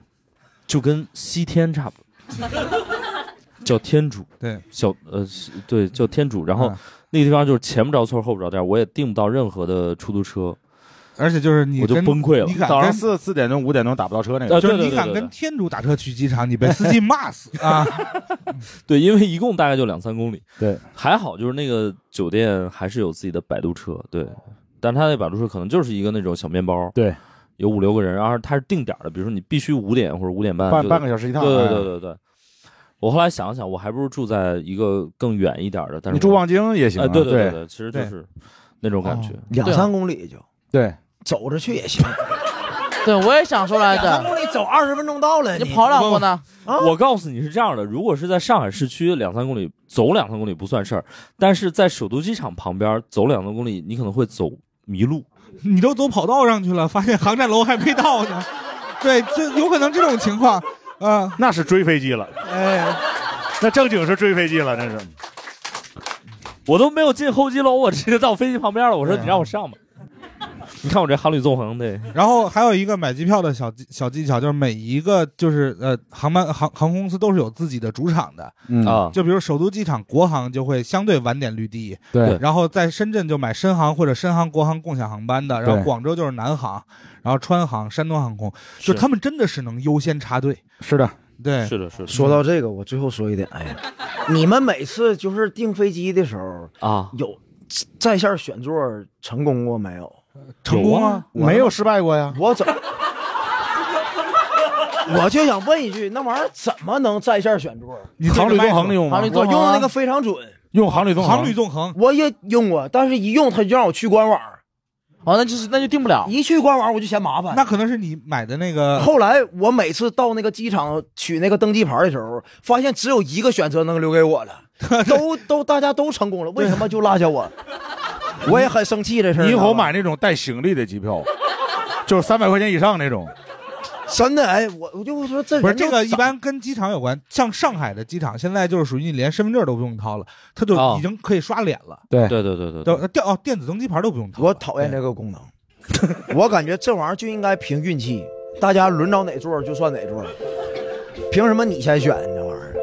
Speaker 1: 就跟西天差不多，
Speaker 3: [laughs]
Speaker 1: 叫天主，
Speaker 4: 对，
Speaker 1: 小呃是对叫天主。然后
Speaker 4: 嗯
Speaker 1: 那个地方就是前不着村后不着店，我也订不到任何的出租车，
Speaker 4: 而且就是你
Speaker 1: 我就
Speaker 4: 跟
Speaker 1: 崩溃了
Speaker 4: 你敢
Speaker 3: 早上
Speaker 4: 跟
Speaker 3: 四四点钟五点钟打不到车那
Speaker 1: 呃
Speaker 3: 个。
Speaker 4: 就是
Speaker 1: 对对
Speaker 4: 你
Speaker 1: 对
Speaker 4: 敢
Speaker 1: 对
Speaker 4: 跟
Speaker 1: 对
Speaker 4: 天竺打车去机场，你被司机骂死
Speaker 1: [laughs]
Speaker 4: 啊！
Speaker 1: 对，因为一共大概就两三公里。
Speaker 3: 对，
Speaker 1: 还好就是那个酒店还是有自己的摆渡车，对，但他那摆渡车可能就是一个那种小面包，
Speaker 3: 对，
Speaker 1: 有五六个人，然后它是定点儿的，比如说你必须五点或者五点半
Speaker 3: 半
Speaker 1: 就
Speaker 3: 半个小时一趟，
Speaker 1: 呃对对
Speaker 3: 哎
Speaker 1: 对对对。我后来想想，我还不如住在一个更远一点儿的，但是
Speaker 3: 你住
Speaker 1: 我
Speaker 3: 望京也行啊，
Speaker 1: 哎，对
Speaker 3: 对
Speaker 1: 对对，其实就
Speaker 4: 对
Speaker 1: 是那种感觉。
Speaker 2: 两三公里就
Speaker 3: 对
Speaker 2: 走着去也行，
Speaker 5: 对我也想说来
Speaker 2: 两三
Speaker 5: 着，
Speaker 2: [laughs] 公里走二十分钟到了，
Speaker 5: 你跑两步呢？
Speaker 2: 啊
Speaker 4: 哦
Speaker 1: 我告诉你是这样的，如果是在上海市区两三公里走两三公里不算事儿，但是在首都机场旁边走两三公里，你可能会走迷路。
Speaker 4: 你都走跑道上去了，发现航站楼还没到
Speaker 1: [laughs]
Speaker 4: 呢。对，这有可能这种情况啊、
Speaker 3: 那是追飞机了，
Speaker 4: 哎，
Speaker 3: 那正经是追飞机了，那是。
Speaker 1: 我都没有进候机楼，我直接到飞机旁边了。我说
Speaker 4: 对啊
Speaker 1: 你让我上吧，你看我这航旅纵横的，
Speaker 4: 然后还有一个买机票的小技小技巧，就是每一个就是呃航班航航空公司都是有自己的主场的，
Speaker 3: 嗯
Speaker 1: 啊，
Speaker 4: 就比如首都机场，国航就会相对晚点绿地，
Speaker 3: 对
Speaker 4: 然后在深圳就买深航或者深航、国航共享航班的，然后
Speaker 3: 对
Speaker 4: 广州就是南航，然后川航、山东航空，就是他们真的是能优先插队，
Speaker 3: 是的，
Speaker 4: 对，
Speaker 1: 是的，是的
Speaker 2: 说到这个，我最后说一点，哎呀，你们每次就是订飞机的时候，
Speaker 1: 啊，
Speaker 2: 有在线选座成功过没有？
Speaker 4: 成功啊，
Speaker 3: 没有失败过呀。
Speaker 2: 我怎？我就想问一句，那玩意儿怎么能在线选座？
Speaker 4: 你
Speaker 3: 航旅纵横你用吗
Speaker 5: 航旅？纵
Speaker 2: 我
Speaker 5: 横
Speaker 2: 用的那个非常准，
Speaker 3: 用航旅纵横，
Speaker 4: 航旅纵横，
Speaker 2: 我也用过，但是一用它就让我去官网，
Speaker 5: 哦，那就是那就定不了。
Speaker 2: 一去官网我就嫌麻烦。
Speaker 4: 那可能是你买的那个
Speaker 2: 后来我每次到那个机场取那个登机牌的时候，发现只有一个选择能留给我了，
Speaker 4: [laughs]
Speaker 2: 都都大家都成功了，为什么就落下我？ [laughs] 我也很生气这事儿。
Speaker 6: 你以后
Speaker 2: 知道吧
Speaker 6: 买那种带行李的机票，就是三百块钱以上那种。
Speaker 2: 真的哎，我我就说这
Speaker 4: 不是
Speaker 2: 人都
Speaker 4: 这个一
Speaker 2: 咋
Speaker 4: 般跟机场有关，像上海的机场现在就是属于你连身份证都不用掏了，它就
Speaker 1: 哦
Speaker 4: 已经可以刷脸了，
Speaker 1: 对对对对对，
Speaker 4: 都电哦电子登机牌都不用掏了。
Speaker 2: 我讨厌这个功能，我感觉这玩意儿就应该凭运气，大家轮着哪座就算哪座，凭什么你先选这玩意儿？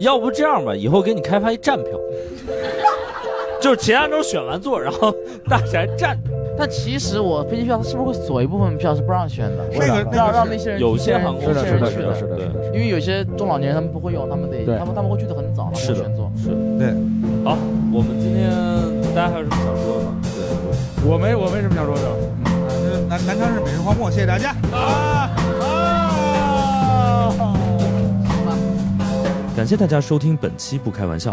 Speaker 11: 要不这样吧，以后给你开发一站票，
Speaker 1: [laughs] 就是其他人都选完座，然后大宅站。
Speaker 5: 但其实我飞机票它是不是会锁一部分票是不让选的？
Speaker 4: 那个那
Speaker 5: 让
Speaker 4: 个
Speaker 5: 让
Speaker 4: 是
Speaker 5: 那些人
Speaker 1: 有些航空
Speaker 5: 是
Speaker 1: 是
Speaker 5: 的
Speaker 1: 的，
Speaker 5: 是
Speaker 1: 是
Speaker 5: 的
Speaker 1: 的，
Speaker 5: 是
Speaker 1: 是
Speaker 5: 的，
Speaker 1: 的，
Speaker 5: 因为有些中老年人他们不会用，他们得
Speaker 6: 对
Speaker 5: 他们他们会去的很早，他
Speaker 1: 是
Speaker 5: 们
Speaker 1: 的
Speaker 5: 会选座。
Speaker 1: 是的。
Speaker 4: 对，
Speaker 1: 好，我们今天大家还有什么想说的吗？对。
Speaker 6: 我没我没什么想说的。
Speaker 4: 呃南南昌市美食荒漠，谢谢大家。
Speaker 1: 感谢大家收听本期《不开玩笑》，